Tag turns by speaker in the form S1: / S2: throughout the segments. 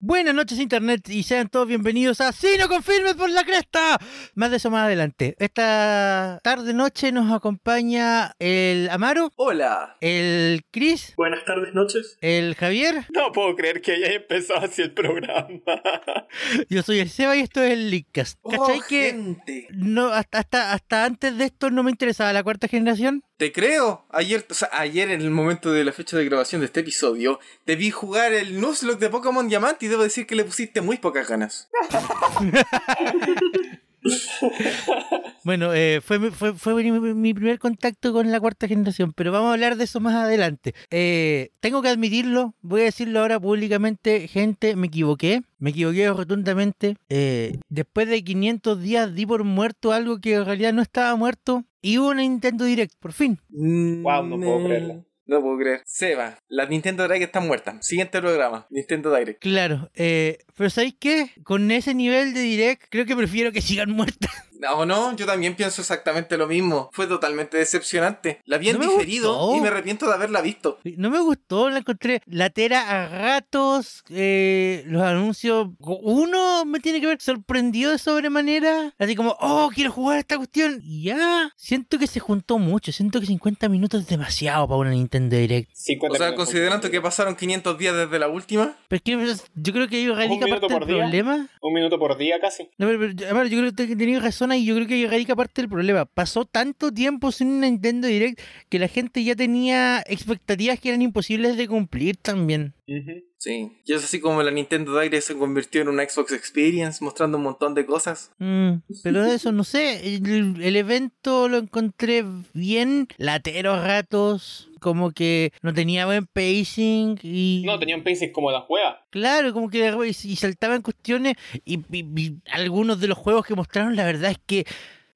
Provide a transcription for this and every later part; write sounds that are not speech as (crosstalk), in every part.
S1: Buenas noches Internet y sean todos bienvenidos a Si no confirmes por la cresta. Más de eso más adelante. Esta tarde noche nos acompaña el Amaro,
S2: Hola.
S1: el Chris,
S3: Buenas tardes, noches.
S1: el Javier,
S4: No puedo creer que hayas empezado así
S2: (laughs)
S4: el programa.
S1: yo soy el Seba y esto es el Lickcast. ¿Cachai
S2: Oh,
S1: que
S2: gente.
S1: no, hasta, hasta, hasta antes de esto no me interesaba la cuarta generación?
S2: Te creo. Ayer, o sea, ayer en el momento de la fecha de grabación de este episodio, te vi jugar el Nuzlocke de Pokémon Diamante y debo decir que le pusiste muy pocas ganas.
S1: Bueno, eh, fue, mi- fue, fue mi, mi primer contacto con la cuarta generación, pero vamos a hablar de eso más adelante. Eh, tengo que admitirlo, voy a decirlo ahora públicamente, gente, me equivoqué, me equivoqué rotundamente. Eh, después de 500 días di por muerto algo que en realidad no estaba muerto y hubo un Nintendo Direct, por fin.
S2: Wow,
S4: no puedo creerlo.
S2: No puedo creer. Seba, las Nintendo Direct están muertas. Siguiente programa, Nintendo Direct.
S1: Claro, eh, pero ¿sabéis qué? Con ese nivel de Direct creo que prefiero que sigan muertas.
S2: No, no, yo también pienso exactamente lo mismo. Fue totalmente decepcionante. La vi en
S1: No me
S2: diferido
S1: gustó.
S2: y me arrepiento de haberla visto.
S1: No me gustó, la encontré latera a ratos. eh, los anuncios. Uno me tiene que ver sorprendido de sobremanera. Así como, oh, quiero jugar a esta cuestión. Y ya. Siento que se juntó mucho. Siento que 50 minutos es demasiado para una Nintendo Direct.
S4: 50
S2: O sea,
S4: minutos.
S2: considerando que pasaron 500 días desde la última.
S1: Pero es que yo creo que ahí radica
S4: minuto
S1: parte del
S4: por día.
S1: problema.
S4: Un minuto por día casi.
S1: No, pero, pero yo- Amaro, yo creo que te- tenías razón ahí. Yo creo que ahí radica parte del problema. Pasó tanto tiempo sin una Nintendo Direct que la gente ya tenía expectativas que eran imposibles de cumplir también.
S2: Sí. Y es así como la Nintendo Direct se convirtió en una Xbox Experience, mostrando un montón de cosas.
S1: Mm, pero de eso, no sé, el, el evento lo encontré bien, latero a ratos, como que no tenía buen pacing y...
S4: No, tenían pacing como la juega.
S1: Claro, como que de repente- y saltaban cuestiones y, y- y algunos de los juegos que mostraron, la verdad es que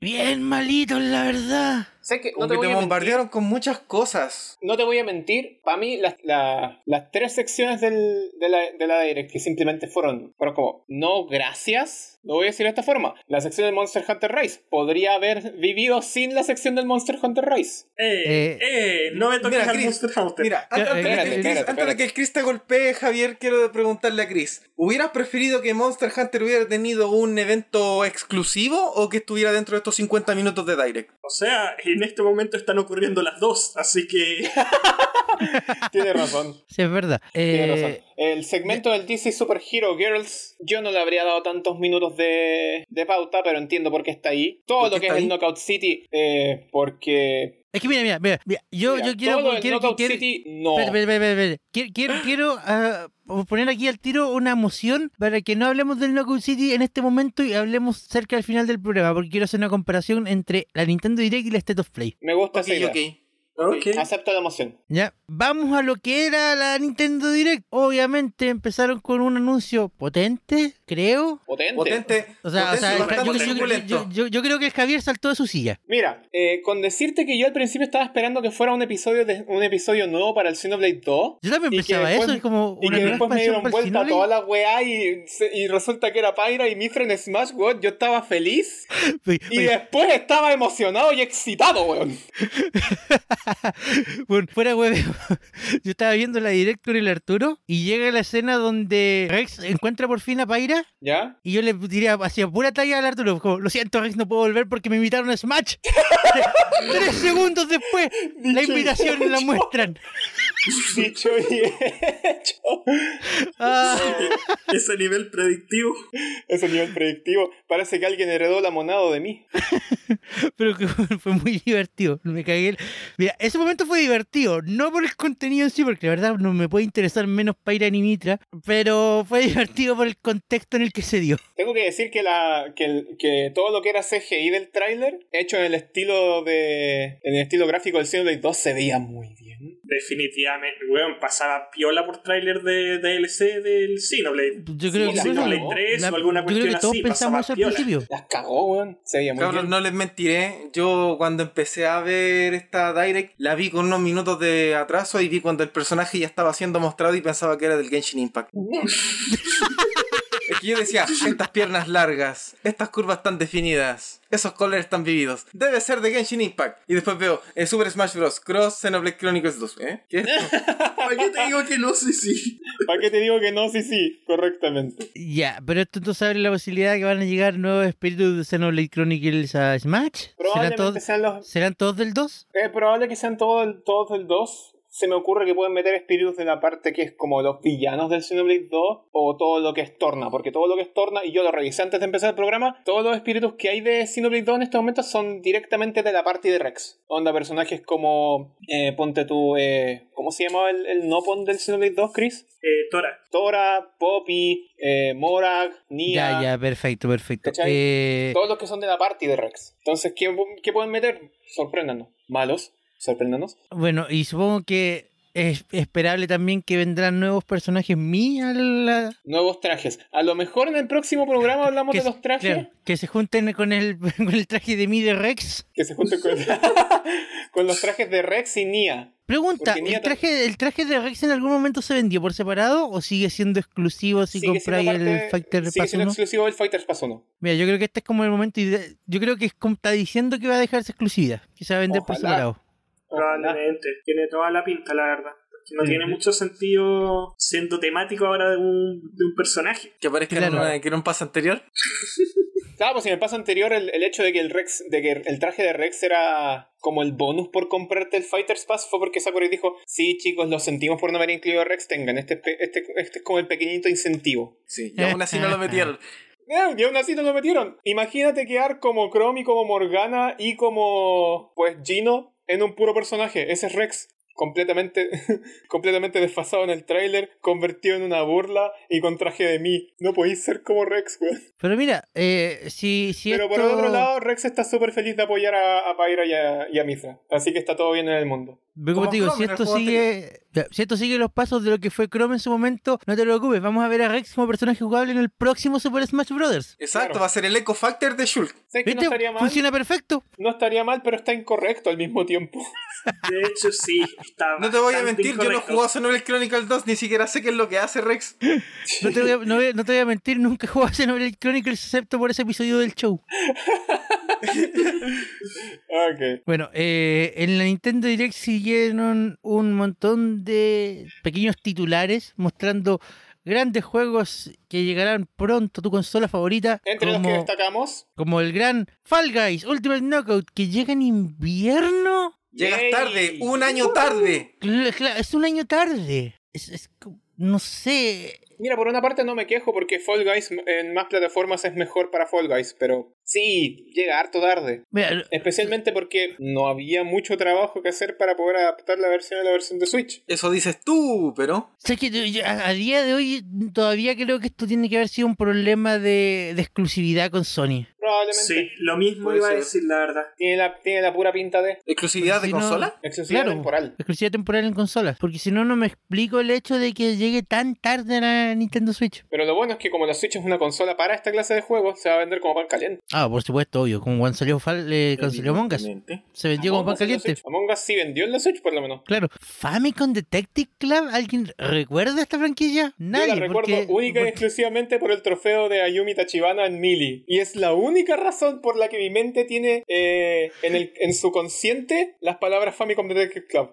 S1: bien malitos, la verdad.
S4: Sé que no
S2: Como
S4: te,
S2: que
S4: voy
S2: te
S4: a mentir,
S2: bombardearon con muchas cosas.
S4: no te voy a mentir. Para mí, las, la- las tres secciones del, de, la, de la Direct que simplemente fueron, fueron como, no, gracias. Lo voy a decir de esta forma. La sección del Monster Hunter Rise podría haber vivido sin la sección del Monster Hunter Rise.
S1: Eh,
S3: Eh, eh, no me toques
S2: mira,
S3: al
S2: Chris,
S3: Monster Hunter.
S2: Mira,
S1: Ya, eh,
S2: antes, antes de que
S1: espérate,
S2: el Chris-
S4: espérate,
S2: antes de que el Chris te golpee, Javier, quiero preguntarle a Chris. ¿Hubieras preferido que Monster Hunter hubiera tenido un evento exclusivo o que estuviera dentro de estos 50 minutos de Direct?
S3: O sea, en este momento están ocurriendo las dos, así que.
S4: Tiene razón.
S1: Sí, es verdad.
S4: Tiene
S1: Eh,
S4: razón. El segmento del DC Super Hero Girls, yo no le habría dado tantos minutos de, de pauta, pero entiendo por qué está ahí.
S2: ¿Por
S4: Todo
S2: qué
S4: lo que es
S2: está ahí?
S4: el Knockout City, eh, porque.
S1: es que mira, mira, mira, mira, yo,
S4: mira,
S1: yo quiero...
S4: todo el
S1: quiero-
S4: Knockout
S1: quiero-
S4: City, no.
S1: Espera, espera, espera, espera. Quiero, quiero, quiero, ah, poner aquí al tiro una moción para que no hablemos del Knockout City en este momento y hablemos cerca del final del programa, porque quiero hacer una comparación entre la Nintendo Direct y la State of Play.
S4: Me gusta
S2: Ok,
S4: esa idea.
S2: ok.
S3: Ok.
S4: Acepto la emoción.
S1: ¿Ya? Vamos a lo que era la Nintendo Direct. Obviamente empezaron con un anuncio potente, creo.
S4: Potente.
S2: Potente.
S1: O sea, o
S2: potente,
S1: sea, el-
S2: bastante
S1: yo, yo- yo-
S2: suculento.
S1: yo- yo creo que el Javier saltó de su silla.
S4: Mira, eh, con decirte que yo al principio estaba esperando que fuera un episodio de, un episodio nuevo para el Xenoblade 2.
S1: Yo también
S4: Y que
S1: pensaba
S4: después-
S1: eso, es como
S4: Y
S1: una
S4: que
S1: nueva
S4: después me
S1: expansión
S4: dieron
S1: para el
S4: vuelta a
S1: Xenoblade.
S4: toda la weá y, se- y resulta que era Pyra y Mithra en Smash, weón. Yo estaba feliz.
S1: (laughs) Oye,
S4: Y
S1: oye,
S4: después estaba emocionado y excitado, weón.
S1: Bueno, fuera hueveo. (laughs) Yo estaba viendo la director y el Arturo y llega la escena donde Rex encuentra por fin a Paira (laughs)
S4: ¿Ya?
S1: y yo le tiré hacia pura talla al Arturo. Como, lo siento, Rex, no puedo volver porque me invitaron a Smash. (laughs) Tres segundos después, la invitación la muestran.
S4: Dicho y hecho.
S1: Ah,
S3: Ese nivel predictivo.
S4: Es un nivel predictivo. Parece que alguien heredó la monado de mí.
S1: pero que (laughs) bueno, fue muy divertido. Me cagué. el- Mira, ese momento fue divertido. No por el contenido en sí, porque la verdad no me puede interesar menos Paira ni Mitra. Pero fue (laughs) divertido por el contexto en el que se dio.
S4: Tengo que decir que, la, que, el- que todo lo que era CGI del tráiler, hecho en el estilo de en el estilo gráfico del Xenoblade 2, se veía muy bien.
S3: Definitivamente, weón, pasaba piola por tráiler de DLC del Xenoblade.
S1: Pues Yo creo
S4: Sí,
S1: que
S4: la- la-
S1: la-
S3: tres o
S1: la-
S3: alguna
S1: yo creo
S3: cuestión
S1: que todos
S3: así,
S1: pensamos
S3: pasaba
S1: eso al
S3: piola.
S1: principio.
S4: Las cagó, weón. Se veía muy
S2: Cabros,
S4: bien.
S2: no les mentiré. Yo cuando empecé a ver esta Direct, la vi con unos minutos de atraso y vi cuando el personaje ya estaba siendo mostrado y pensaba que era del Genshin Impact. Es que yo decía, estas piernas largas, estas curvas tan definidas, esos colores tan vividos, debe ser de Genshin Impact. Y después veo eh, Super Smash Bros. Cross Xenoblade Chronicles 2. ¿Eh? ¿Qué es esto?
S5: ¿Para qué te digo que no? Sí, sí.
S4: ¿Para qué te digo que no? Sí, sí, correctamente.
S1: Ya, pero esto entonces abre la posibilidad de que van a llegar nuevos espíritus de Xenoblade Chronicles a Smash. ¿Serán
S4: Probablemente
S1: todos,
S4: sean los.
S1: ¿serán todos del 2?
S4: Es probable que sean todos del, todos del 2. Se me ocurre que pueden meter espíritus de la parte que es como los villanos del Xenoblade 2 o todo lo que es Torna, porque todo lo que es Torna, y yo lo revisé antes de empezar el programa, todos los espíritus que hay de Xenoblade 2 en este momento son directamente de la parte de Rex. Onda, personajes como, eh, ponte tú, eh, ¿cómo se llamaba el, el Nopon del Xenoblade 2, Chris?
S3: Eh, Tora,
S4: Tora, Poppy, eh, Morag, Nia.
S1: Ya, ya, perfecto, perfecto.
S4: ¿Cachai?
S1: Eh,
S4: Todos los que son de la party de Rex. Entonces, ¿qué, qué pueden meter? Sorpréndanos. Malos, sorpréndanos.
S1: bueno, y supongo que es esperable también que vendrán nuevos personajes mí a la...
S4: Nuevos trajes. A lo mejor en el próximo programa hablamos
S1: Que
S4: de
S1: se-
S4: los trajes.
S1: claro, que se junten con el, (laughs) con el traje de mí de Rex.
S4: Que se junten con, (laughs) con los trajes de Rex y Nia.
S1: Pregunta,
S4: Porque Nia
S1: ¿el
S4: tam-
S1: traje, ¿el traje de Rex en algún momento se vendió por separado o sigue siendo exclusivo si
S4: Sigue siendo
S1: compráis el
S4: parte-
S1: Factor
S4: sigue
S1: Pass
S4: siendo
S1: 1?
S4: exclusivo del Fighters Pass 1.
S1: Mira, yo creo que este es como el momento ide- Yo creo que es como está diciendo que va a dejarse exclusividad, que se va a vender por
S4: Ojalá.
S1: separado.
S4: Ojalá.
S3: probablemente. Tiene toda la pinta, la verdad. Porque no
S1: Ujú.
S3: tiene mucho sentido siendo temático ahora de un, de un personaje.
S2: Que aparezca en
S1: Claro.
S2: una- que era un paso anterior.
S4: Claro, pues en el paso anterior el, el hecho de que el Rex, de que el traje de Rex era como el bonus por comprarte el Fighters Pass fue porque Sakurai dijo, sí chicos, lo sentimos por no haber incluido a Rex, tengan, este, pe- este, este es como el pequeñito incentivo.
S2: Sí, y aún así no
S4: (laughs)
S2: lo metieron.
S4: Eh, y aún así no lo metieron. Imagínate quedar como Chrome y como Morgana y como pues Gino en un puro personaje. Ese es Rex. Completamente, (laughs) completamente desfasado en el tráiler, convertido en una burla y con traje de mí. No podéis ser como Rex, weón.
S1: Pero mira, eh, si, si
S4: Pero por
S1: esto-
S4: otro lado, Rex está súper feliz de apoyar a, a Pyra y a, y a Mithra. Así que está todo bien en el mundo.
S1: Ve como
S2: Como
S1: te digo, si
S2: Chrome en el
S1: esto
S2: juego
S1: sigue. ya, Si esto sigue los pasos de lo que fue Chrome en su momento, no te preocupes, vamos a ver a Rex como personaje jugable en el próximo Super Smash Brothers.
S2: Exacto,
S4: Claro.
S2: va a ser el Eco Factor de Shulk.
S4: Sé que no
S1: ¿Viste?
S4: estaría mal,
S1: Funciona perfecto.
S4: no estaría mal, pero está incorrecto al mismo tiempo. (laughs)
S3: De hecho, sí, está
S2: No te voy a
S3: bastante
S2: mentir, yo no he
S3: incorrecto.
S2: jugado Xenoblade Chronicles 2, ni siquiera sé qué es lo que hace Rex.
S1: No te voy a, no voy a- no te voy a mentir, nunca he jugado (laughs) a Xenoblade Chronicles excepto por ese episodio del show.
S4: Ok.
S1: Bueno, eh, en la Nintendo Direct siguieron un montón de pequeños titulares mostrando grandes juegos que llegarán pronto a tu consola favorita.
S4: Entre los que
S1: como-
S4: destacamos,
S1: como el gran Fall Guys Ultimate Knockout que llega en invierno.
S2: Llegas
S4: Yay.
S2: tarde, un año tarde.
S1: Cla- cla- Es un año tarde. Es, es co- no sé.
S4: Mira, por una parte no me quejo porque Fall Guys en más plataformas es mejor para Fall Guys, pero sí, llega harto tarde.
S1: Mira, lo-
S4: Especialmente porque no había mucho trabajo que hacer para poder adaptar la versión a la versión de Switch.
S2: Eso dices tú, pero.
S1: sé que yo- yo a, a día de hoy todavía creo que esto tiene que haber sido un problema de, de exclusividad con Sony.
S4: Probablemente.
S3: Sí, lo mismo
S2: Puede
S3: iba a
S2: ser.
S3: decir, la verdad.
S4: Tiene la, tiene la pura pinta de
S2: ¿Exclusividad de
S1: Pues Si no-
S2: consola?
S4: exclusividad
S1: Claro.
S4: temporal.
S1: Exclusividad temporal en consolas. Porque si no, no me explico el hecho de que llegue tan tarde a la Nintendo Switch.
S4: Pero lo bueno es que como la Switch es una consola para esta clase de juegos, se va a vender como pan caliente.
S1: Ah, por supuesto, obvio. Como cuando salió, Fall, eh, cuando salió Among Us,
S2: Evidentemente.
S1: Se vendió como
S4: Among
S1: pan
S4: Us en la
S1: caliente.
S4: Switch. Among Us sí vendió en la Switch por lo menos.
S1: Claro, Famicom Detective Club, ¿alguien recuerda esta franquicia? Nadie,
S4: Yo la recuerdo
S1: porque,
S4: única y
S1: porque-
S4: exclusivamente por el trofeo de Ayumi Tachibana en Mili. Y es la única razón por la que mi mente tiene eh, en, el, en su consciente las palabras Famicom Detective Club.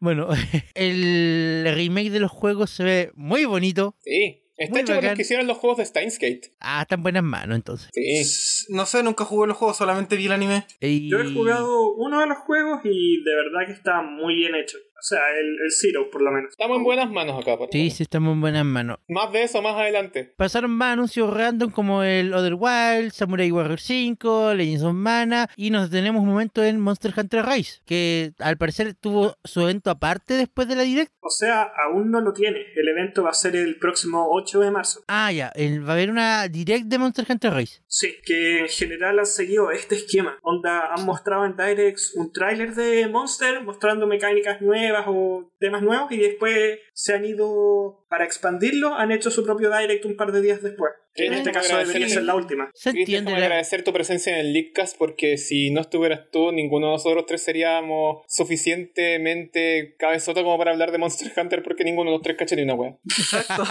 S1: Bueno, (laughs) el remake de los juegos se ve muy bonito.
S4: Sí. Está
S1: Muy
S4: hecho por
S1: bacán.
S4: los que hicieron los juegos de Steins Gate.
S1: Ah, están buenas manos entonces.
S4: Sí.
S2: No sé, nunca jugué los juegos, solamente vi el anime.
S1: Y-
S3: Yo he jugado uno de los juegos y de verdad que está muy bien hecho. O sea, el, el Zero, por lo menos.
S4: Estamos en buenas manos acá. por
S1: Sí,
S4: favor.
S1: sí, estamos en buenas manos.
S4: Más de eso más adelante.
S1: Pasaron más anuncios random como el Other Wild, Samurai Warrior 5, Legends of Mana y nos detenemos un momento en Monster Hunter Rise, que al parecer tuvo su evento aparte después de la direct.
S3: O sea, aún no lo tiene. El evento va a ser el próximo 8 de marzo.
S1: Ah, ya, el- va a haber una direct de Monster Hunter Rise.
S3: Sí, que en general han seguido este esquema. Onda, han mostrado en Directs un tráiler de Monster mostrando mecánicas nuevas o temas nuevos y después se han ido para expandirlo, han hecho su propio direct un par de días después. Que en
S4: Bueno,
S3: este caso debería
S4: agradecerle.
S3: ser la última.
S1: Se
S4: Chris, déjame
S1: entiende. la-
S4: agradecer tu presencia en el Leakcast porque si no estuvieras tú, ninguno de nosotros tres seríamos suficientemente cabezota como para hablar de Monster Hunter porque ninguno de los tres cacha ni una wea.
S2: Exacto.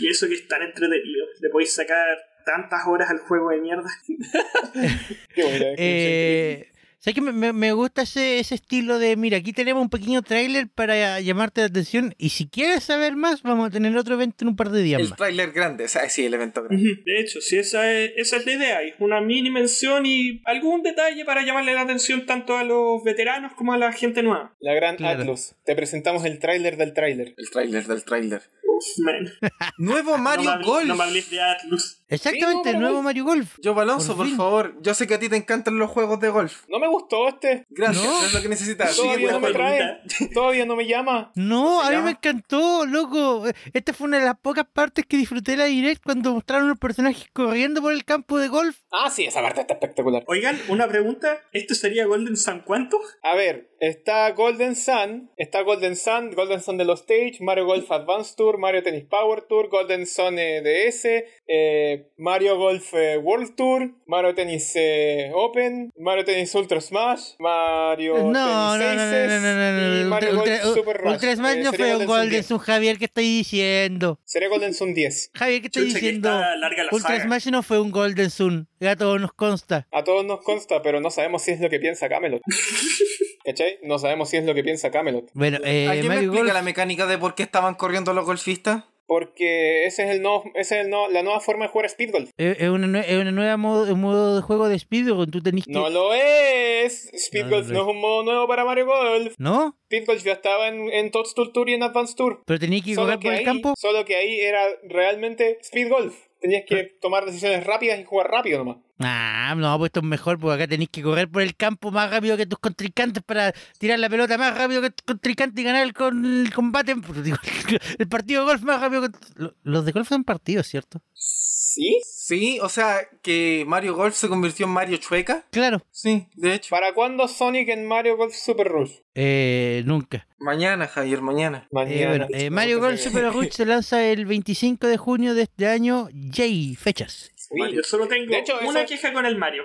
S3: Y eso que es tan entretenido. Le podéis sacar tantas horas al juego de mierda.
S4: Qué bonita descripción, Chris.
S1: Eh, ¿Sabes que me, me- me gusta ese, ese estilo de, mira, aquí tenemos un pequeño tráiler para llamarte la atención y si quieres saber más, vamos a tener otro evento en un par de días
S2: El
S1: más.
S2: tráiler grande, o sea, sí, el evento grande.
S3: De hecho, si esa es, esa es la idea, es una mini mención y algún detalle para llamarle la atención tanto a los veteranos como a la gente nueva.
S4: La gran
S1: claro.
S4: Atlus. Te presentamos el tráiler del tráiler.
S2: El tráiler del tráiler.
S3: Uf, man.
S2: Nuevo Mario
S3: no me, habl-
S2: Golf.
S3: No me hables de Atlus.
S1: Exactamente,
S4: Sí, no,
S1: nuevo Mario Golf.
S2: Yo, Alonso,
S1: Por
S2: por,
S1: fin.
S2: favor. Yo sé que a ti te encantan los juegos de golf.
S4: No me gustó este. (laughs)
S2: Gracias,
S1: No.
S2: es lo que
S3: Ah,
S2: necesitaba.
S4: Todavía no me
S2: Siguiente
S4: trae. Todavía no me llama.
S1: No,
S2: se
S1: a mí
S2: llama?
S1: me encantó, loco. Eh, Esta fue una de las pocas partes que disfruté de la direct cuando mostraron los personajes corriendo por el campo de golf.
S4: Ah, sí, esa parte está espectacular.
S3: Oigan, una pregunta. ¿Esto sería Golden San cuánto?
S4: A ver, está Golden Sun, está Golden Sun, Golden Sun de los Stage, Mario Golf Advance Tour, Mario Tennis Power Tour, Golden Sun eh, DS, eh, Mario Golf eh, World Tour, Mario Tennis eh, Open, Mario Tennis Ultra Smash, Mario
S1: No, no, no, no,
S4: Tennis
S1: no, no,
S4: Aces
S1: no,
S4: y
S1: no,
S4: Mario
S1: Ultra,
S4: Golf Super
S1: Ultra,
S4: Rush.
S1: Ultra Smash
S4: Eh,
S1: no
S4: sería
S1: fue un
S4: Sun
S1: gol de
S4: 10.
S1: su Javier, ¿qué estoy diciendo?
S4: Sería Golden Sun 10.
S1: Javier, ¿qué estoy
S3: Chucha, que
S1: diciendo?
S3: está larga la
S1: Ultra
S3: saga.
S1: Smash no fue un Golden Sun, ya todo nos consta.
S4: A todos nos consta, pero no sabemos si es lo que piensa
S3: (laughs)
S4: Camelot. ¿Cachai? No sabemos si es lo que piensa Camelot.
S1: Bueno, eh,
S2: ¿Alguien me
S1: Mario
S2: explica
S1: Golf.
S2: la mecánica de por qué estaban corriendo los golfistas?
S4: Porque ese es el nuevo, ese es el nuevo- la nueva forma de jugar Speedgolf.
S1: Es es una, nue- es una nueva modo, un modo de juego de Speedrun. Tú tenés que.
S4: No lo es. Speedgolf
S1: No
S4: no,
S1: lo
S4: es un modo nuevo para Mario Golf.
S1: ¿No?
S4: Speedgolf ya estaba en, en Tots Tour Tour y en Advanced Tour.
S1: Pero tenías que
S4: Solo
S1: correr
S4: que,
S1: por el
S4: ahí,
S1: campo.
S4: solo que ahí era realmente Speedgolf. Tenías
S1: (laughs)
S4: que tomar decisiones rápidas y jugar rápido nomás.
S1: Ah, no, pues esto es mejor porque acá tenéis que correr por el campo más rápido que tus contrincantes para tirar la pelota más rápido que tus contrincantes y ganar el, con- el combate. (laughs) Pues, digo, El partido de golf más rápido que. Lo- Los de golf son partidos, ¿cierto?
S4: ¿Sí?
S2: Sí, o sea, que Mario Golf se convirtió en Mario Chueca.
S1: Claro.
S2: Sí, de hecho.
S4: ¿Para cuándo Sonic en Mario Golf Super Rush?
S1: Eh, nunca.
S2: Mañana, Javier, mañana.
S1: Eh, bueno,
S4: Mañana.
S1: eh, Mario Golf Super Rush se lanza el 25 de junio de este año. Yay, fechas.
S4: Sí.
S3: Yo solo tengo
S4: De hecho,
S3: una
S4: eso-
S3: queja con el Mario.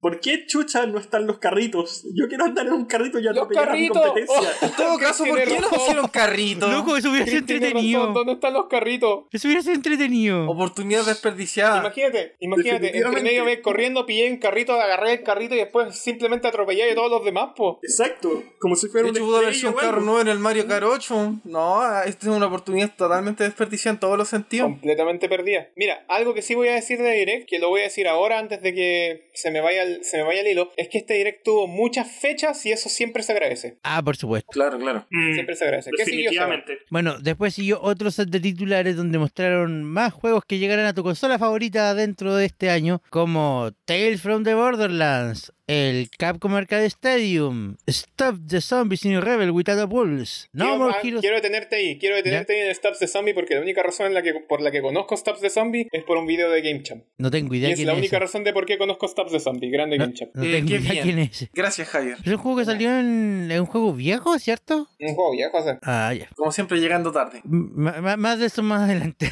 S3: ¿Por qué chucha no están los carritos? Yo quiero andar en un carrito y atropellar a mi
S4: carritos! (laughs)
S3: competencia.
S2: En todo caso, ¿por
S4: tiene
S2: qué no
S4: razón.
S2: pusieron carrito?
S1: Loco, eso hubiera sido
S4: Chris tiene razón,
S1: entretenido.
S4: ¿Dónde están los carritos?
S1: Eso hubiera sido entretenido.
S2: Oportunidad
S1: Ah,
S2: desperdiciada.
S4: Imagínate, imagínate, entre
S5: Definitivamente.
S4: medio me corriendo, pillé un carrito, agarré el carrito y después simplemente atropellé a todos los demás, po.
S3: Exacto. Como si fuera
S2: De
S3: un
S2: hecho, pudo haber sido
S3: estrella
S2: un
S3: o algo.
S2: carro nuevo en el Mario Kart 8. No, esta es una oportunidad totalmente desperdiciada en todos los sentidos.
S4: Completamente perdida. Mira, algo que sí voy a decir de Direct, que lo voy a decir ahora antes de que se me vaya el, se me vaya el hilo, es que este Direct tuvo muchas fechas y eso siempre se agradece.
S1: Ah, por supuesto.
S2: Claro, claro.
S3: Mm,
S4: Siempre se agradece. ¿Qué siguió, Seba?
S3: definitivamente.
S1: Bueno, después siguió otro set de titulares donde mostraron más juegos que llegarán a tu consola favorita dentro de este año, como Tales from the Borderlands, el Capcom Arcade Stadium, Stop the Zombies in Rebel Without a Pulse, No
S4: quiero,
S1: More
S4: ah,
S1: Heroes.
S4: quiero detenerte ahí, quiero detenerte ahí en el Stabs de Zombie porque la única razón en la que, por la que conozco Stabs de Zombie es por un video de GameChamp.
S1: No tengo
S4: Y
S1: idea
S4: es
S1: quién
S4: la
S1: es.
S4: única
S1: ese.
S4: razón de por qué conozco Stabs de Zombie, grande
S1: No,
S4: GameChamp.
S1: no
S2: Eh,
S1: tengo
S2: qué
S1: idea
S2: bien.
S1: quién es. ese.
S2: Gracias, Javier.
S1: Es un juego que salió en. Es un juego viejo, ¿cierto?
S4: Un juego viejo, o sea.
S1: Ah, ya.
S2: Como siempre, llegando tarde.
S1: M- m- más de eso más
S4: (laughs)
S1: adelante.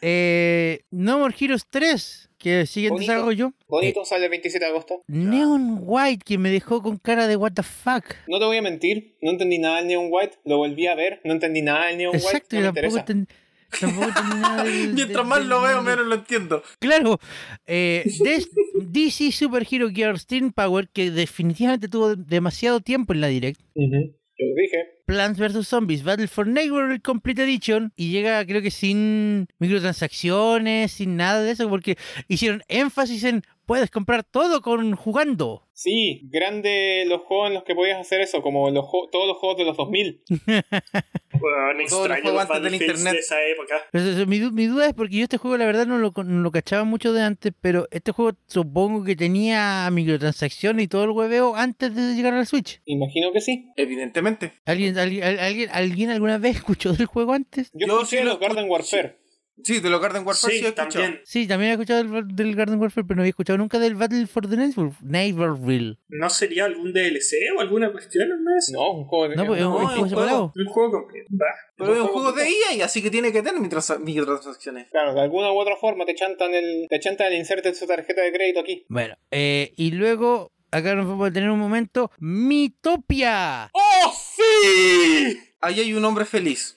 S1: Eh, no More Heroes 3, que sigue en
S4: Bonito.
S1: desarrollo.
S4: Bonito, sale el 27 de agosto.
S1: Neon White, que me dejó con cara de what the fuck.
S4: No te voy a mentir, no entendí nada del Neon White, lo volví a ver, no entendí nada del Neon
S1: Exacto,
S4: White, no
S1: yo
S4: me
S1: tampoco,
S4: interesa.
S1: ten- tampoco entendí nada
S2: (laughs)
S1: del-
S2: Mientras
S1: del-
S2: más
S1: del-
S2: lo veo,
S1: del-
S2: menos lo entiendo.
S1: Claro, eh, Des- DC Super Hero Gears Team Power, que definitivamente tuvo demasiado tiempo en la direct.
S4: Ujú, Yo lo dije.
S1: Plants vs. Zombies Battle for Neighborhood Complete Edition y llega creo que sin microtransacciones, sin nada de eso, porque hicieron énfasis en puedes comprar todo con jugando.
S4: Sí, grande los juegos en los que podías hacer eso, como los jo- todos los juegos de los 2000.
S3: Bueno,
S2: Todo el
S3: extraño
S2: juego
S3: los
S2: antes del
S3: Battlefields
S2: internet.
S3: de esa época.
S1: Pero eso- eso, mi, du- mi duda es porque yo este juego la verdad no lo, con- no lo cachaba mucho de antes, pero este juego supongo que tenía microtransacciones y todo el hueveo antes de llegar al Switch.
S4: Imagino que sí.
S2: Evidentemente.
S1: ¿Alguien, alguien, al- alguien, alguien alguna vez (laughs) escuchó del juego antes?
S4: Yo,
S2: Yo
S4: escuché
S2: sí lo
S4: los Garden
S2: escuché.
S4: Warfare.
S2: Sí, de los Garden Warfare sí,
S3: Sí,
S2: he escuchado.
S3: también.
S1: Sí, también he escuchado del, del Garden Warfare, pero no había escuchado nunca del Battle for the Neighbor- Neighborville.
S3: ¿No sería algún DLC o alguna cuestión? No, es
S4: No, un juego de.
S1: No, pues es
S2: No,
S1: un
S2: es
S1: juego
S2: un
S1: separado.
S3: un juego completo. Bah.
S2: Pero es un juego de IA y así que tiene que tener microtrans- microtransacciones.
S4: Claro, de alguna u otra forma te chantan el, te chantan el insert de su tarjeta de crédito aquí.
S1: Bueno, eh, y luego, acá nos vamos a tener un momento, Mitopia.
S4: ¡Oh, sí!
S2: Ahí hay un hombre feliz.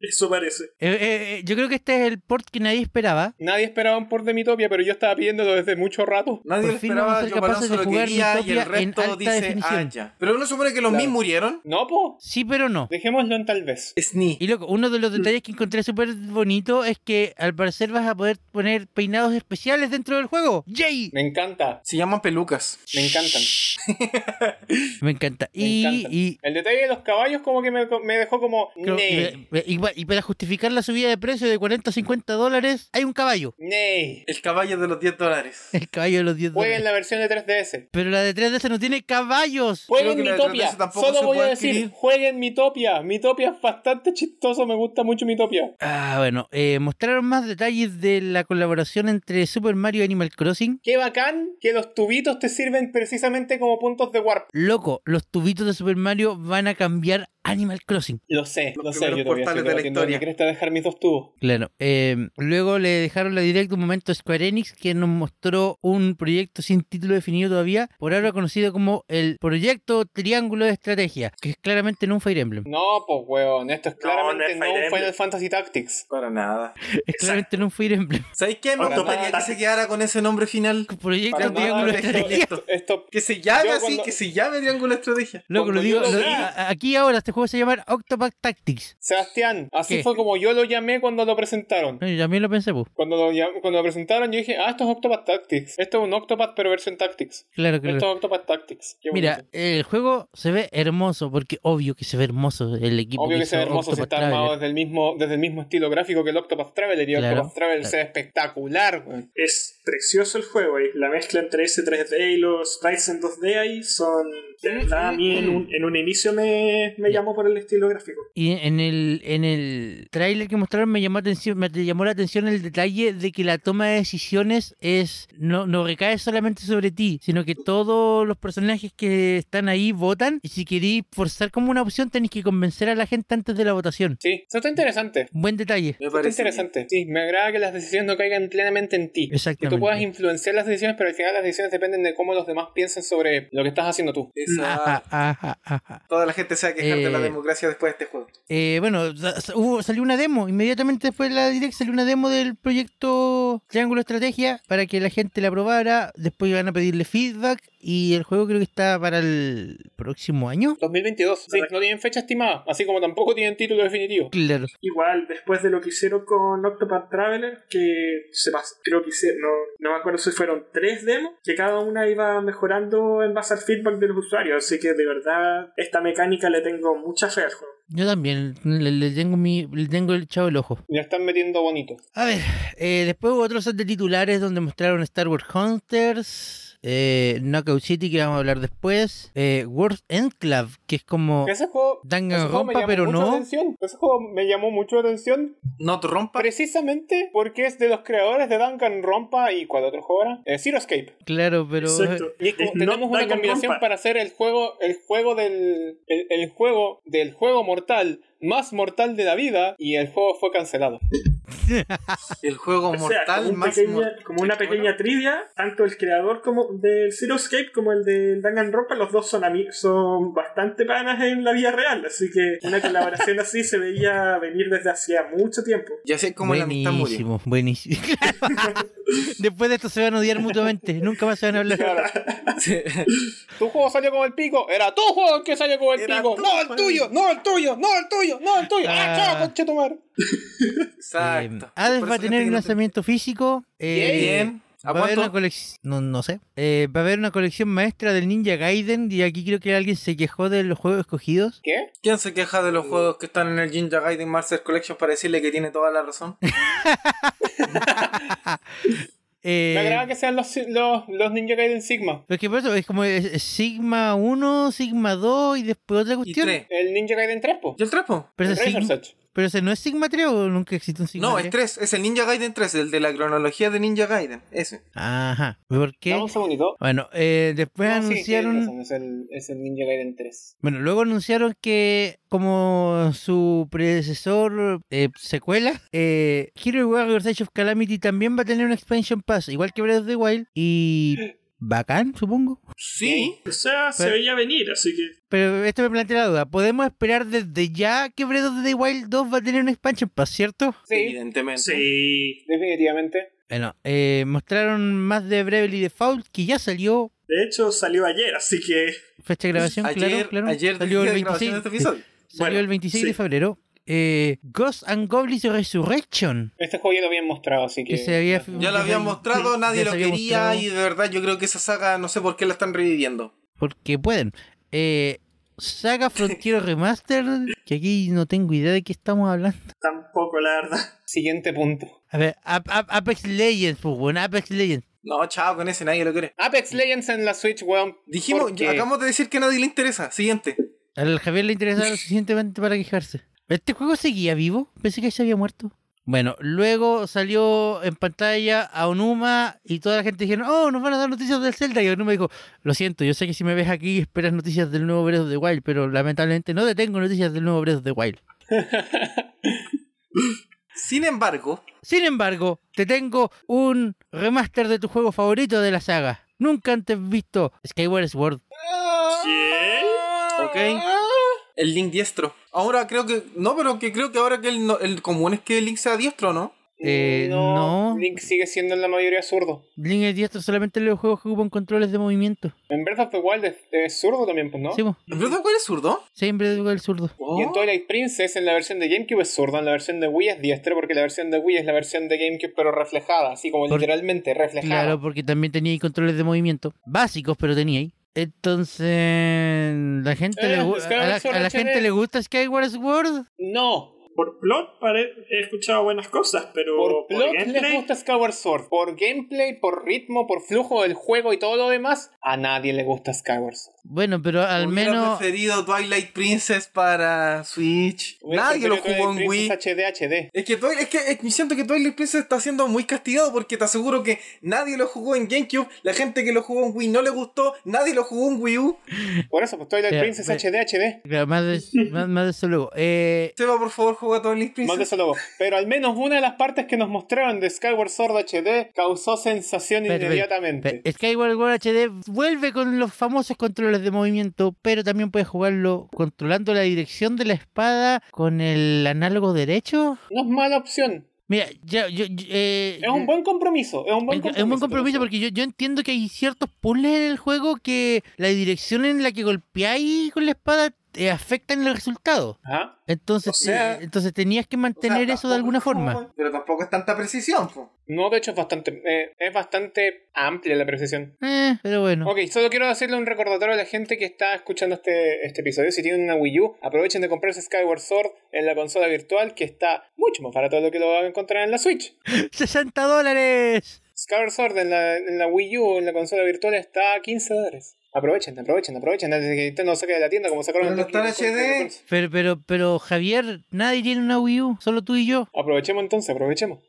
S3: Eso parece.
S1: Eh, eh, eh, yo creo que este es el port que nadie esperaba.
S4: Nadie esperaba un port de Mitopia, pero yo estaba pidiéndolo desde mucho rato.
S2: Nadie
S1: Por
S2: lo
S1: fin vamos a
S2: esperaba,
S1: ser
S2: yo
S1: capaces
S2: Balonso
S1: de
S2: lo
S1: jugar
S2: quería y el
S1: Utopia en alta
S2: resto dice
S1: definición.
S2: ah, ya. Pero no supone que los
S4: Claro.
S2: mil murieron.
S4: No, po.
S1: Sí, pero no.
S4: Dejémoslo en tal vez.
S2: Snee.
S1: Y loco, uno de los detalles que encontré súper bonito es que al parecer vas a poder poner peinados especiales dentro del juego. ¡Yay!
S4: Me encanta.
S2: Se llaman pelucas.
S4: Me (laughs) encantan.
S1: Me encanta.
S4: Me
S1: Y,
S4: encantan.
S1: y-
S4: El detalle de los caballos como que me, me dejó como...
S1: creo-
S4: Ney.
S1: y- y- y para justificar la subida de precio de 40 a 50 dólares, hay un caballo. (laughs)
S4: Ney.
S2: El caballo de los 10 dólares.
S1: El caballo de los 10
S4: Jueguen
S1: dólares.
S4: la versión de 3DS.
S1: Pero la de 3DS no tiene caballos.
S2: Creo
S4: Jueguen
S2: que la de
S4: Mitopia.
S2: 3DS tampoco
S4: Solo
S2: se
S4: voy a
S2: puede
S4: decir,
S2: adquirir.
S4: jueguen Mitopia. Mitopia es bastante chistoso, me gusta mucho Mitopia.
S1: Ah, bueno. eh, mostraron más detalles de la colaboración entre Super Mario y Animal Crossing.
S4: Qué bacán que los tubitos te sirven precisamente como puntos de warp.
S1: Loco, los tubitos de Super Mario van a cambiar Animal Crossing.
S4: Lo sé,
S2: Los
S4: lo sé.
S2: primeros
S4: Yo todavía
S2: portales
S4: estoy
S2: de la
S4: debatiendo
S2: historia.
S4: dónde cresta dejar mis dos tubos.
S1: Claro. eh, luego le dejaron la directa un momento a Square Enix que nos mostró un proyecto sin título definido todavía, por ahora conocido como el Proyecto Triángulo de Estrategia, que es claramente no un Fire Emblem.
S4: No, pues weón, esto es
S3: No, no
S4: claramente
S3: es
S4: no, un
S3: Fire Emblem.
S4: Final Fantasy Tactics.
S2: Para nada.
S1: Es claramente no un Fire Emblem. (laughs)
S2: ¿Sabéis qué? Me
S3: Para
S2: gustaría
S3: nada.
S2: que se quedara con ese nombre final.
S4: Para
S1: Proyecto
S4: nada,
S1: Triángulo de
S2: esto-
S1: Estrategia.
S4: Esto, esto-
S2: Que se llame
S4: Yo
S2: así,
S4: cuando-
S2: que se llame Triángulo Estrategia.
S1: Loco, lo
S4: cuando
S1: digo,
S4: yo lo
S1: lo-
S4: vi-
S1: a- aquí ahora este juego se llama Octopath Tactics.
S4: Sebastián, así
S1: ¿Qué?
S4: fue como yo lo llamé cuando lo presentaron.
S1: No, Yo también lo pensé, pues.
S4: Cuando lo, llam- cuando lo presentaron, yo dije, ah, esto es Octopath Tactics. Esto es un Octopath, pero versión Tactics.
S1: Claro,
S4: Esto
S1: claro.
S4: es Octopath Tactics. Qué
S1: Mira,
S4: bonito.
S1: el juego se ve hermoso, porque obvio que se ve hermoso el equipo.
S4: Obvio que se ve
S1: hizo
S4: hermoso si
S1: Octopath
S4: está
S1: Traveler.
S4: armado desde el, mismo, desde el mismo estilo gráfico que el Octopath Traveler. Y el
S1: Claro,
S4: Octopath Traveler
S1: claro.
S4: se ve espectacular, weón.
S3: Es precioso el juego y la mezcla entre ese 3D y los sprites en 2D ahí son... De verdad, a mí en un, en un inicio me, me llamó por el estilo gráfico.
S1: Y en el, en el tráiler que mostraron me llamó, atención, me llamó la atención el detalle de que la toma de decisiones es no, no recae solamente sobre ti, sino que todos los personajes que están ahí votan y si queréis forzar como una opción tenéis que convencer a la gente antes de la votación.
S4: Sí, eso está interesante.
S1: Buen detalle.
S2: Me
S4: Eso está
S2: parece. bien.
S4: interesante. Sí, me agrada que las decisiones no caigan plenamente en ti. Que tú puedas
S1: Exactamente.
S4: influenciar las decisiones, pero al final las decisiones dependen de cómo los demás piensen sobre lo que estás haciendo tú.
S1: Ajá,
S2: Esa-
S1: ajá, ajá.
S2: Toda la gente se va a quejar de la
S1: Eh.
S2: democracia después de este juego.
S1: Eh, bueno, sa- sa- hubo- salió una demo, inmediatamente después de la direct salió una demo del proyecto Triángulo Estrategia para que la gente la probara, después van a pedirle feedback y el juego creo que está para el próximo año.
S4: 2022. Sí,
S3: Correcto.
S4: no tienen fecha estimada, así como tampoco tienen título definitivo.
S1: Claro.
S3: Igual, después de lo que hicieron con Octopath Traveler, que se pas- creo que hicieron, no, no me acuerdo si fueron tres demos, que cada una iba mejorando en base al feedback de los usuarios. Así que de verdad, esta mecánica le tengo mucha fe al juego.
S1: Yo también le, le tengo mi le tengo el chavo el ojo.
S4: Ya están metiendo bonito.
S1: A ver, eh, después hubo otro set de titulares donde mostraron Star Wars Hunters, eh, Knockout City que vamos a hablar después, eh, World Enclave que es como
S4: Ese juego. ese juego me
S1: Danganronpa
S4: llamó
S1: pero
S4: mucho la
S1: no.
S4: atención. Ese juego me llamó mucho la atención
S2: No te rompa.
S4: precisamente porque es de los creadores de Danganronpa y ¿cuál otro juego era? Eh, Zero Escape.
S1: Claro, pero
S3: Exacto.
S4: Y es como
S3: Es
S4: tenemos
S3: not
S4: una
S3: Dragon
S4: combinación
S3: Rompa.
S4: para hacer el juego, el juego del, el, el juego del juego mortal más mortal de la vida y el juego fue cancelado.
S2: El juego
S3: O sea,
S2: mortal
S3: como, un
S2: más
S3: pequeña-
S2: mor-
S3: como una pequeña trivia, tanto el creador como del Zero Escape como el del Danganronpa, los dos son, ami- son bastante panas en la vida real, así que una colaboración
S4: (laughs)
S3: así se veía venir desde hacía mucho tiempo.
S2: Y así es como la amistad murió.
S1: buenísimo, buenísimo. (laughs) Claro. Después de esto se van a odiar mutuamente, nunca más se van a hablar.
S4: Claro.
S2: Sí.
S4: Tu juego salió como el pico, era tu juego el que salió como el
S2: Era
S4: pico,
S2: tu
S4: no el
S2: juego.
S4: tuyo, no el tuyo, no el tuyo, no el tuyo. Ah,
S1: Ah.
S4: chao, conchetumar.
S2: (laughs) Exacto.
S1: Eh, Hades
S2: Por
S1: va a tener
S2: eso gente
S1: un
S2: que no te-
S1: lanzamiento físico. eh,
S2: Bien. ¿A
S1: Va a haber una
S2: cuánto?
S1: colección, no, no sé, Eh, va a haber una colección maestra del Ninja Gaiden y aquí creo que alguien se quejó de los juegos escogidos.
S4: ¿Qué?
S2: ¿Quién se queja de los juegos que están en el Ninja Gaiden Master Collection para decirle que tiene toda la razón?
S1: Pues Eh,
S4: Me agrada que sean los, los, los Ninja Gaiden Sigma.
S1: pero es que por eso es como eh, Sigma 1, Sigma 2 y después otra
S2: Y
S1: cuestión.
S2: tres.
S4: El Ninja Gaiden 3, po.
S2: ¿Y el trapo?
S1: Pero, ese
S4: Razor
S1: Sigma,
S4: Edge.
S1: pero Pero ese no es Sigma 3 o nunca existe un Sigma
S2: No, este-
S1: 3.
S2: es 3, es el Ninja Gaiden 3, el de la cronología de Ninja Gaiden, ese.
S1: Ajá. ¿Por qué?
S4: Dame un segundito.
S1: Bueno, eh, después
S4: No, sí,
S1: anunciaron.
S4: tienes razón, es, el, es el Ninja Gaiden 3.
S1: Bueno, luego anunciaron que como su predecesor eh, secuela, eh, Hero Warriors Age of Calamity también va a tener un expansion pass, igual que Breath of the Wild, y bacán, supongo.
S2: Sí,
S3: O sea, se
S1: Pero-
S3: veía venir, así que.
S1: Pero esto me plantea la duda, ¿podemos esperar desde ya que Breath of the Wild 2 va a tener un expansion pass, cierto?
S4: Sí,
S2: evidentemente.
S3: Sí.
S4: definitivamente.
S1: Bueno, eh, mostraron más de Bravely Default, que ya salió
S3: De hecho, salió ayer, así que.
S1: fecha de grabación,
S2: ayer,
S1: claro, claro.
S2: ayer
S1: salió
S2: día
S1: el
S2: de grabación
S1: 26,
S2: de este episodio.
S1: salió
S3: Bueno,
S1: el 26 de
S3: sí.
S1: febrero. Eh, Ghost and Goblins Resurrection.
S4: Este juego ya lo habían mostrado, así que.
S1: Que se había-
S2: Ya lo habían
S1: Sí,
S2: mostrado, nadie
S1: ya
S2: lo
S1: se había
S2: quería
S1: mostrado.
S2: y de verdad yo creo que esa saga no sé por qué la están reviviendo.
S1: Porque pueden. Eh, Saga Frontier Remaster, que aquí no tengo idea de qué estamos hablando.
S3: Tampoco, la verdad.
S4: Siguiente punto.
S1: A ver, Ap- Ap- Apex Legends, pues bueno, Apex Legends.
S2: No, chao, con ese nadie lo quiere.
S4: Apex Legends en la Switch, weón.
S2: Dijimos,
S4: porque-
S2: acabamos de decir que a nadie le interesa. Siguiente.
S1: Al Javier le interesaba lo suficientemente para quejarse. ¿Este juego seguía vivo? Pensé que se había muerto. Bueno, luego salió en pantalla a Onuma y toda la gente dijeron, oh, nos van a dar noticias del Zelda. Y Onuma dijo, lo siento, yo sé que si me ves aquí esperas noticias del nuevo Breath of the Wild, pero lamentablemente no te tengo noticias del nuevo Breath of the Wild.
S2: Sin embargo,
S1: Sin embargo, te tengo un remaster de tu juego favorito de la saga. Nunca antes visto Skyward Sword.
S4: Oh.
S3: ¿Qué?
S2: ok, el Link diestro. Ah. Ahora creo que. No, pero que creo que ahora que el, no- el común es que el Link sea diestro, ¿no?
S1: Eh, no.
S4: Link sigue siendo en la mayoría zurdo.
S1: Link es diestro solamente en los juegos que ocupan controles de movimiento.
S4: En Breath of the Wild es, es zurdo también, pues, ¿no?
S1: Sí, po.
S2: ¿Verdad cuál es zurdo?
S1: siempre digo el zurdo.
S4: Y
S2: Oh.
S4: en Twilight Princess, en la versión de GameCube es zurdo, en la versión de Wii es diestro, porque la versión de Wii es la versión de GameCube, pero reflejada, así como
S1: Por-
S4: literalmente reflejada.
S1: Claro, porque también tenía ahí controles de movimiento. Básicos, pero tenía ahí. Entonces, la gente
S4: Eh,
S1: le gu-
S4: Skyward
S1: a la,
S4: Sword
S1: a la
S4: HD.
S1: gente le gusta Skyward Sword.
S4: No,
S3: Por plot pare- he escuchado buenas cosas, pero
S4: por plot les
S3: gameplay,
S4: gusta Skyward Sword, por gameplay, por ritmo, por flujo del juego y todo lo demás, a nadie le gusta Skyward Sword.
S1: Bueno, pero al
S2: Hubiera
S1: menos
S2: preferido Twilight Princess para Switch.
S4: Hubiera
S2: Nadie lo
S4: preferido
S2: jugó en
S4: Twilight
S2: Wii.
S4: Princess HD, HD.
S2: Es que, Twilight- es que es- siento que Twilight Princess está siendo muy castigado porque te aseguro que nadie lo jugó en GameCube, la gente que lo jugó en Wii no le gustó, nadie lo jugó en Wii U.
S4: Por eso, pues Twilight
S1: Mira,
S4: Princess
S1: ve-
S4: HD, HD.
S1: Claro, más de, más, más de eso luego. Eh,
S2: Seba, por favor, juega Twilight
S4: Más de
S2: Princess.
S4: eso luego. Pero al menos una de las partes que nos mostraron de Skyward Sword HD causó sensación
S1: Espérate,
S4: inmediatamente.
S1: Pe- Skyward Sword HD vuelve con los famosos controles de movimiento, pero también puedes jugarlo controlando la dirección de la espada con el análogo derecho.
S4: No es mala opción.
S1: Mira, ya, yo, yo- eh,
S4: Es un buen compromiso. Es un buen
S1: es-
S4: compromiso.
S1: es un buen compromiso porque yo, yo entiendo que hay ciertos puzzles en el juego que la dirección en la que golpeáis con la espada eh, afectan el resultado.
S4: Ajá.
S1: Entonces,
S2: O sea-
S1: eh, entonces tenías que
S2: O sea,
S1: mantener eso
S2: tampoco
S1: de alguna
S2: es como-
S1: forma.
S2: Pero tampoco es tanta precisión, (laughs) po.
S4: No, de hecho es bastante, eh, es bastante amplia la precisión.
S1: Eh, pero bueno. (laughs)
S4: Ok, solo quiero hacerle un recordatorio a la gente que está escuchando este, este episodio. Si tienen una Wii U, aprovechen de comprarse Skyward Sword en la consola virtual, que está mucho más barato de lo que lo van a encontrar en la Switch.
S1: ¡60 dólares!
S4: Skyward Sword en la, en la Wii U, en la consola virtual, está a 15 dólares. Aprovechen, aprovechen, aprovechen. Antes de que Nintendo lo saque de la tienda, como sacaron
S2: Pero
S4: el
S2: no está en
S4: Donkey Kong
S2: HD.
S4: Country.
S1: Pero, pero, pero, Javier, nadie tiene una Wii U, solo tú y yo.
S4: Aprovechemos entonces, aprovechemos.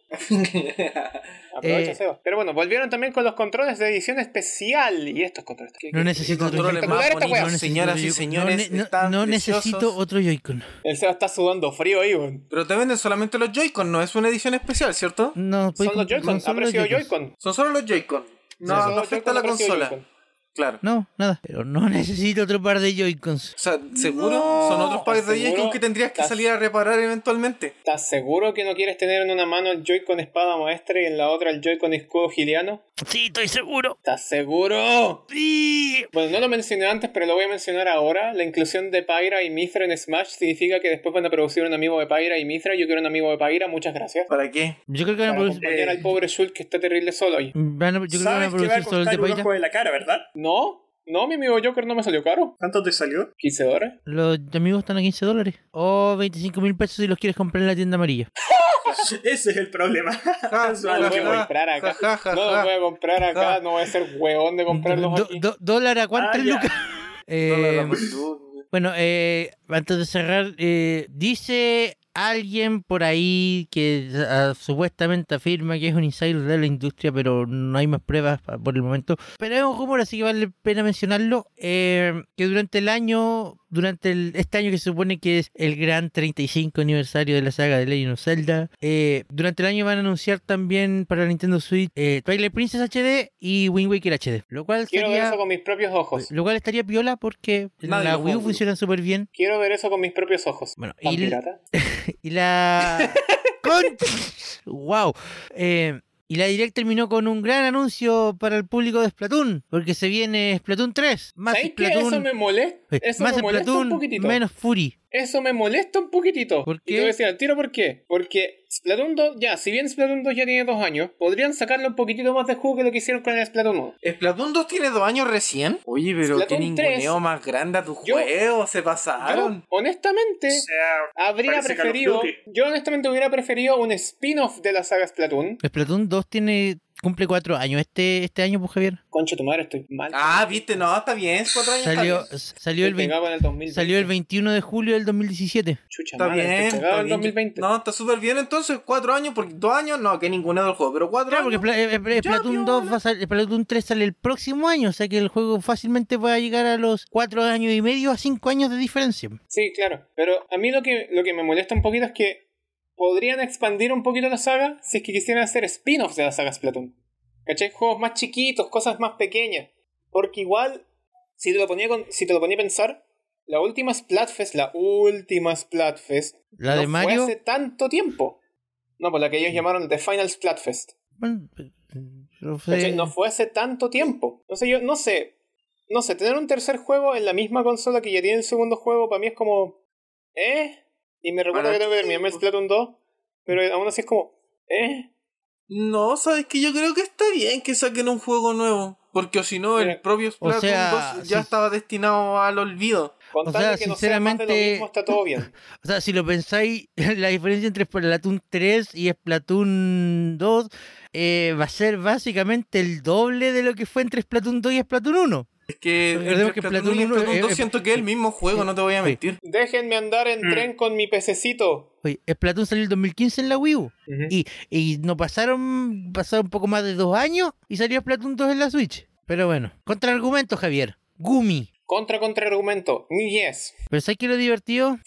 S4: Aprovecha,
S1: Eh,
S4: Seba. Pero bueno, volvieron también con los controles de edición especial. Y estos controles. que-
S1: No
S4: que-
S1: necesito otro
S4: que- que-
S2: controles
S1: Joy-Con.
S2: más
S4: espectacular esta
S2: bonitos,
S4: wea.
S2: sí. señoras y
S1: No,
S2: señores,
S1: no, no,
S2: están
S1: no
S2: preciosos.
S1: necesito otro Joy-Con.
S4: El Seba está sudando frío ahí, weón.
S2: Pero te venden solamente los Joy-Con, no es una edición especial, ¿cierto?
S1: No,
S4: Son
S1: pues,
S4: los Joy-Con,
S1: son
S4: ha
S1: los
S4: aparecido
S1: Joy-Cons.
S4: Joy-Con.
S2: Son solo los Joy-Con. No,
S4: Son
S2: no
S4: los
S2: afecta
S4: Joy-Con,
S2: a la
S4: ha aparecido
S2: consola.
S4: Joy-Con.
S2: Claro.
S1: No, nada. Pero no (laughs) necesito otro par de Joy-Cons.
S2: O sea, seguro
S4: No,
S2: son otros packs de
S4: seguro.
S2: Joy-Con que tendrías que
S4: Las-
S2: salir a reparar eventualmente.
S4: ¿Estás seguro que no quieres tener en una mano el Joy-Con espada maestra y en la otra el Joy-Con escudo giliano?
S1: Sí, estoy seguro.
S4: ¿Estás seguro?
S1: Sí.
S4: Bueno, no lo mencioné antes, pero lo voy a mencionar ahora. La inclusión de Pyra y Mithra en Smash significa que después van a producir un amigo de Pyra y Mithra. Yo quiero un amigo de Pyra, muchas gracias.
S2: ¿Para qué?
S4: (laughs)
S1: Yo creo que van a
S4: Para
S1: producir.
S4: acompañar al pobre Shulk que está terrible solo ahí.
S1: van a- yo creo que van a
S3: Sabes que va a
S1: producir solo el
S3: costar
S1: de
S3: un
S1: Paita.
S3: ojo de la cara, ¿verdad?
S4: No, no, mi amigo Joker no me salió caro.
S3: ¿Cuánto
S4: (laughs)
S3: te salió?
S4: 15 dólares.
S1: Los amigos están a 15 dólares. O 25 mil pesos si los quieres comprar en la tienda amarilla.
S3: Ese es el problema.
S2: Ja,
S4: No los voy a
S2: ja,
S4: comprar acá.
S2: ja, ja,
S4: No los
S2: ja.
S4: voy a comprar acá.
S2: ja.
S4: No voy a ser huevón de comprarlos
S1: Do-
S4: aquí.
S1: do- ¿Dólar a cuántas
S3: Ah, ya.
S2: Em,
S1: lucas? Eh,
S2: No, no, no, no.
S1: bueno, eh, antes de cerrar, eh, dice alguien por ahí que ah, supuestamente afirma que es un insider de la industria, pero no hay más pruebas pa- por el momento. Pero es un rumor, así que vale la pena mencionarlo. eh, que durante el año, durante el- este año que se supone que es el gran 35 aniversario de la saga de Legend of Zelda, eh, durante el año van a anunciar también para Nintendo Switch eh, Twilight Princess HD y Wind Waker HD. Lo cual
S4: Quiero ver
S1: sería-
S4: eso con mis propios ojos.
S1: lo cual estaría piola porque
S2: Nadie
S1: la
S2: lo
S1: Wii U
S2: juega.
S1: funciona súper bien.
S4: Quiero ver eso con mis propios ojos.
S1: Bueno,
S4: ¿Tan
S1: y,
S4: pirata?
S1: y
S4: (laughs)
S1: la. Con- ¡Wow! Eh, y la direct terminó con un gran anuncio para el público de Splatoon, porque se viene Splatoon 3. Más
S4: ¿Sabes qué? Eso
S1: Splatoon.
S4: me molesta.
S1: eh,
S4: Eso
S1: más
S4: me molesta un
S1: Splatoon,
S4: poquitito.
S1: menos Fury.
S4: Eso me molesta un poquitito.
S1: ¿Por
S4: Y te voy
S1: qué?
S4: a decir al tiro por qué. Porque Splatoon 2, ya, si bien Splatoon 2 ya tiene dos años, podrían sacarle un poquitito más de jugo que lo que hicieron con el Splatoon 1.
S2: ¿Splatoon 2 tiene dos años recién? Oye, pero
S4: Splatoon
S2: qué ninguneo 3. más grande a tu
S4: Yo-
S2: juego, se
S4: Yo,
S2: pasaron.
S4: honestamente,
S3: O sea,
S4: habría
S3: parece Call of
S4: preferido.
S3: Duty.
S4: Yo, honestamente, hubiera preferido un spin-off de la saga Splatoon.
S1: Splatoon 2 tiene, cumple 4 años este, este año, pues Javier.
S4: Concha tu madre, estoy mal.
S2: Ah, viste, no, está bien, cuatro años.
S1: Salió,
S2: está bien.
S1: s- salió, el
S4: Estoy
S1: 20
S4: pegado en el 2020.
S1: salió el 21 de julio del 2017.
S4: Chucha
S2: Está
S4: madre,
S2: bien,
S4: estoy
S2: está
S4: pegado en el
S2: bien.
S4: 2020.
S2: No, está súper bien entonces, cuatro años, porque dos años, no, que ninguneo del juego, pero cuatro
S1: Claro, porque Spla-
S2: años.
S1: eh, eh,
S2: Ya,
S1: Splatoon
S2: piola.
S1: 2 va a sal- Splatoon 3 sale el próximo año, o sea que el juego fácilmente va a llegar a los 4 años y medio a 5 años de diferencia.
S4: Sí, claro. Pero a mí lo que, lo que me molesta un poquito es que podrían expandir un poquito la saga si es que quisieran hacer spin-offs de la saga Splatoon. ¿Cachai? Juegos más chiquitos, cosas más pequeñas. Porque igual, si te lo ponía, con, si te lo ponía a pensar, la última Splatfest, la última Splatfest,
S1: La
S4: no
S1: de Mario.
S4: fue hace tanto tiempo. No, por la que ellos llamaron The Final Splatfest.
S1: Bueno, eh, no sé.
S4: ¿Cachai? No fue hace tanto tiempo. No sé, yo no sé. No sé, tener un tercer juego en la misma consola que ya tiene el segundo juego para mí es como. ¿Eh? Y me recuerda
S2: ¿Para
S4: que tengo que terminarme
S2: pues.
S4: el Splatoon 2, pero aún así es como. ¿Eh?
S2: No, sabes que yo creo que está bien que saquen un juego nuevo, porque si no, el
S4: Mira,
S2: propio Splatoon
S1: sea,
S2: 2 ya
S1: sí.
S2: estaba destinado al olvido.
S4: Con
S1: O
S4: tal
S1: sea,
S4: de que no sea más de lo
S1: sinceramente-
S4: mismo, está
S1: (laughs)
S4: todo bien.
S1: O sea, si lo pensáis, (laughs) la diferencia entre Splatoon 3 y Splatoon 2 eh, va a ser básicamente el doble de lo que fue entre Splatoon 2 y Splatoon 1.
S2: Es que
S1: Recordemos
S2: entre
S1: que
S2: Splatoon y
S1: Splatoon uno,
S2: Splatoon
S1: eh,
S2: 2
S1: eh,
S2: siento que es el mismo juego, no te voy a
S1: sí.
S2: mentir.
S4: Déjenme andar en
S3: Mm.
S2: Hmm.
S4: tren con mi pececito.
S1: Oye, Splatoon salió el 2015 en la Wii U. Y, y no pasaron, pasaron un poco más de dos años y salió Splatoon 2 en la Switch. Pero bueno, contraargumento, Javier. Gumi.
S4: Contra contra argumento. Yes.
S1: ¿Pero sabes qué es lo
S2: (laughs)
S1: divertido?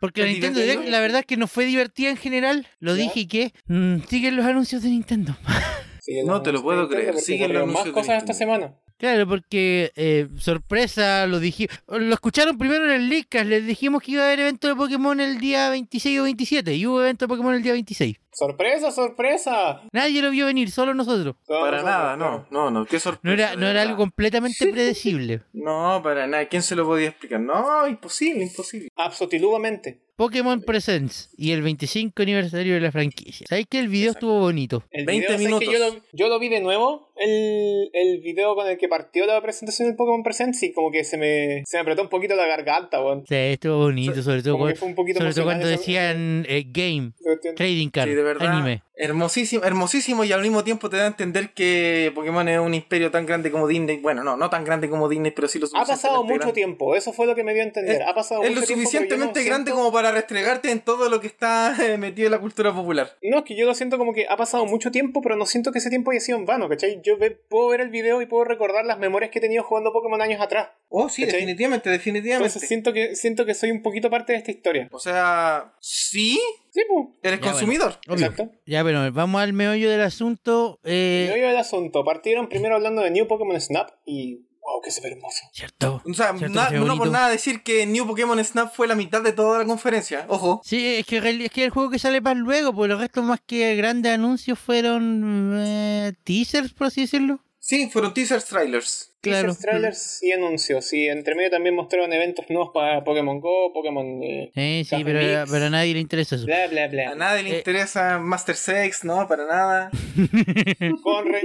S1: Porque la
S2: ¿Lo
S1: Nintendo
S2: divertido?
S1: Direct, la verdad es que no fue divertida en general. Lo
S4: ¿Ya?
S1: dije y que mm, siguen los anuncios de Nintendo. (laughs)
S4: Sigue
S2: No
S4: la-
S2: te lo puedo
S4: porque
S2: creer,
S4: ocurrieron
S2: sigue el anuncio
S4: más
S2: de
S4: cosas esta
S2: Nintendo.
S4: semana.
S1: Claro, porque eh, sorpresa, lo dije, lo escucharon primero en el Leadcast, les dijimos que iba a haber evento de Pokémon el día 26 o 27 y hubo evento de Pokémon el día 26.
S4: ¡Sorpresa, sorpresa!
S1: Nadie lo vio venir, solo nosotros.
S2: Para nada, no, no, no, qué sorpresa.
S1: No era,
S2: de
S1: no era
S2: verdad.
S1: algo completamente
S4: (laughs)
S1: predecible.
S2: No, para nada, ¿quién se lo podía explicar? No, imposible, imposible.
S4: Absolutamente.
S1: Pokémon Presents y el 25 aniversario de la franquicia. ¿Sabéis que el video estuvo bonito?
S4: El
S2: 20
S4: video, ¿sabes que yo,
S2: minutos.
S4: lo, yo lo vi de nuevo, el, el video con el que partió la presentación del Pokémon Presents y como que se me, se me apretó un poquito la garganta, weón.
S1: Sí, estuvo bonito, sobre todo,
S4: Como que
S1: cuando,
S4: fue un poquito
S1: sobre todo cuando
S4: emocionante
S1: decían eh, game,
S4: esa cuestión.
S1: trading card,
S2: Sí, de verdad.
S1: anime.
S2: Hermosísimo, hermosísimo y al mismo tiempo te da a entender que Pokémon es un imperio tan grande como Disney. Bueno, no, no tan grande como Disney, pero sí lo
S4: Ha
S2: suficientemente
S4: pasado mucho
S2: grande.
S4: tiempo, eso fue lo que me dio a entender.
S2: Es-
S4: ha pasado
S2: Es
S4: mucho
S2: lo
S4: tiempo, pero yo no
S2: suficientemente grande
S4: siento-
S2: como para restregarte en todo lo que está eh, metido en la cultura popular.
S4: No, es que yo lo siento como que ha pasado mucho tiempo, pero no siento que ese tiempo haya sido en vano, ¿cachai? Yo ve- puedo ver el video y puedo recordar las memorias que he tenido jugando Pokémon años atrás.
S2: Oh, sí,
S4: ¿Cachai?
S2: definitivamente, definitivamente.
S4: Entonces siento que, siento que soy un poquito parte de esta historia.
S2: O sea, sí,
S4: Sí, pues.
S2: eres
S1: Ya,
S2: consumidor.
S1: Obvio.
S4: Exacto.
S1: Ya, pero vamos al meollo del asunto. eh,
S4: Yo iba el asunto. Partieron primero hablando de New Pokémon Snap y. ¡Wow! ¡Qué súper hermoso!
S1: Cierto.
S2: O sea,
S1: Cierto,
S2: na-
S1: qué
S2: no por
S1: bonito.
S2: nada decir que New Pokémon Snap fue la mitad de toda la conferencia. Ojo.
S1: Sí, es que, real- es que el juego que sale más luego, pues los restos más que grandes anuncios fueron eh, teasers, por así decirlo.
S2: Sí, fueron teasers trailers.
S1: Claro.
S4: Teasers, trailers y anuncios. Y entre medio también mostraron eventos nuevos para Pokémon Go, Pokémon. eh,
S1: Eh, sí,
S4: Café
S1: pero,
S4: Mix.
S1: pero a nadie le interesa eso.
S4: bla, bla, bla.
S2: A nadie le
S1: Eh.
S2: interesa Master Sex, ¿no? Para nada.
S4: (laughs) Con re-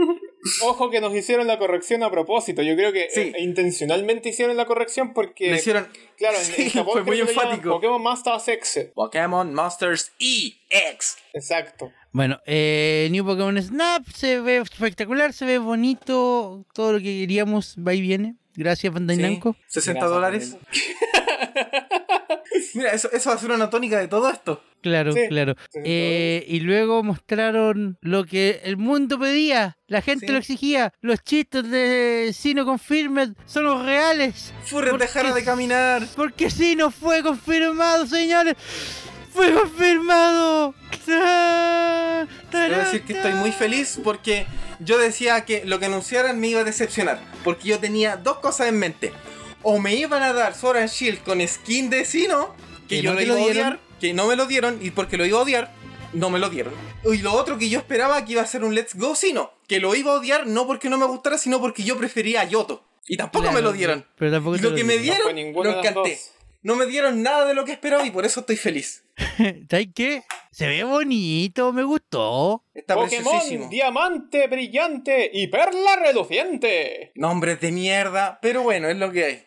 S4: Ojo que nos hicieron la corrección a propósito. Yo creo que
S2: Sí.
S4: eh, intencionalmente hicieron la corrección porque.
S2: Le hicieron.
S4: Claro, en-
S2: (laughs) Sí,
S4: en Japón
S2: fue muy
S4: creo que le llaman
S2: enfático.
S4: Pokémon Master Sex.
S2: Pokémon Masters E EX.
S4: Exacto.
S1: Bueno, eh, New Pokémon Snap se ve espectacular, se ve bonito, todo lo que queríamos va y viene. Gracias, Bandai
S2: Sí,
S1: Namco.
S2: 60
S4: Gracias,
S2: dólares. Mira, eso, eso va a ser una tónica de todo esto.
S1: Claro,
S4: Sí.
S1: claro.
S4: Sí,
S1: Eh, y luego mostraron lo que el mundo pedía, la gente
S2: Sí.
S1: lo exigía, los chistes de Sino Confirmed son los reales.
S2: Furret
S1: ¿Por
S2: dejara
S1: qué?
S2: de caminar.
S1: Porque Sino fue confirmado, señores. Fue confirmado.
S2: Debo decir que estoy muy feliz porque yo decía que lo que anunciaran me iba a decepcionar. Porque yo tenía dos cosas en mente. O me iban a dar Sword and Shield con skin de Sino, que,
S1: Que
S2: yo
S1: no
S2: lo
S1: te
S2: iba
S1: lo
S2: a
S1: dieron.
S2: odiar, que no me lo dieron, y porque lo iba a odiar, no me lo dieron. Y lo otro que yo esperaba que iba a ser un Let's Go Sino, que lo iba a odiar no porque no me gustara, sino porque yo prefería a Yoto. Y tampoco me lo dieron.
S1: Pero tampoco
S2: Y
S1: te
S2: lo que me
S1: dieron.
S2: dieron,
S4: ninguna
S2: lo
S4: de las
S2: encanté.
S4: dos.
S2: No me dieron nada de lo que esperaba y por eso estoy feliz.
S1: ¿Sabes qué? Se ve bonito, me gustó.
S2: Está preciosísimo.
S4: Pokémon Diamante Brillante y Perla Reluciente.
S2: Nombres de mierda, pero bueno, es lo que hay.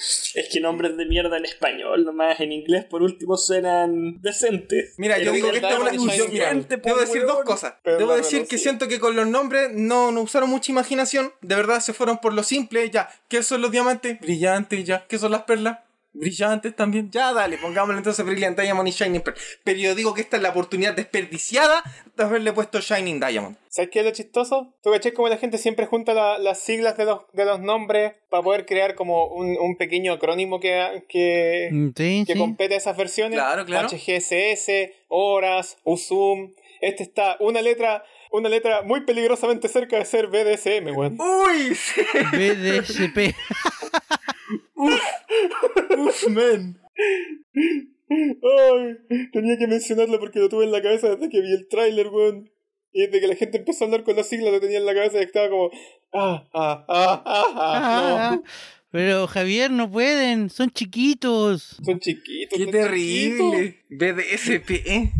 S3: Es que nombres de mierda en español, nomás en inglés por último suenan decentes.
S2: Mira, yo
S3: Pero
S2: digo que esta es una.
S4: verdad,
S2: yo-
S4: Shining
S2: mira,
S4: Man.
S2: debo decir dos cosas.
S4: Pero
S2: Debo
S4: la
S2: decir que
S4: renuncia.
S2: siento que con los nombres no, no usaron mucha imaginación. De verdad se fueron por lo simple. Ya, ¿qué son los diamantes? Brillantes, ya. ¿Qué son las perlas? Brillantes también. Ya, dale, pongámosle entonces Brilliant Diamond y Shining Pearl. Pero yo digo que esta es la oportunidad desperdiciada de haberle puesto Shining Diamond.
S4: ¿Sabes qué es lo chistoso? ¿Tú caché cómo la gente siempre junta la- las siglas de los, de los nombres para poder crear como un, un pequeño acrónimo que, que,
S1: Mm, Sí,
S4: que
S1: sí.
S4: compete esas versiones?
S2: Claro, claro.
S4: HGSS, Horas, Usum. Este está una letra, una letra muy peligrosamente cerca de ser BDSM, weón.
S2: ¡Uy! sí.
S1: (laughs) BDSP.
S2: Uf, man.
S4: Ay, tenía que mencionarlo porque lo tuve en la cabeza desde que vi el tráiler, weón. Y desde que la gente empezó a hablar con las siglas lo tenía en la cabeza y estaba como... Ah, ah, ah, ah, ah, no.
S1: Pero Javier, no pueden, son chiquitos.
S4: Son chiquitos.
S2: ¡Qué
S4: son
S2: terrible! BDSP, ¿eh?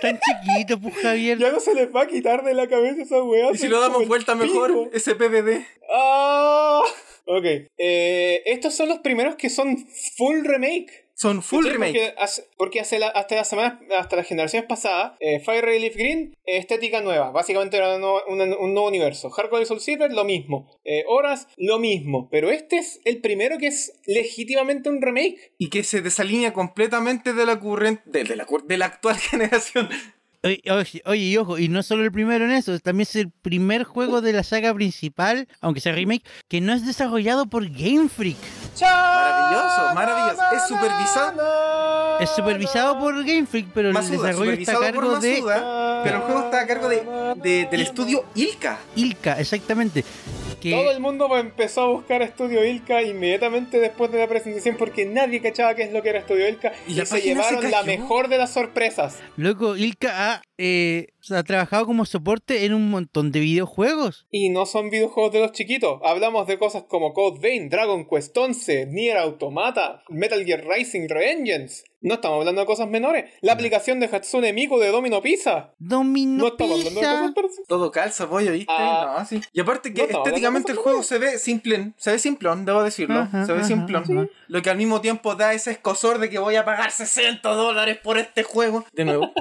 S1: Tan chiquitos, pues Javier.
S4: (laughs) chiquitos. Ya no se les va a quitar de la cabeza esa weá.
S2: Y si
S4: son
S2: lo
S4: como
S2: damos
S4: el
S2: vuelta mejor,
S4: pico.
S2: SPBD.
S4: Ah, ok. Eh, estos son los primeros que son full remake.
S2: Son full
S4: ¿Cachai?
S2: remake.
S4: Porque hace, porque hace la- hasta las semanas, hasta las generaciones pasadas, eh, Fire Red Leaf Green, eh, estética nueva. Básicamente era una nueva- una- un nuevo universo. Hardcore y Soul Silver, lo mismo. Eh, Horas, lo mismo. Pero este es el primero que es legítimamente un remake.
S2: y que se desalinea completamente de la current- de, de la, cur- de la actual (laughs) generación.
S1: Oye, oye, oye, y ojo, y no solo el primero en eso, también es el primer juego de la saga principal, aunque sea remake, que no es desarrollado por Game Freak.
S2: Maravilloso, maravilloso. Es
S4: supervisado.
S1: Es supervisado por Game Freak, pero el
S2: Masuda,
S1: desarrollo está a
S2: supervisado por
S1: cargo de
S2: Masuda, pero el juego está a cargo de, de- del estudio Ilka.
S1: Ilka, exactamente. Que
S4: Todo el mundo empezó a buscar Estudio Ilka inmediatamente después de la presentación porque nadie cachaba qué es lo que era Estudio Ilka
S2: Y
S4: y,
S2: la
S4: se
S2: página se
S4: llevaron la
S2: cayó.
S4: mejor de las sorpresas.
S1: Loco, Ilka ha, eh, ha trabajado como soporte en un montón de videojuegos.
S4: Y no son videojuegos de los chiquitos. Hablamos de cosas como Code Vein, Dragon Quest 11, Nier Automata, Metal Gear Rising Revengeance. No estamos hablando de cosas menores. La aplicación de Hatsune Miku de Domino Pizza.
S1: Domino
S4: No estamos hablando de
S1: Pizza.
S4: cosas personales.
S2: Todo calza, pollo, ¿viste?
S4: Ah.
S2: No, sí. Y aparte que
S4: No, no,
S2: estéticamente
S4: no,
S2: el
S4: no, no,
S2: juego
S4: no.
S2: se ve simplón, se ve simplón, debo decirlo,
S1: Ajá,
S2: se ve
S1: ajá,
S2: simplón.
S1: ajá.
S2: Lo que al mismo tiempo da ese escosor de que voy a pagar 60 dólares por este juego.
S1: (laughs)
S2: De nuevo,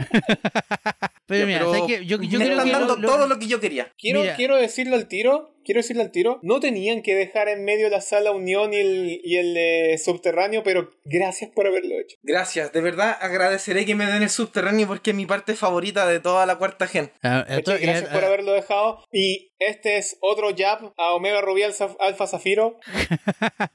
S1: Pero mira,
S2: Pero
S1: ¿sabes qué? yo, yo
S2: me
S1: creo
S2: están
S1: que lo-
S2: dando
S1: lo-
S2: todo lo que yo quería.
S4: Quiero,
S1: Mira.
S4: quiero decirlo al tiro. Quiero decirlo al tiro. No tenían que dejar en medio la sala Unión y el, y el, eh, subterráneo, pero gracias por haberlo hecho.
S2: Gracias, de verdad agradeceré que me den el subterráneo porque es mi parte favorita de toda la cuarta gen.
S1: Ah, ah,
S4: ¿Cachai? Gracias
S1: ah,
S4: por haberlo dejado. Y este es otro jab a Omega Rubí Alfa Alfa Zafiro.
S1: Bueno,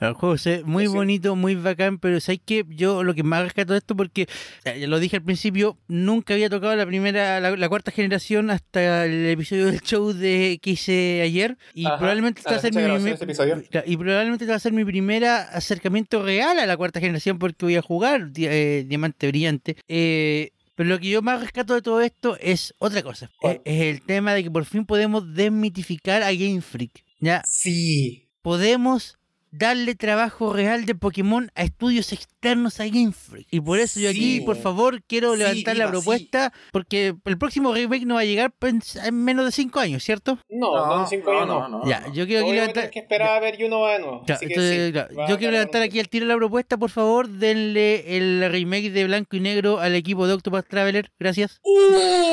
S1: el juego se ve muy
S4: Sí, sí.
S1: bonito, muy bacán, pero ¿sabes qué? Yo lo que más rescato de esto, porque eh, ya lo dije al principio, nunca había tocado la primera, la, la cuarta generación hasta el episodio del show de, que hice ayer. Y
S4: Ajá,
S1: probablemente este va
S4: a la
S2: Ah,
S1: a ser
S4: fecha
S1: mi
S4: de grabación
S1: primer,
S4: de este episodio.
S1: Claro, y probablemente este va a ser mi primer acercamiento real a la cuarta generación, porque voy a jugar di- eh, Diamante Brillante. Eh, pero lo que yo más rescato de todo esto es otra cosa. Eh,
S4: ¿Cuál?
S1: Es, es el tema de que por fin podemos desmitificar a Game Freak. Ya,
S4: Sí.
S1: podemos darle trabajo real de Pokémon a estudios externos a Game Freak. Y por eso yo aquí,
S2: Sí.
S1: por favor, quiero
S2: Sí,
S1: levantar la
S2: viva,
S1: propuesta, porque el próximo remake no va a llegar en, en menos de 5 años, ¿cierto?
S4: No, no, en cinco años no.
S1: ya, yo quiero aquí
S4: Hoy voy a
S1: levantar...
S4: tener que esperar a ver Juno de nuevo.
S1: Ya,
S4: Así que
S1: entonces,
S4: sí,
S1: claro,
S4: va a
S1: yo quiero
S4: agarrar
S1: levantar
S4: un
S1: aquí al tiro la propuesta, por favor, denle el remake de Blanco y Negro al equipo de Octopath Traveler, gracias.
S4: Uh.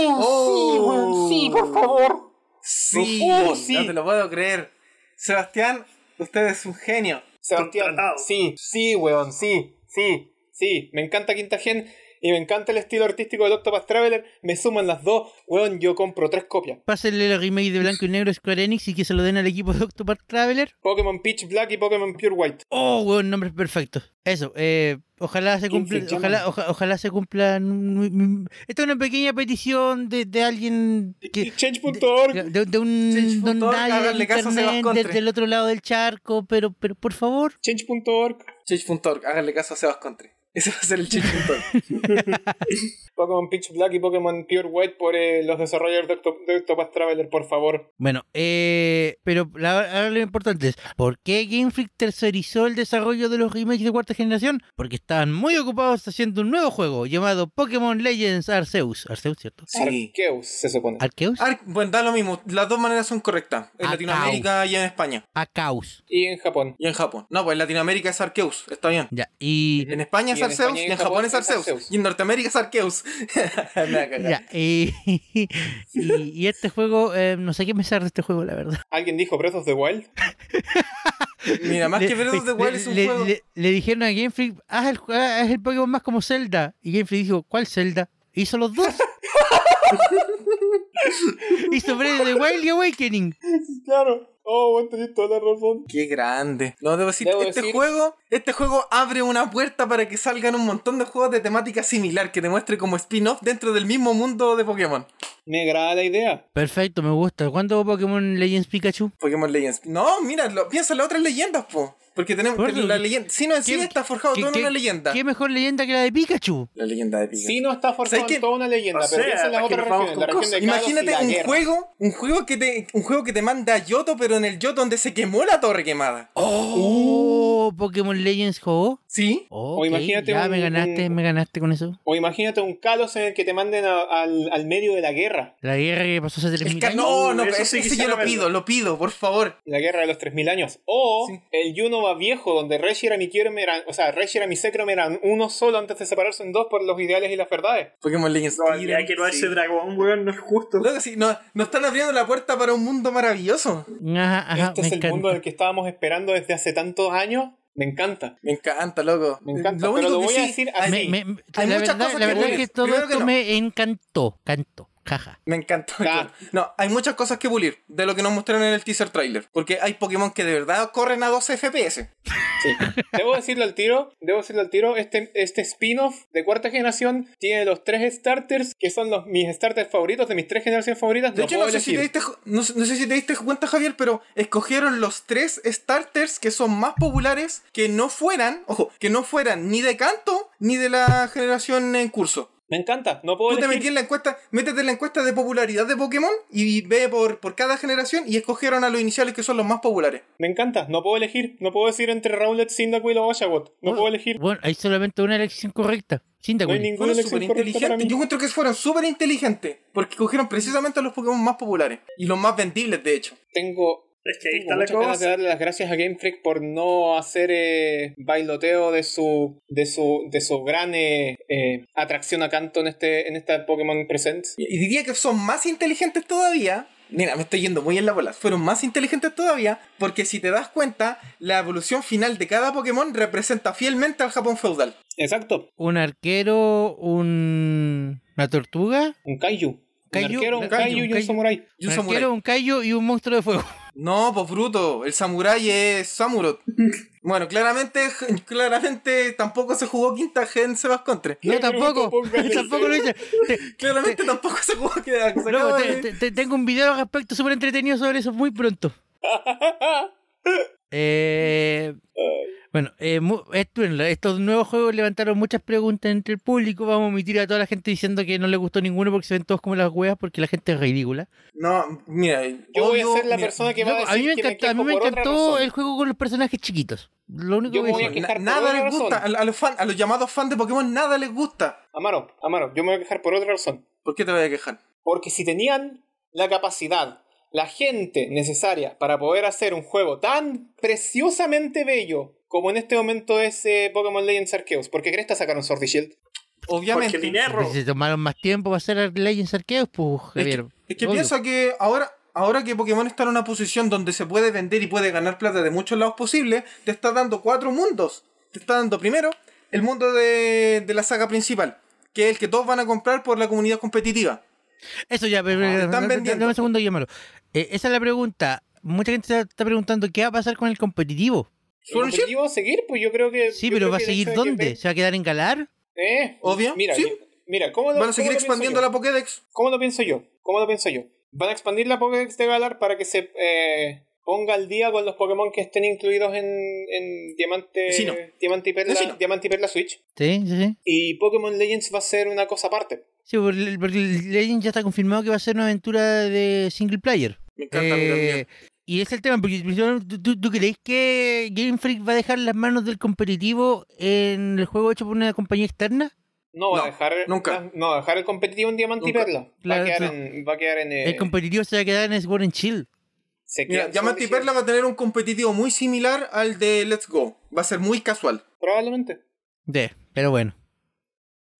S2: ¡Oh!
S4: Sí, por favor.
S2: Sí,
S4: Oh, sí.
S2: no te lo puedo creer. Sebastián, usted es un genio.
S4: Sebastián,
S3: Contratado.
S4: sí, sí, weón, sí, sí, sí. Me encanta Quinta Gen y me encanta el estilo artístico del Octopath Traveler. Me suman las dos, weón, yo compro tres copias.
S1: Pásenle la remake de blanco y negro a Square Enix y que se lo den al equipo de Octopath Traveler.
S4: Pokémon Peach Black y Pokémon Pure White.
S1: Oh, weón, nombres perfectos. Eso, eh, ojalá se cumpla,
S4: Infinite
S1: ojalá,
S4: Gem.
S1: oja- ojalá se cumplan. mi- mi- Esta es una pequeña petición de, de alguien que
S4: Change.org.
S1: de, de- de un
S2: Change.org,
S1: don nadie de
S2: háganle caso a Sebas
S1: internet
S2: Contre.
S1: desde el otro lado del charco, pero, pero por favor.
S4: Change.org.
S2: Change.org, háganle caso a Sebas Contre. Ese va a ser el change.org.
S4: Pokémon Peach Black y Pokémon Pure White por eh, los desarrolladores de, Octo- de Octopath Traveler, por favor.
S1: Bueno, eh, pero la- ahora lo importante es, ¿por qué Game Freak tercerizó el desarrollo de los remakes de cuarta generación? Porque estaban muy ocupados haciendo un nuevo juego llamado Pokémon Legends Arceus. Arceus, ¿cierto?
S2: (laughs) Sí.
S4: Arceus, se supone.
S1: Arceus.
S2: Ar- bueno, da lo mismo. Las dos maneras son correctas. En
S1: Acau.
S2: Latinoamérica y en España.
S1: Arceus.
S4: Y en Japón.
S2: Y en Japón. No, pues en Latinoamérica es Arceus. Está bien.
S1: Ya, y...
S2: En España es
S4: Y en
S2: Arceus,
S4: España y
S2: y en Japón es Arceus, y en Norteamérica es Arceus. (laughs) Me va a cagar.
S1: Ya, y, (laughs) y, y este juego, eh, no sé qué pensar de este juego, la verdad.
S4: ¿Alguien dijo Breath of the Wild?
S2: Mira, más que
S1: Le-
S2: Breath of the
S1: le-
S2: Wild es un
S1: le-
S2: juego.
S1: Le, le dijeron a Game Freak, haz el, jue- haz el Pokémon más como Zelda. Y Game Freak dijo, ¿cuál Zelda? Hizo los dos. (laughs) Hizo Breath of the Wild y Awakening.
S4: Claro. Oh, bueno, tenés toda la razón.
S2: Qué grande. No, debo decir,
S4: Debo
S2: este
S4: decir-
S2: juego, este juego abre una puerta para que salgan un montón de juegos de temática similar que te muestre como spin-off dentro del mismo mundo de Pokémon.
S4: Me agrada la idea.
S1: Perfecto, me gusta. ¿Cuándo Pokémon Legends Pikachu?
S2: Pokémon Legends. No, mira, lo- piensa en las otras leyendas, po. Porque tenemos
S1: Gordo,
S2: la leyenda. Si no, sí
S1: ¿qué-
S2: está forjado
S1: qué-
S2: todo en
S1: qué-
S2: una leyenda.
S1: ¿Qué mejor leyenda que la de Pikachu?
S2: La leyenda de Pikachu.
S4: Sí, no está
S2: ¿Sabes
S4: forzado
S2: qué?
S4: en toda una leyenda,
S3: O
S4: pero
S3: sea,
S4: piensa en las
S3: ¿para qué
S4: otras
S3: nos vamos
S4: regiones.
S3: con
S4: La región
S3: cosas?
S4: de Kalos y
S2: Imagínate
S4: la
S2: un
S4: guerra.
S2: juego, un juego que te, un juego que te manda a Yoto, pero en el Yoto donde se quemó la torre quemada.
S1: Oh, Pokémon Legends Ho.
S2: ¿Sí?
S1: Oh,
S4: imagínate
S1: ya
S4: un-
S1: me ganaste,
S4: un-
S1: me ganaste con eso.
S4: O imagínate un Kalos en el que te manden a- al, al medio de la guerra.
S1: La guerra que pasó hace
S2: Es
S1: 3.000
S2: que
S1: años.
S2: no, no,
S3: Eso
S2: ese,
S3: sí
S2: ese yo
S3: quisiera
S2: lo
S3: verlo.
S2: pido, lo pido, por favor.
S4: La guerra de los 3000 años. O
S2: Sí.
S4: el Yunova viejo, donde Reshiram y Kyurem eran. O sea, Reshiram y Sekrom eran uno solo antes de separarse en dos por los ideales y las verdades.
S2: Pokémon Legends.
S3: No,
S2: Tyranid,
S3: ya que no
S2: sí.
S3: ese dragón, weón, no es justo.
S2: Creo que sí, no- nos están abriendo la puerta para un mundo maravilloso.
S1: Ajá, ajá,
S4: este
S1: me
S4: es el
S1: encanta.
S4: mundo del que estábamos esperando desde hace tantos años. Me encanta.
S2: Me encanta, loco.
S4: Me encanta.
S2: Lo
S4: pero
S2: único
S4: lo
S2: que
S4: voy a
S2: sí,
S4: decir
S2: ay,
S4: así.
S1: Me- me- me-
S2: Hay
S1: la
S2: muchas
S1: verdad,
S2: cosas
S1: la
S2: que
S1: verdad
S2: pulir.
S1: que todo
S2: Primero que
S1: esto
S2: no.
S1: me encantó, canto, jaja.
S2: Me encantó.
S4: Ca-
S2: No, hay muchas cosas que pulir de lo que nos mostraron en el teaser trailer. Porque hay Pokémon que de verdad corren a 12 FPS.
S4: Sí. Debo decirlo al tiro, debo decirlo al tiro, este, este spin-off de cuarta generación tiene los tres starters que son los, mis starters favoritos de mis tres generaciones favoritas.
S2: De
S4: no
S2: hecho,
S4: puedo
S2: no sé, si te
S4: elegir.
S2: diste, no, sé- no sé si te diste cuenta, Javier, pero escogieron los tres starters que son más populares que no fueran, ojo, que no fueran ni de canto ni de la generación en curso.
S4: Me encanta, no puedo
S2: Tú te
S4: elegir.
S2: metí en la encuesta, métete en la encuesta de popularidad de Pokémon y ve por, por cada generación y escogieron a los iniciales que son los más populares.
S4: Me encanta, no puedo elegir. No puedo decir entre Rowlet, Cyndaquil o Oshawott. No puedo elegir.
S1: Bueno, hay solamente una elección correcta. Sin
S4: No hay
S1: Dagwon.
S4: ninguna
S2: Fueron
S4: elección
S2: súper
S4: correcta para mí.
S2: inteligentes. Yo encuentro que fueron súper inteligentes porque escogieron precisamente a los Pokémon más populares y los más vendibles, de hecho.
S4: Tengo
S3: Es que ahí
S4: Tengo
S3: está la
S4: muchas ganas de
S3: cosa.
S4: darle las gracias a Game Freak por no hacer eh, bailoteo de su de su de su gran eh, eh, atracción a canto en este en esta Pokémon Presents.
S2: Y diría que son más inteligentes todavía. Mira, me estoy yendo muy en la bola. Fueron más inteligentes todavía porque si te das cuenta, la evolución final de cada Pokémon representa fielmente al Japón feudal.
S4: Exacto,
S1: Un arquero, un... una tortuga,
S4: un Kaiju,
S1: Kaiju,
S4: un arquero, un
S1: un
S4: Kaiju,
S1: Kaiju,
S4: y un
S1: un Kaiju.
S4: Samurai.
S2: Y un
S1: un
S2: samurái.
S1: arquero, un callo y un monstruo de fuego.
S2: No, pues bruto, el samurái
S1: (laughs)
S2: es Samurot. bueno, claramente, claramente tampoco se jugó quinta gen Sebas Contre.
S1: No, (laughs) tampoco.
S4: pongas el
S1: tampoco lo hice. Te-
S2: Claramente tampoco se jugó que se
S1: no,
S2: acaba
S4: eh.
S1: te-
S2: de-
S1: te- te- tengo un video al respecto súper entretenido sobre eso muy
S4: (laughs)
S1: pronto. Eh, bueno, eh, mu- esto- estos nuevos juegos levantaron muchas preguntas entre el público. Vamos a omitir a toda la gente diciendo que no le gustó ninguno porque se ven todos como las huevas porque la gente es ridícula.
S2: No, mira,
S4: Yo voy a
S2: odio-
S4: ser la
S2: mira,
S4: persona que va a
S1: Loco,
S4: decir
S1: a mí me
S4: que me
S1: encantó, a mí
S4: quejo
S1: me
S4: por otra
S1: encantó
S4: razón.
S1: el juego con los personajes chiquitos. Lo único
S4: Yo
S1: que
S4: me voy a
S1: voy
S4: quejar por
S2: nada
S4: otra
S2: les gusta,
S4: razón.
S2: a, a los fan- a los llamados fans de Pokémon nada les gusta.
S4: Amaro, Amaro, yo me voy a quejar por otra razón.
S2: ¿Por qué te voy a quejar?
S4: Porque si tenían la capacidad, la gente necesaria para poder hacer un juego tan preciosamente bello como en este momento es eh, Pokémon Legends Arceus, ¿por qué crees que sacaron Sword y Shield?
S2: Obviamente.
S3: Porque dinero.
S1: se tomaron más tiempo para hacer Legends Arceus, pues,
S2: Es que,
S1: Javier.
S2: es que
S1: Obvio.
S2: piensa que ahora, ahora que Pokémon está en una posición donde se puede vender y puede ganar plata de muchos lados posibles, te está dando cuatro mundos. Te está dando primero el mundo de, de la saga principal, que es el que todos van a comprar por la comunidad competitiva.
S1: Eso ya, pero,
S2: están
S1: pero- dame-
S2: vendiendo.
S1: dame un segundo, Guillermo. Eh, esa es la pregunta. Mucha gente se está preguntando qué va a pasar con el competitivo.
S4: ¿El objetivo va a seguir? Pues yo creo que.
S1: Sí,
S4: yo
S1: pero
S4: creo
S1: ¿va a
S4: que el
S1: seguir
S4: hecho de que
S1: dónde?
S4: ve-
S1: ¿Se va a quedar en Galar?
S4: Eh,
S2: Obvio,
S4: Mira,
S2: sí.
S4: yo- mira, ¿cómo lo,
S2: Van a seguir
S4: cómo lo pienso
S2: expandiendo
S4: yo?
S2: la Pokédex.
S4: ¿Cómo lo pienso yo? ¿Cómo lo pienso yo? Van a expandir la Pokédex de Galar para que se eh, ponga al día con los Pokémon que estén incluidos en, en Diamante,
S2: Sí, no.
S4: Diamante, y Perla,
S2: Sí, no.
S4: Diamante y Perla Switch.
S1: Sí, sí, sí.
S4: Y Pokémon Legends va a ser una cosa aparte.
S1: Sí, porque porque Legend ya está confirmado que va a ser una aventura de single player.
S2: Me encanta a mí
S1: Eh,
S2: también.
S1: y ese es el tema, porque ¿tú, tú, tú creéis que Game Freak va a dejar las manos del competitivo en el juego hecho por una compañía externa?
S4: No va
S2: No,
S4: a dejar ah,
S2: nunca.
S4: No va a dejar el competitivo en Diamante
S2: Nunca.
S4: y Perla.
S1: Claro,
S4: va, a quedar
S1: claro.
S4: en, va a quedar en, eh,
S1: El competitivo se va a quedar en Sword and Chill.
S4: se queda
S2: Mira,
S4: en
S2: Diamante y
S4: Sword
S2: Perla va a tener un competitivo muy similar al de Let's Go. Va a ser muy casual.
S4: Probablemente.
S1: De, pero bueno.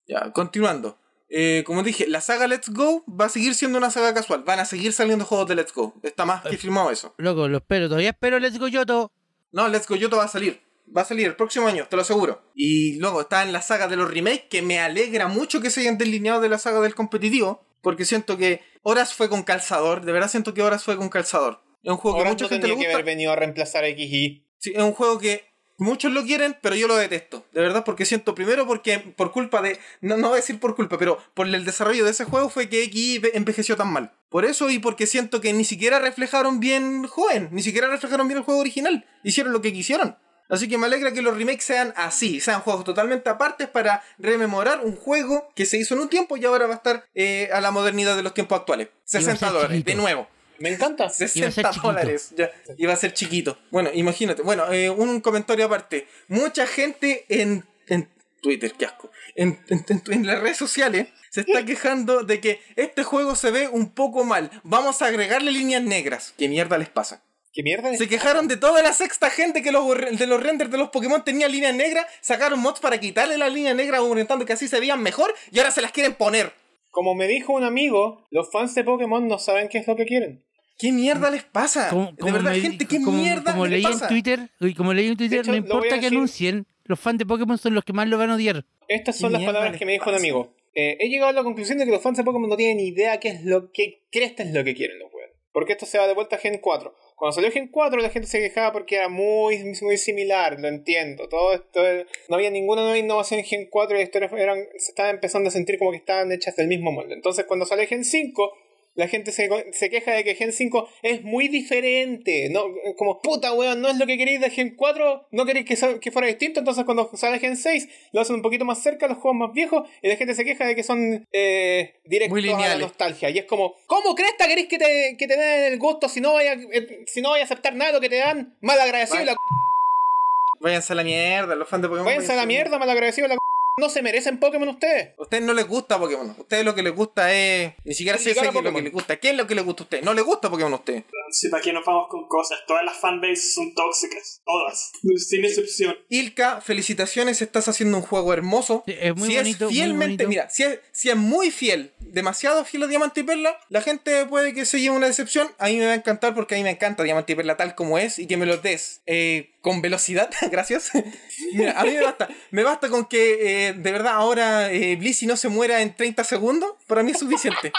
S2: Ya, continuando. Eh, como dije, la saga Let's Go va a seguir siendo una saga casual. Van a seguir saliendo juegos de Let's Go. Está más que firmado eso.
S1: Loco, lo espero. Todavía espero Let's Go Yoto.
S2: No, Let's Go Yoto va a salir. Va a salir el próximo año, te lo aseguro. Y luego está en la saga de los remakes, que me alegra mucho que se hayan deslineado de la saga del competitivo. Porque siento que Horas fue con calzador. De verdad siento que Horas fue con calzador. Es un juego
S4: Ahora
S2: que mucha
S4: no
S2: gente le
S4: tendría que
S2: gusta.
S4: haber venido a reemplazar a XY.
S2: Sí, es un juego que muchos lo quieren, pero yo lo detesto. De verdad, porque siento primero porque por culpa de. No, no voy a decir por culpa, pero por el desarrollo de ese juego fue que XI ve- envejeció tan mal. Por eso y porque siento que ni siquiera reflejaron bien joven, ni siquiera reflejaron bien el juego original. Hicieron lo que quisieron. Así que me alegra que los remakes sean así, sean juegos totalmente apartes para rememorar un juego que se hizo en un tiempo y ahora va a estar eh, a la modernidad de los tiempos actuales.
S1: a ser
S2: 60 dólares, de
S1: chiquito.
S2: nuevo.
S4: Me encanta.
S2: 60
S1: chiquito.
S2: dólares. Ya, iba a ser chiquito. Bueno, imagínate. Bueno, eh, un comentario aparte. Mucha gente en, en Twitter, qué asco. En, en- en- en las redes sociales se está quejando de que este juego se ve un poco mal. Vamos a agregarle líneas negras. ¿Qué mierda les pasa?
S4: ¿Qué mierda? es?
S2: Se quejaron de toda la sexta gente que los, de los renders de los Pokémon tenía líneas negras. Sacaron mods para quitarle la línea negra, orientando que así se veían mejor. Y ahora se las quieren poner.
S4: Como me dijo un amigo, los fans de Pokémon no saben qué es lo que quieren.
S2: ¿Qué mierda les pasa?
S1: Como,
S2: (laughs) de
S1: como
S2: verdad,
S1: me-
S2: gente, ¿qué
S1: como-
S2: mierda
S1: como
S2: les
S1: leí
S2: pasa?
S1: en Twitter, y como leí en Twitter,
S4: hecho,
S1: no
S4: lo voy a
S1: importa que
S4: decir.
S1: anuncien, los fans de Pokémon son los que más lo van a odiar.
S4: Estas
S2: ¿Qué
S4: son las
S2: mierda
S4: palabras
S2: les
S4: que me dijo un
S2: pasa?
S4: amigo. Eh, he llegado a la conclusión de que los fans de Pokémon no tienen ni idea qué es lo que cresta es lo que quieren los juegos. Porque esto se va de vuelta a Gen 4. Cuando salió Gen 4 la gente se quejaba porque era muy, muy similar, lo entiendo. Todo esto era- no había ninguna nueva innovación en Gen 4 y las historias eran, se estaban empezando a sentir como que estaban hechas del mismo molde. Entonces cuando sale Gen 5 la gente se, se queja de que Gen 5 es muy diferente. No, como, puta weón, no es lo que queréis de Gen 4, no queréis que, sea- que fuera distinto. Entonces, cuando sale Gen 6, lo hacen un poquito más cerca a los juegos más viejos. Y la gente se queja de que son eh, directos
S2: Muy
S4: a la
S2: lineales.
S4: nostalgia. Y es como, ¿cómo cresta queréis que te, que te den el gusto si no vaya, eh, si no vaya a aceptar nada de lo que te dan? Mal agradecido,
S2: Vale.
S4: la c.
S2: Váyanse a la mierda, los fans de Pokémon.
S4: Váyanse a la mierda, mal agradecido, la c. No se merecen Pokémon ustedes.
S2: A ustedes no les gusta Pokémon. A ustedes lo que les gusta es. Ni siquiera sé
S4: Criticar
S2: qué
S4: a
S2: es lo que
S4: Pokémon.
S2: les gusta. ¿Qué es lo que les gusta a ustedes? No les gusta Pokémon a ustedes.
S3: Sí, ¿para qué nos vamos con cosas? Todas las fanbases son tóxicas. Todas. (laughs) Sin excepción.
S2: Ilka, felicitaciones, estás haciendo un juego hermoso.
S1: Sí, es muy
S2: si
S1: bonito,
S2: es
S1: muy
S2: fielmente,
S1: bonito.
S2: mira, si es, si es muy fiel, demasiado fiel a Diamante y Perla, la gente puede que se lleve una decepción. A mí me va a encantar porque a mí me encanta Diamante y Perla tal como es y que me lo des eh, con velocidad, (laughs) gracias. mira, a mí me basta. Me basta con que eh, de verdad ahora eh, Blissey no se muera en 30 segundos, para mí es suficiente.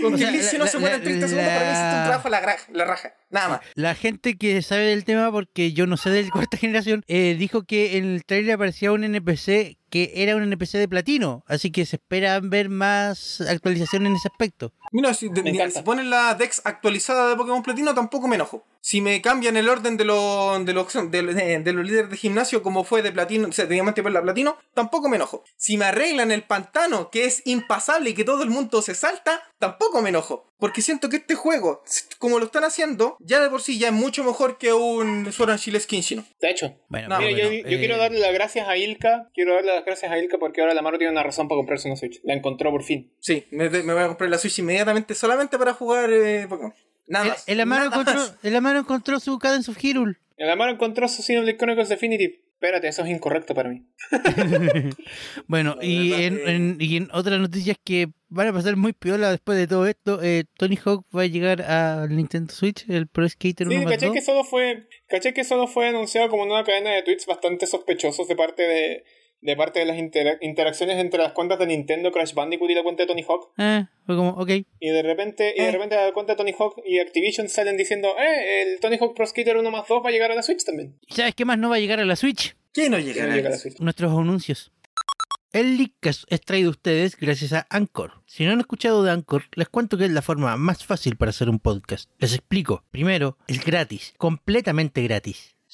S2: Con
S1: (laughs) O
S2: que
S1: sea,
S2: Blissey
S1: la-
S2: no se
S1: la-
S2: muera en 30 segundos, para mí es
S1: la-
S2: un trabajo a la, gra- la raja. Nada más.
S1: La gente que sabe del tema, porque yo no sé de (laughs) cuarta generación, eh, dijo que en el trailer aparecía un NPC que era un NPC de platino, así que se esperan ver más actualizaciones en ese aspecto.
S2: Mira, si, de-
S4: Me
S2: mira,
S4: encanta.
S2: si ponen la Dex actualizada de Pokémon Platino, tampoco me enojo. Si me cambian el orden de los de los, de, de- de los líderes de gimnasio, como fue de platino, o sea, de diamante perla platino, tampoco me enojo. Si me arreglan el pantano, que es impasable y que todo el mundo se salta, tampoco me enojo. Porque siento que este juego, como lo están haciendo, ya de por sí ya es mucho mejor que un Sword and Shield Skinshino.
S4: De hecho,
S1: Bueno,
S2: No,
S1: pero
S4: Mira, yo,
S1: bueno,
S4: yo
S1: eh,
S4: quiero darle las gracias a Ilka. Quiero darle las gracias a Ilka porque ahora la Maro tiene una razón para comprarse una Switch. La encontró por fin.
S2: Sí, me, me voy a comprar la Switch inmediatamente solamente para jugar eh, Pokémon. Nada
S1: el-
S2: más.
S1: el Amaro
S2: nada
S1: encontró,
S2: más.
S1: el Amaro encontró su Cadence of Hyrule.
S4: La Maro encontró su Xenoblade Chronicles Definitive. Espérate, eso es incorrecto para mí.
S1: bueno,
S2: La
S1: y
S2: verdad
S1: en,
S2: que-
S1: en- y en otras noticias que van a pasar muy piola después de todo esto, eh, Tony Hawk va a llegar al Nintendo Switch, el Pro Skater
S4: Sí,
S1: 1 más
S4: caché
S1: 2.
S4: que, solo fue, caché que solo fue anunciado como una cadena de tweets bastante sospechosos de parte de, de, parte de las intera- interacciones entre las cuentas de Nintendo, Crash Bandicoot y la cuenta de Tony Hawk.
S1: Ah, fue como, ok,
S4: Y de repente, y de
S1: Eh.
S4: repente la cuenta de Tony Hawk y Activision salen diciendo, eh, el Tony Hawk Pro Skater 1 más 2 va a llegar a la Switch también.
S1: ¿sabes qué más no va a llegar a la Switch?
S2: ¿Qué no
S4: Y no
S2: llegará?
S4: llega a la Switch.
S1: Nuestros anuncios. El Leadcast es traído a ustedes gracias a Anchor. Si no han escuchado de Anchor, les cuento que es la forma más fácil para hacer un podcast. Les explico. Primero, es gratis, completamente gratis.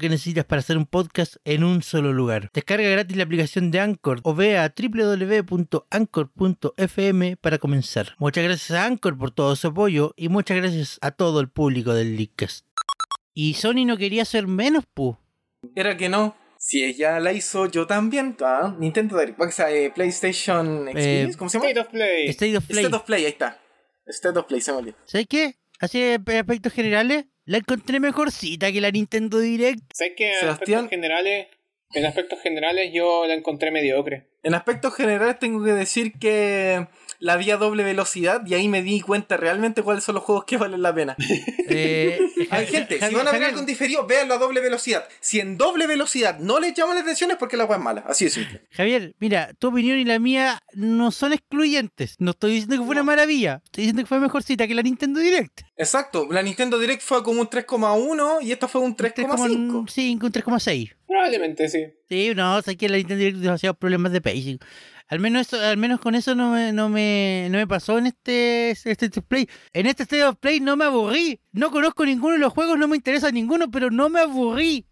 S1: que necesitas para hacer un podcast en un solo lugar. Descarga gratis la aplicación de Anchor o ve a www.anchor.fm para comenzar. Muchas gracias a Anchor por todo su apoyo y muchas gracias a todo el público del Leadcast. Y Sony no quería ser menos, pu.
S2: Era que no. Si ella la hizo, yo también. Ah, Nintendo Direct. O sea, eh, PlayStation
S4: Eh,
S2: Experience, ¿cómo se llama?
S4: State of Play.
S1: State of Play.
S2: State of Play, ahí está. State of Play, se me olvidó.
S1: ¿Sabes qué? Así en aspectos generales, la encontré mejorcita que la Nintendo Direct.
S2: (laughs)
S4: ¿Sabes que en
S2: Sebastián.
S4: aspectos generales, en aspectos generales yo la encontré mediocre?
S2: En aspectos generales tengo que decir que la vi a doble velocidad y ahí me di cuenta realmente cuáles son los juegos que valen la
S4: (laughs)
S2: pena.
S1: Eh,
S2: Hay gente, si
S1: Javier,
S2: van a ver
S1: Javier,
S2: algo en diferido, véanlo a doble velocidad. Si en doble velocidad no les llaman la atención es porque la agua es mala. Así de simple.
S1: Javier, mira, tu opinión y la mía no son excluyentes. No estoy diciendo que fue una maravilla. Estoy diciendo que fue mejorcita que la Nintendo Direct.
S2: Exacto, la Nintendo Direct fue como un 3,1 y esta fue un 3,5.
S1: 3,5, un 3,6.
S4: Probablemente sí.
S1: Sí, no, sé que la Nintendo Direct tiene demasiados problemas de pacing. Al menos eso, al menos con eso no me, no me, no me pasó en este, este State of Play. En este State of Play no me aburrí. No conozco ninguno de los juegos, no me interesa ninguno, pero no me aburrí.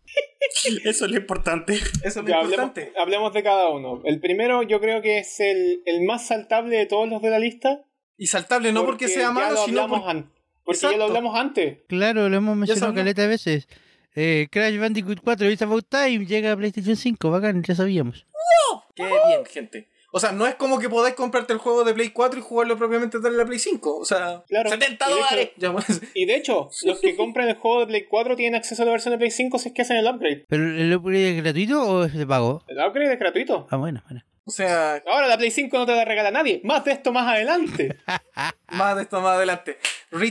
S3: Eso es lo importante.
S2: Eso es lo
S4: Ya, hablemos,
S2: importante.
S4: hablemos de cada uno. El primero yo creo que es el, el más saltable de todos los de la lista.
S2: Y saltable no porque, sea malo, sino porque...
S4: porque... ya lo hablamos an- porque ya lo
S2: Exacto.
S4: hablamos antes.
S1: Claro, lo hemos mencionado
S2: sabía.
S1: caleta de veces. Eh, Crash Bandicoot 4 It's About Time llega a PlayStation 5, bacán, ya sabíamos.
S2: Qué bien, gente. O sea, no es como que podáis comprarte el juego de Play 4 y jugarlo propiamente tal en la Play 5. O sea,
S4: Claro.
S2: 70
S4: Y de hecho-
S2: dólares. Ya, bueno, (laughs)
S4: Y de hecho, los que compran el juego de Play 4 tienen acceso a la versión de Play 5 si es que hacen el upgrade.
S1: ¿Pero el upgrade es gratuito o es de pago?
S4: El upgrade es gratuito.
S1: Ah, bueno, bueno.
S2: o sea,
S4: Ahora la Play 5 no te la regala nadie. Más de esto más
S2: (laughs)
S4: adelante.
S2: más de esto más adelante.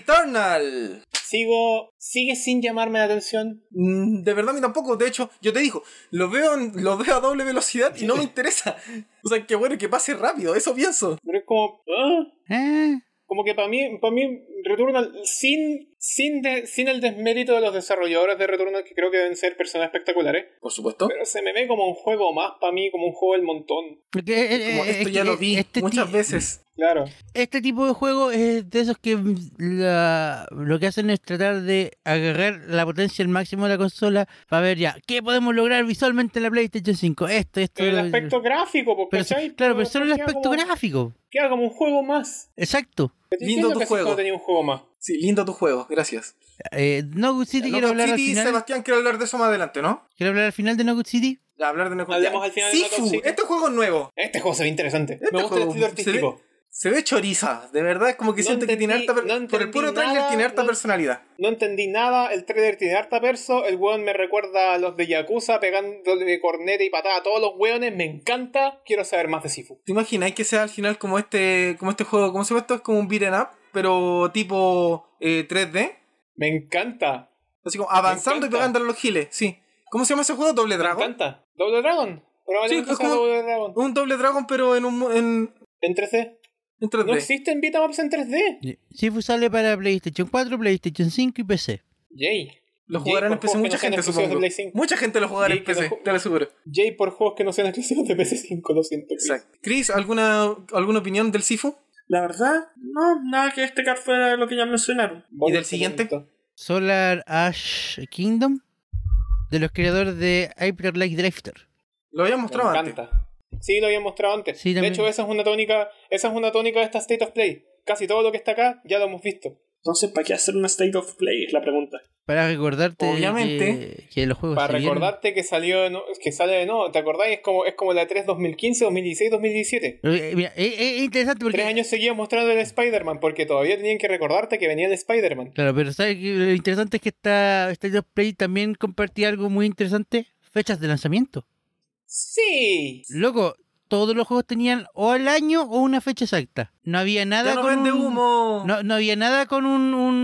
S2: Returnal.
S4: Sigo, sigue sin llamarme la atención.
S2: Mm, De verdad, a mí tampoco. De hecho, yo te digo, lo veo, en- lo veo a doble velocidad y no me interesa. O sea, que bueno que pase rápido, eso pienso.
S4: Pero es como... ah.
S1: Eh,
S4: Como que para mí, para mí Returnal, sin, sin, de- sin el desmérito de los desarrolladores de Returnal, que creo que deben ser personas espectaculares,
S2: Por supuesto.
S4: pero se me ve como un juego más para mí, como un juego del montón.
S1: porque, eh, eh,
S2: Como
S1: eh,
S2: esto
S1: es
S2: ya
S1: que,
S2: lo
S1: eh,
S2: vi
S1: este
S2: muchas
S1: ti-
S2: veces.
S4: Claro.
S1: este tipo de juego es de esos que mm, la- lo que hacen es tratar de agarrar la potencia al máximo de la consola para ver ya qué podemos lograr visualmente en la PlayStation 5. Esto, esto.
S4: Pero el
S1: lo-
S4: aspecto gráfico, porque
S1: pero sí, claro, pero solo el aspecto gráfico.
S4: Queda como un juego más.
S1: Exacto.
S4: Estoy
S2: Lindo
S4: diciendo
S2: tu
S4: que
S2: juego.
S4: No tenía un juego más.
S2: Sí, lindo tu juego, gracias.
S1: Eh, no Good City,
S2: Ya,
S1: quiero
S2: Knockout
S1: hablar, al
S2: City,
S1: final,
S2: Sebastián, quiero hablar de eso más adelante, ¿no?
S1: quiero hablar al final de No Good City.
S2: Ya, hablar de Knockout
S4: Hablemos
S2: Ya.
S4: al final de
S2: Sifu,
S4: Knockout City.
S2: este juego es nuevo.
S4: Este juego se ve interesante.
S2: Este
S4: me gusta el
S2: juego
S4: estilo
S2: se ve-
S4: artístico.
S2: Se ve choriza, de verdad, es como que
S4: No
S2: siento que tiene
S4: entendí-
S2: harta per-
S4: no
S2: Por el puro
S4: entendí
S2: trailer
S4: nada,
S2: tiene harta
S4: no-
S2: personalidad.
S4: No entendí nada, el trailer tiene harta verso, el weón me recuerda a los de Yakuza pegándole corneta y patada a todos los weones, me encanta, quiero saber más de Sifu.
S2: ¿Te imagináis que sea al final como este, como este juego? ¿Cómo se llama esto? Es como un beat'em up, pero tipo eh, 3D.
S4: Me encanta,
S2: Así como avanzando y
S4: encanta.
S2: pegándole a los giles, sí. ¿Cómo se llama ese juego? ¿Doble
S4: me
S2: Dragon?
S4: encanta. Double Dragon, probablemente
S2: Sí, es
S4: sea
S2: como-
S4: Double Dragon.
S2: Un Doble Dragon, pero en un mu- en,
S4: En 3D.
S2: en
S4: No
S2: 3D.
S4: existen beatmaps en 3D.
S1: Sifu pues sale para PlayStation 4, PlayStation 5 y PC.
S4: Yay.
S2: Lo
S4: Jay,
S2: jugarán en
S4: por
S2: PC
S4: juegos
S2: mucha
S4: que no sean
S2: gente,
S4: exclusivos de
S2: supongo.
S4: Play cinco.
S2: Mucha gente lo jugará
S4: Jay,
S2: en
S4: que
S2: PC,
S4: lo ju-
S2: te lo aseguro.
S4: Jay por juegos que no sean exclusivos de PS5, lo siento. Chris.
S2: Exacto. Chris, ¿alguna, ¿alguna opinión del Sifu?
S3: La verdad, no, nada que destacar fuera de lo que ya mencionaron.
S4: Bonito,
S2: ¿Y del siguiente?
S4: bonito.
S1: Solar Ash Kingdom. de los creadores de Hyper Light Drifter.
S2: Lo había
S4: Me
S2: mostrado antes.
S4: encanta. Sí, lo había mostrado antes.
S1: Sí,
S4: de
S1: también.
S4: hecho, esa es una tónica, esa es una tónica de esta State of Play. Casi todo lo que está acá ya lo hemos visto.
S3: Entonces, ¿para qué hacer una State of Play? Es la pregunta.
S1: Para recordarte
S2: Obviamente.
S1: que, que los
S2: Pues
S1: juegos
S4: Para
S1: se vieron.
S4: recordarte que salió de no- que sale de nuevo, ¿te acordáis? Es como, es como la 3 2015, 2016, 2017.
S1: Pero, eh, mira, es, es interesante porque...
S4: Tres años seguían mostrando el Spider-Man porque todavía tenían que recordarte que venía el Spider-Man.
S1: Claro, pero ¿sabes qué? lo interesante es que esta, esta Just Play también compartía algo muy interesante, fechas de lanzamiento.
S4: Sí.
S1: Loco, todos los juegos tenían o el año o una fecha exacta. No había nada
S2: Ya no
S1: con
S2: vende
S1: un-
S2: humo.
S1: No, no había nada con un, un-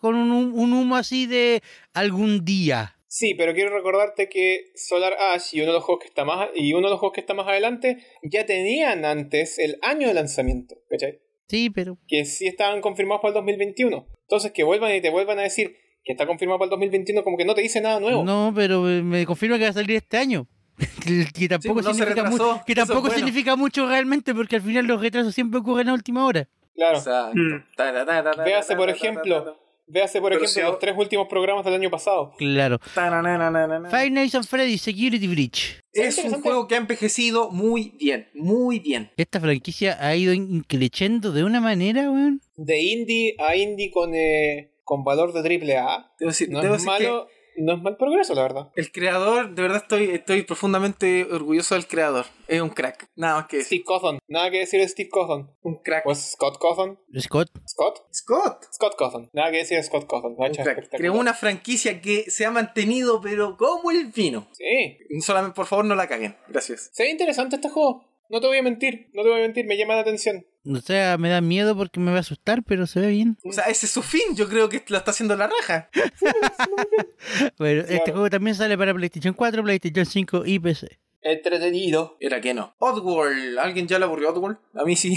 S1: con un, un humo así de algún día.
S4: Sí, pero quiero recordarte que Solar Ash y uno de los juegos que está más y uno de los juegos que está más adelante ya tenían antes el año de lanzamiento, ¿cachai?
S1: Sí, pero
S4: Que sí estaban confirmados para el 2021. Entonces que vuelvan y te vuelvan a decir que está confirmado para el 2021 como que no te dice nada nuevo.
S1: no, pero eh, me confirma que va a salir este año. (laughs) que que tampoco,
S2: pues no se
S1: significa,
S2: retrasó,
S1: mucho, que
S2: eso es
S1: tampoco
S2: bueno.
S1: significa mucho realmente, porque al final los retrasos siempre ocurren a última hora.
S4: Claro.
S2: Exacto.
S3: Mm.
S2: Ta, ta, ta, ta, ta,
S4: Véase,
S2: ta,
S4: por
S2: ta, ta,
S4: ejemplo,
S2: ta, ta.
S4: Véase, por
S3: Pero
S4: ejemplo,
S3: si ahora-
S4: los tres últimos programas del año pasado.
S1: Claro.
S2: Tarananana.
S1: Five Nights at Freddy's Security Breach.
S2: Es un
S4: Interesante.
S2: juego que ha envejecido muy bien, muy bien.
S1: Esta franquicia ha ido in- creciendo de una manera, weón.
S4: De indie a indie con, eh, con valor de triple A.
S2: Debo decir,
S4: No
S2: debo
S4: es
S2: decir que
S4: malo, no es mal progreso, la verdad.
S2: el creador, de verdad estoy, estoy profundamente orgulloso del creador. Es un crack. Nada más que decir.
S4: Steve Cawthon, nada que decir de Steve Cawthon.
S2: Un crack.
S4: ¿O es Scott Cawthon?
S1: Scott,
S4: ¿Scott?
S2: Scott.
S4: Scott Cawthon, nada que decir de Scott Cawthon. lo ha
S2: Un
S4: hecho
S2: crack.
S4: espectacular.
S2: Creó una franquicia que se ha mantenido, pero como el vino.
S4: Sí,
S2: Solamente, por favor, no la caguen. Gracias.
S4: se ve interesante este juego. No te voy a mentir, no te voy a mentir, me llama la atención.
S1: o sea, me da miedo porque me va a asustar, pero se ve bien.
S2: O sea, ese es su fin. Yo creo que lo está haciendo la raja.
S1: Bueno, este
S4: Claro.
S1: juego también sale para PlayStation 4, PlayStation 5 y PC.
S4: Entretenido.
S2: Era que no. Oddworld. ¿Alguien ya le aburrió Oddworld? A mí sí.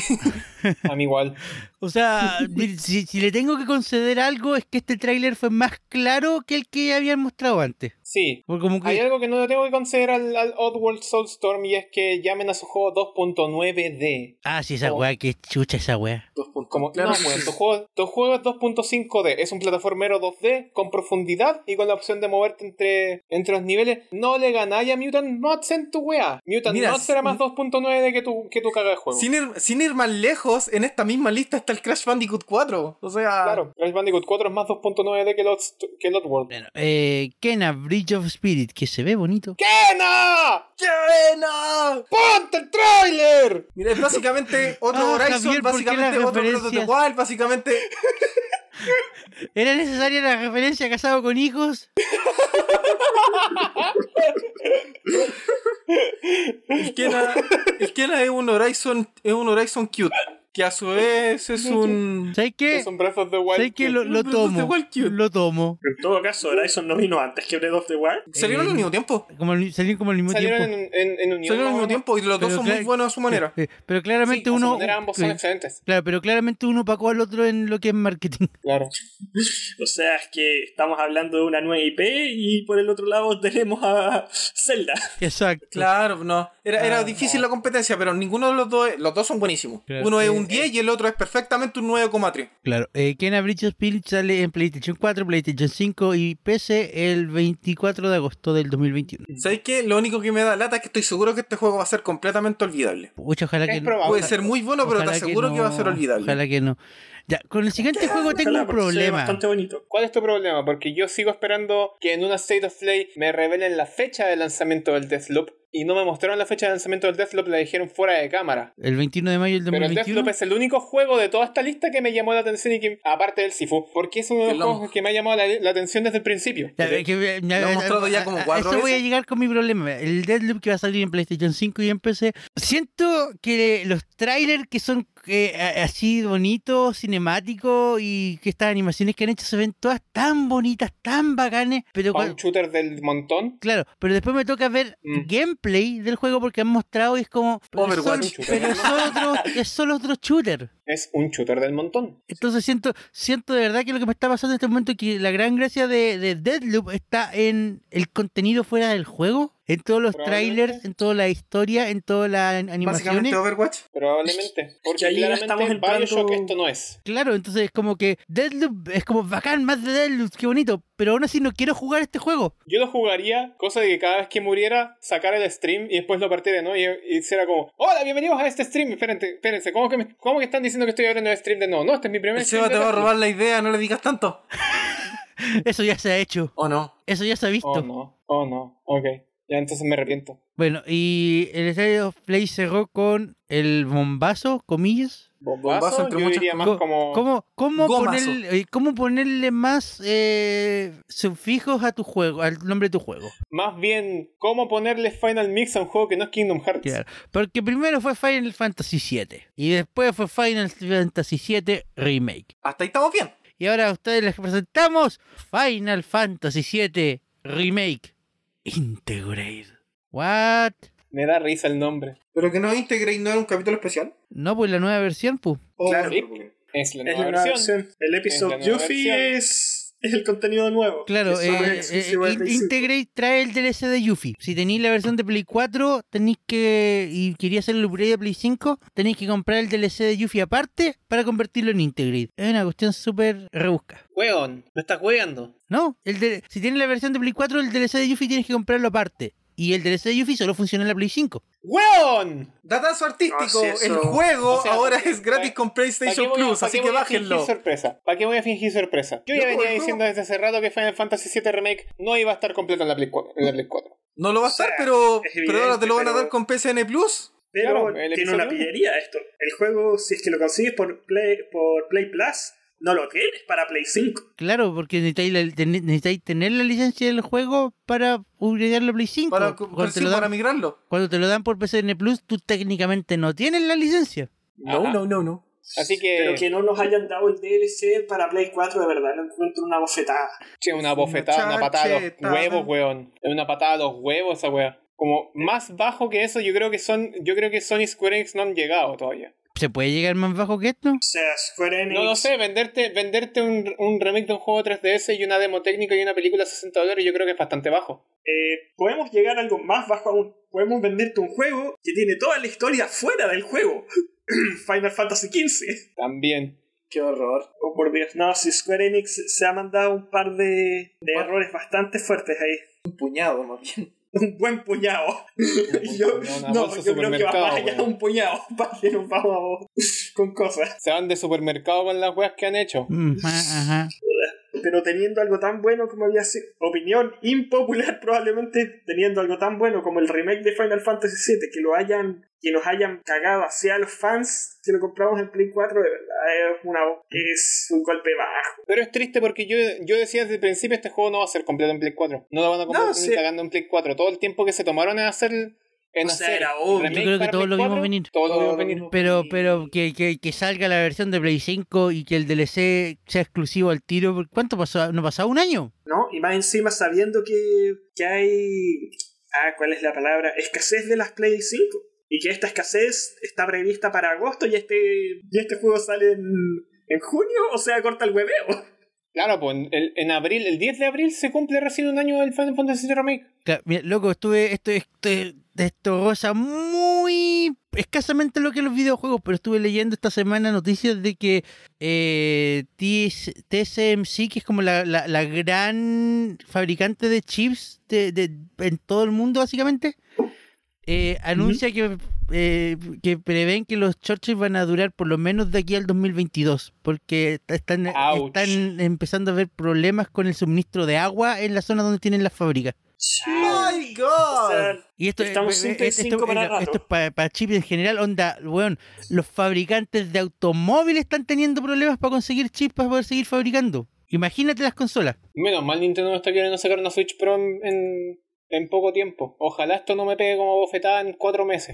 S4: A mí igual.
S1: O sea, mire, si, si le tengo que conceder algo es que este tráiler fue más claro que el que habían mostrado antes.
S4: Sí.
S1: Porque como
S4: Hay
S1: que...
S4: algo que no le tengo que conceder al, al Oddworld Soulstorm y es que llamen a su juego 2.9D.
S1: Ah, sí, esa
S4: Oh.
S1: weá, que chucha esa weá.
S2: (laughs) Dos puntos.
S4: Como,
S2: Claro.
S4: no, weón, tu juego, tu juego es 2.5D, es un plataformero 2D con profundidad y con la opción de moverte entre, entre los niveles. No le ganáis a Mutant Mods en tu wea. Mutant
S2: Mira,
S4: Mods era más
S2: mm.
S4: 2.9D que tu, que tu caga de juego.
S2: Sin ir, sin ir más lejos, en esta misma lista está el Crash Bandicoot 4. O sea,
S4: Claro, Crash Bandicoot 4 es más 2.9D que el, Odd- que el Oddworld.
S1: Bueno, eh, Kena, Bridge of Spirit, que se ve bonito.
S4: ¡Que no!
S2: ¡qué buena!
S4: ¡Ponte el trailer!
S1: (laughs)
S2: Mira, es básicamente otro
S1: Ah,
S2: Horizon,
S1: Javier, ¿por qué
S2: básicamente
S1: las
S2: otro Breath of the
S1: referencias?
S2: Wild, básicamente.
S1: ¿Era necesaria la referencia a casado con hijos?
S2: El
S1: (laughs)
S2: Kena, el Kena es un Horizon, es un Horizon cute. Que a su vez es un.
S1: ¿Sabes qué?
S4: Es un Breath of the Wild.
S1: ¿Sabes qué?
S4: que-
S1: Lo, lo
S2: Un Breath of the
S1: tomo.
S2: Wild cute.
S1: Lo tomo.
S3: En todo caso, Horizon no vino antes que Breath of the Wild.
S2: Salieron
S1: Eh,
S2: al mismo tiempo.
S1: Como al- salieron como al mismo
S4: Salieron
S1: tiempo.
S4: en, en, en unión.
S2: Salieron al mismo
S4: ¿no?
S2: tiempo y los dos
S1: Pero
S2: son
S1: claro-
S2: muy buenos a su manera.
S1: Eh, Pero
S4: Sí,
S1: claramente
S4: a su
S1: uno.
S4: manera ambos son
S1: eh,
S4: excelentes.
S1: Claro, pero claramente uno opacó al otro en lo que es marketing. (laughs)
S4: Claro.
S3: O sea, es que estamos hablando de una nueva IP y por el otro lado (laughs) tenemos a Zelda.
S1: Exacto.
S2: Claro, no. Era, era
S4: Ah,
S2: difícil
S4: no.
S2: la competencia, pero ninguno de los dos. Los dos son buenísimos.
S1: Claro.
S2: Uno es
S1: Eh,
S2: un 10 y el otro es perfectamente un 9,3.
S1: Claro. Eh, Kena Bridge of Spirit sale en PlayStation 4, PlayStation 5 y PC el 24 de agosto del 2021.
S2: ¿Sabéis qué? Lo único que me da lata es que estoy seguro que este juego va a ser completamente olvidable.
S1: Pucha, ojalá
S4: Es
S1: que no.
S4: probable.
S2: Puede
S4: Ojalá-
S2: ser muy bueno, pero te
S1: Ojalá
S2: aseguro que, va a ser
S1: no,
S2: olvidable.
S1: Ojalá que no. Ya, con el siguiente juego tengo
S3: Ojalá,
S1: un
S3: porque se ve
S1: problema.
S3: bastante bonito.
S4: ¿Cuál es tu problema? Porque yo sigo esperando que en una State of Play me revelen la fecha de lanzamiento del Deathloop y no me mostraron la fecha de lanzamiento del Deathloop, la dijeron fuera de cámara.
S1: El 21 de mayo del
S4: Pero el
S1: 2021.
S4: Deathloop es el único juego de toda esta lista que me llamó la atención y que, aparte del Sifu, porque es uno de
S2: Qué
S4: los
S2: longo.
S4: juegos que me ha llamado la, la atención desde el principio.
S1: Ya, es que, ya,
S2: Lo han
S1: ya,
S2: mostrado ya como
S1: a- a-
S2: cuatro
S1: Eso voy a
S2: veces.
S1: llegar con mi problema. El Deadloop que va a salir en PlayStation 5 y en PC. Siento que los trailers que son eh, a- así bonitos, cinemáticos y que estas animaciones que han hecho se ven todas tan bonitas, tan bacanes. Pero
S4: Pa'
S1: cuan-
S4: un shooter del montón.
S1: claro, pero después me toca ver
S4: Mm.
S1: gameplay del juego porque han mostrado y es como. pero son-
S2: Overwatch.
S1: pero es solo otro, es solo otro shooter.
S4: Es un shooter del montón.
S1: Entonces siento, siento de verdad que lo que me está pasando en este momento es que la gran gracia de, de Deadloop está en el contenido fuera del juego. En todos los
S4: Probablemente.
S1: trailers, en toda la historia, en todas las an- animaciones.
S2: Básicamente Overwatch.
S4: Probablemente. Porque
S3: ahí ya
S4: claramente
S3: estamos entrando-
S4: Bioshock esto no es.
S1: Claro, entonces es como que Deadloop es como bacán, más de Deadloop, qué bonito. Pero aún así no quiero jugar este juego.
S4: Yo lo jugaría, cosa de que cada vez que muriera, sacara el stream y después lo partiera, ¿no? Y, y hiciera como, hola, bienvenidos a este stream. Espérense, espérense, ¿cómo que, me- cómo que están diciendo que estoy abriendo el stream de no? No, este es mi primer
S2: El
S4: stream.
S2: Seba
S4: de
S2: te va a
S4: Destiny".
S2: robar la idea, no le digas tanto.
S1: Eso ya se ha hecho,
S2: ¿O no?
S1: eso ya se ha visto.
S4: Oh, no. Oh, no. Ok. Ya entonces me arrepiento.
S1: Bueno, y el State of Play cerró con el bombazo, comillas.
S4: Bombazo,
S2: entre
S4: yo
S2: muchas
S4: diría más
S1: Co-
S4: como...
S1: ¿Cómo, cómo,
S2: Gomazo.
S1: ponerle, eh, cómo ponerle más eh, sufijos a tu juego, al nombre de tu juego?
S4: Más bien, ¿cómo ponerle Final Mix a un juego que no es Kingdom Hearts?
S1: Claro, Porque primero fue Final Fantasy VII y después fue Final Fantasy VII Remake.
S2: Hasta ahí estamos bien.
S1: Y ahora a ustedes les presentamos Final Fantasy VII Remake Integrate. What?
S4: Me da risa el nombre.
S2: Pero que no integre y no era un capítulo especial.
S1: No, pues la nueva versión, pues.
S2: claro.
S4: sí. Es la
S3: Es
S4: nueva
S3: la nueva
S4: versión.
S3: versión. El episodio
S4: Es la nueva
S3: Yuffie
S4: versión.
S3: es, es el contenido nuevo.
S1: Claro,
S3: Que solo
S1: eh,
S3: es exclusivo
S1: eh,
S3: de
S1: in-
S3: Play cinco.
S1: Integrate trae el DLC de Yuffie. Si tenéis la versión de Play 4 tenéis que y quería hacer el upgrade de Play 5, tenéis que comprar el DLC de Yuffie aparte para convertirlo en Integrate. Es una cuestión súper rebusca.
S6: Weón, me estás weando.
S1: No, el de- si tienes la versión de Play 4, el DLC de Yuffie tienes que comprarlo aparte. Y el DLC de Yuffie solo funciona en la Play 5.
S4: ¡Weón!
S2: Datazo artístico,
S3: No, sí, eso-
S2: el juego
S4: O sea,
S2: ahora
S4: ¿para-
S2: es gratis con
S4: ¿Para qué
S2: PlayStation
S4: voy a-
S2: Plus,
S4: para qué
S2: así que
S4: voy a fingir
S2: bájenlo.
S4: sorpresa? ¿Para qué voy a fingir sorpresa? Yo ya
S2: No,
S4: venía
S2: el
S4: diciendo desde hace rato que Final Fantasy VII Remake no iba a estar completo en la Play 4. En la Play 4.
S2: No lo va a
S3: O sea,
S2: estar, pero,
S3: es
S2: pero ahora te lo van a
S3: evidente,
S2: dar con PSN Plus.
S3: Pero
S4: Claro, el
S3: tiene
S4: episodio
S3: una
S4: uno.
S3: pillería esto. El juego, si es que lo consigues por Play, por Play Plus, no lo tienes para Play 5.
S1: Claro, porque necesitáis, la- ten- necesitáis tener la licencia del juego para upgradear la Play 5.
S2: Para,
S1: cuando, te
S2: sí,
S1: lo
S2: para
S1: dan,
S2: migrarlo.
S1: cuando te lo dan por PCN Plus, tú técnicamente no tienes la licencia.
S2: No,
S4: Ajá.
S2: no, no, no.
S4: Así
S3: Pero
S4: que,
S3: que no nos hayan dado el DLC para Play 4, de verdad, no encuentro una bofetada.
S4: che, una bofetada, una patada a los
S2: Muchachetada.
S4: huevos, weón. Una patada a los huevos esa weá. Como más bajo que eso, yo creo que son, yo creo que Sony y Square Enix no han llegado todavía.
S1: ¿Se puede llegar más bajo que esto?
S3: O sea, Square Enix.
S4: No lo sé, venderte, venderte un, un remake de un juego 3DS y una demo técnica y una película a 60 dólares, yo creo que es bastante bajo.
S3: eh, podemos llegar a algo más bajo aún. Podemos venderte un juego que tiene toda la historia fuera del juego. (clears throat) Final Fantasy XV.
S4: También.
S2: Qué horror.
S3: Oh, por Dios. No, si Square Enix se ha mandado un par de, de errores bastante fuertes ahí.
S2: Un puñado, más bien.
S3: Un buen puñado.
S4: buen
S3: yo
S4: puñado, una
S3: no,
S4: bolsa de
S3: yo creo que va
S4: supermercado,
S3: más allá de
S4: weón.
S3: un puñado. (laughs) Para que nos vamos a- con cosas.
S4: Se van de supermercado con las weas que han hecho.
S1: Mm, ah, ajá.
S3: Pero teniendo algo tan bueno como había sido. Opinión impopular, probablemente. Teniendo algo tan bueno como el remake de Final Fantasy VII, que lo hayan. Que nos hayan cagado hacia los fans que lo compramos en Play 4, de verdad, es, una, es un golpe bajo.
S4: Pero es triste porque yo, yo decía desde el principio este juego no va a ser completo en Play 4. No lo van a comprar
S2: No,
S4: ni
S2: sí.
S4: cagando en Play 4. Todo el tiempo que se tomaron en hacer en
S3: O sea,
S4: hacer
S3: era obvio.
S4: remake
S1: Yo creo que
S4: para
S1: todos
S4: Play
S1: lo vimos
S4: 4,
S1: venir.
S4: Todos lo vimos
S2: Todos lo
S4: venir.
S2: vimos.
S1: Pero, pero que, que- que salga la versión de Play 5 y que el DLC sea exclusivo al tiro. ¿Cuánto pasó? ¿No pasó un año?
S3: ¿no? Y más encima sabiendo que, que hay, ah, ¿cuál es la palabra? Escasez de las Play 5. Y que esta escasez está prevista para agosto y este, y este juego sale en, en junio, o sea, corta el hueveo.
S4: Claro, pues en, el- en abril, el 10 de abril se cumple recién un año del Final Fantasy VII Remake.
S1: Ca- mira, loco, estuve. Esto, esto, esto rosa muy escasamente lo que los videojuegos, pero estuve leyendo esta semana noticias de que eh, TS TSMC, que es como la, la- la gran fabricante de chips de, de- en todo el mundo, básicamente, eh, anuncia que, eh, que prevén que los chorches van a durar por lo menos de aquí al 2022, porque est- están,
S4: Ouch.
S1: están empezando a ver problemas con el suministro de agua en la zona donde tienen las fábricas.
S2: ¡My
S3: O
S2: God!
S3: sea,
S1: Y esto,
S3: Estamos
S1: eh, eh,
S3: cinco y
S1: esto-
S3: cinco para
S1: eh,
S3: rato.
S1: esto es para, para chips en general, onda, weón, los fabricantes de automóviles están teniendo problemas para conseguir chips para poder seguir fabricando. Imagínate las consolas.
S4: Menos mal Nintendo no está queriendo sacar una Switch Pro en, en, en poco tiempo. Ojalá esto no me pegue como bofetada en cuatro meses.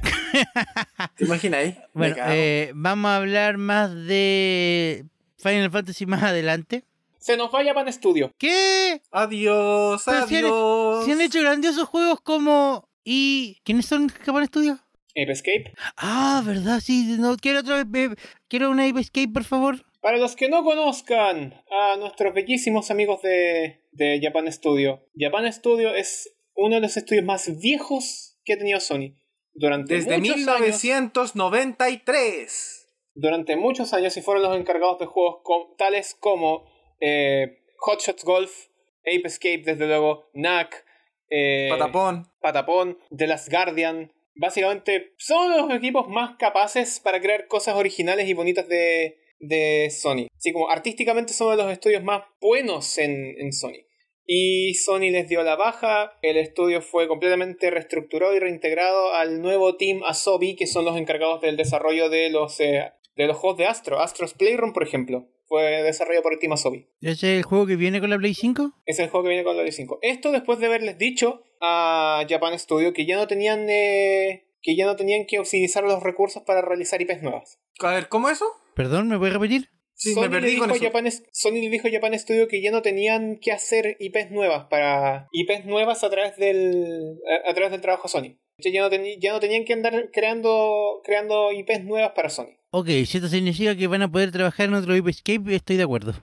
S2: ¿Te imaginas ahí? Me
S1: Bueno,
S2: cago.
S1: eh, vamos a hablar más de Final Fantasy más adelante.
S4: se nos va Japan Studio.
S1: ¿Qué?
S2: Adiós,
S1: pero si han-
S2: adiós.
S1: Se han hecho grandiosos juegos como... ¿Y quiénes son Japan Studios? Ah,
S4: Ape Escape. uno de los estudios más viejos que ha tenido Sony. Durante
S2: Desde
S4: muchos años-
S2: 1993.
S4: durante muchos años y fueron los encargados de juegos co- tales como eh, Hot Shots Golf, Ape Escape, desde luego, Knack, eh,
S2: Patapón.
S4: Patapón, The Last Guardian. Básicamente son los equipos más capaces para crear cosas originales y bonitas de, de Sony. Así como artísticamente son uno de los estudios más buenos en, en Sony. Y Sony les dio la baja, el estudio fue completamente reestructurado y reintegrado al nuevo team Asobi, que son los encargados del desarrollo de los, eh, de los juegos de Astro. Astro's Playroom, por ejemplo, fue desarrollado por el team Asobi.
S1: ¿Ese es el juego que viene con la Play 5?
S4: Es el juego que viene con la d 5. Esto después de haberles dicho a Japan Studio que ya no tenían eh, que ya no tenían que optimizar los recursos para realizar IPs nuevas.
S2: A ver, ¿cómo eso?
S1: Perdón, ¿me puedes repetir?
S2: Sí,
S4: Sony
S2: me
S4: le
S2: perdí
S4: dijo
S2: con
S4: a
S2: eso.
S4: Japan- Sony le dijo a Japan Studio que ya no tenían que hacer IPs nuevas para IPs nuevas a través del a, a través del trabajo Sony. Ya ya no, teni- ya no tenían que andar creando creando IPs nuevas para Sony.
S1: Ok, si esto significa que van a poder trabajar en otro Ape Escape, estoy de acuerdo.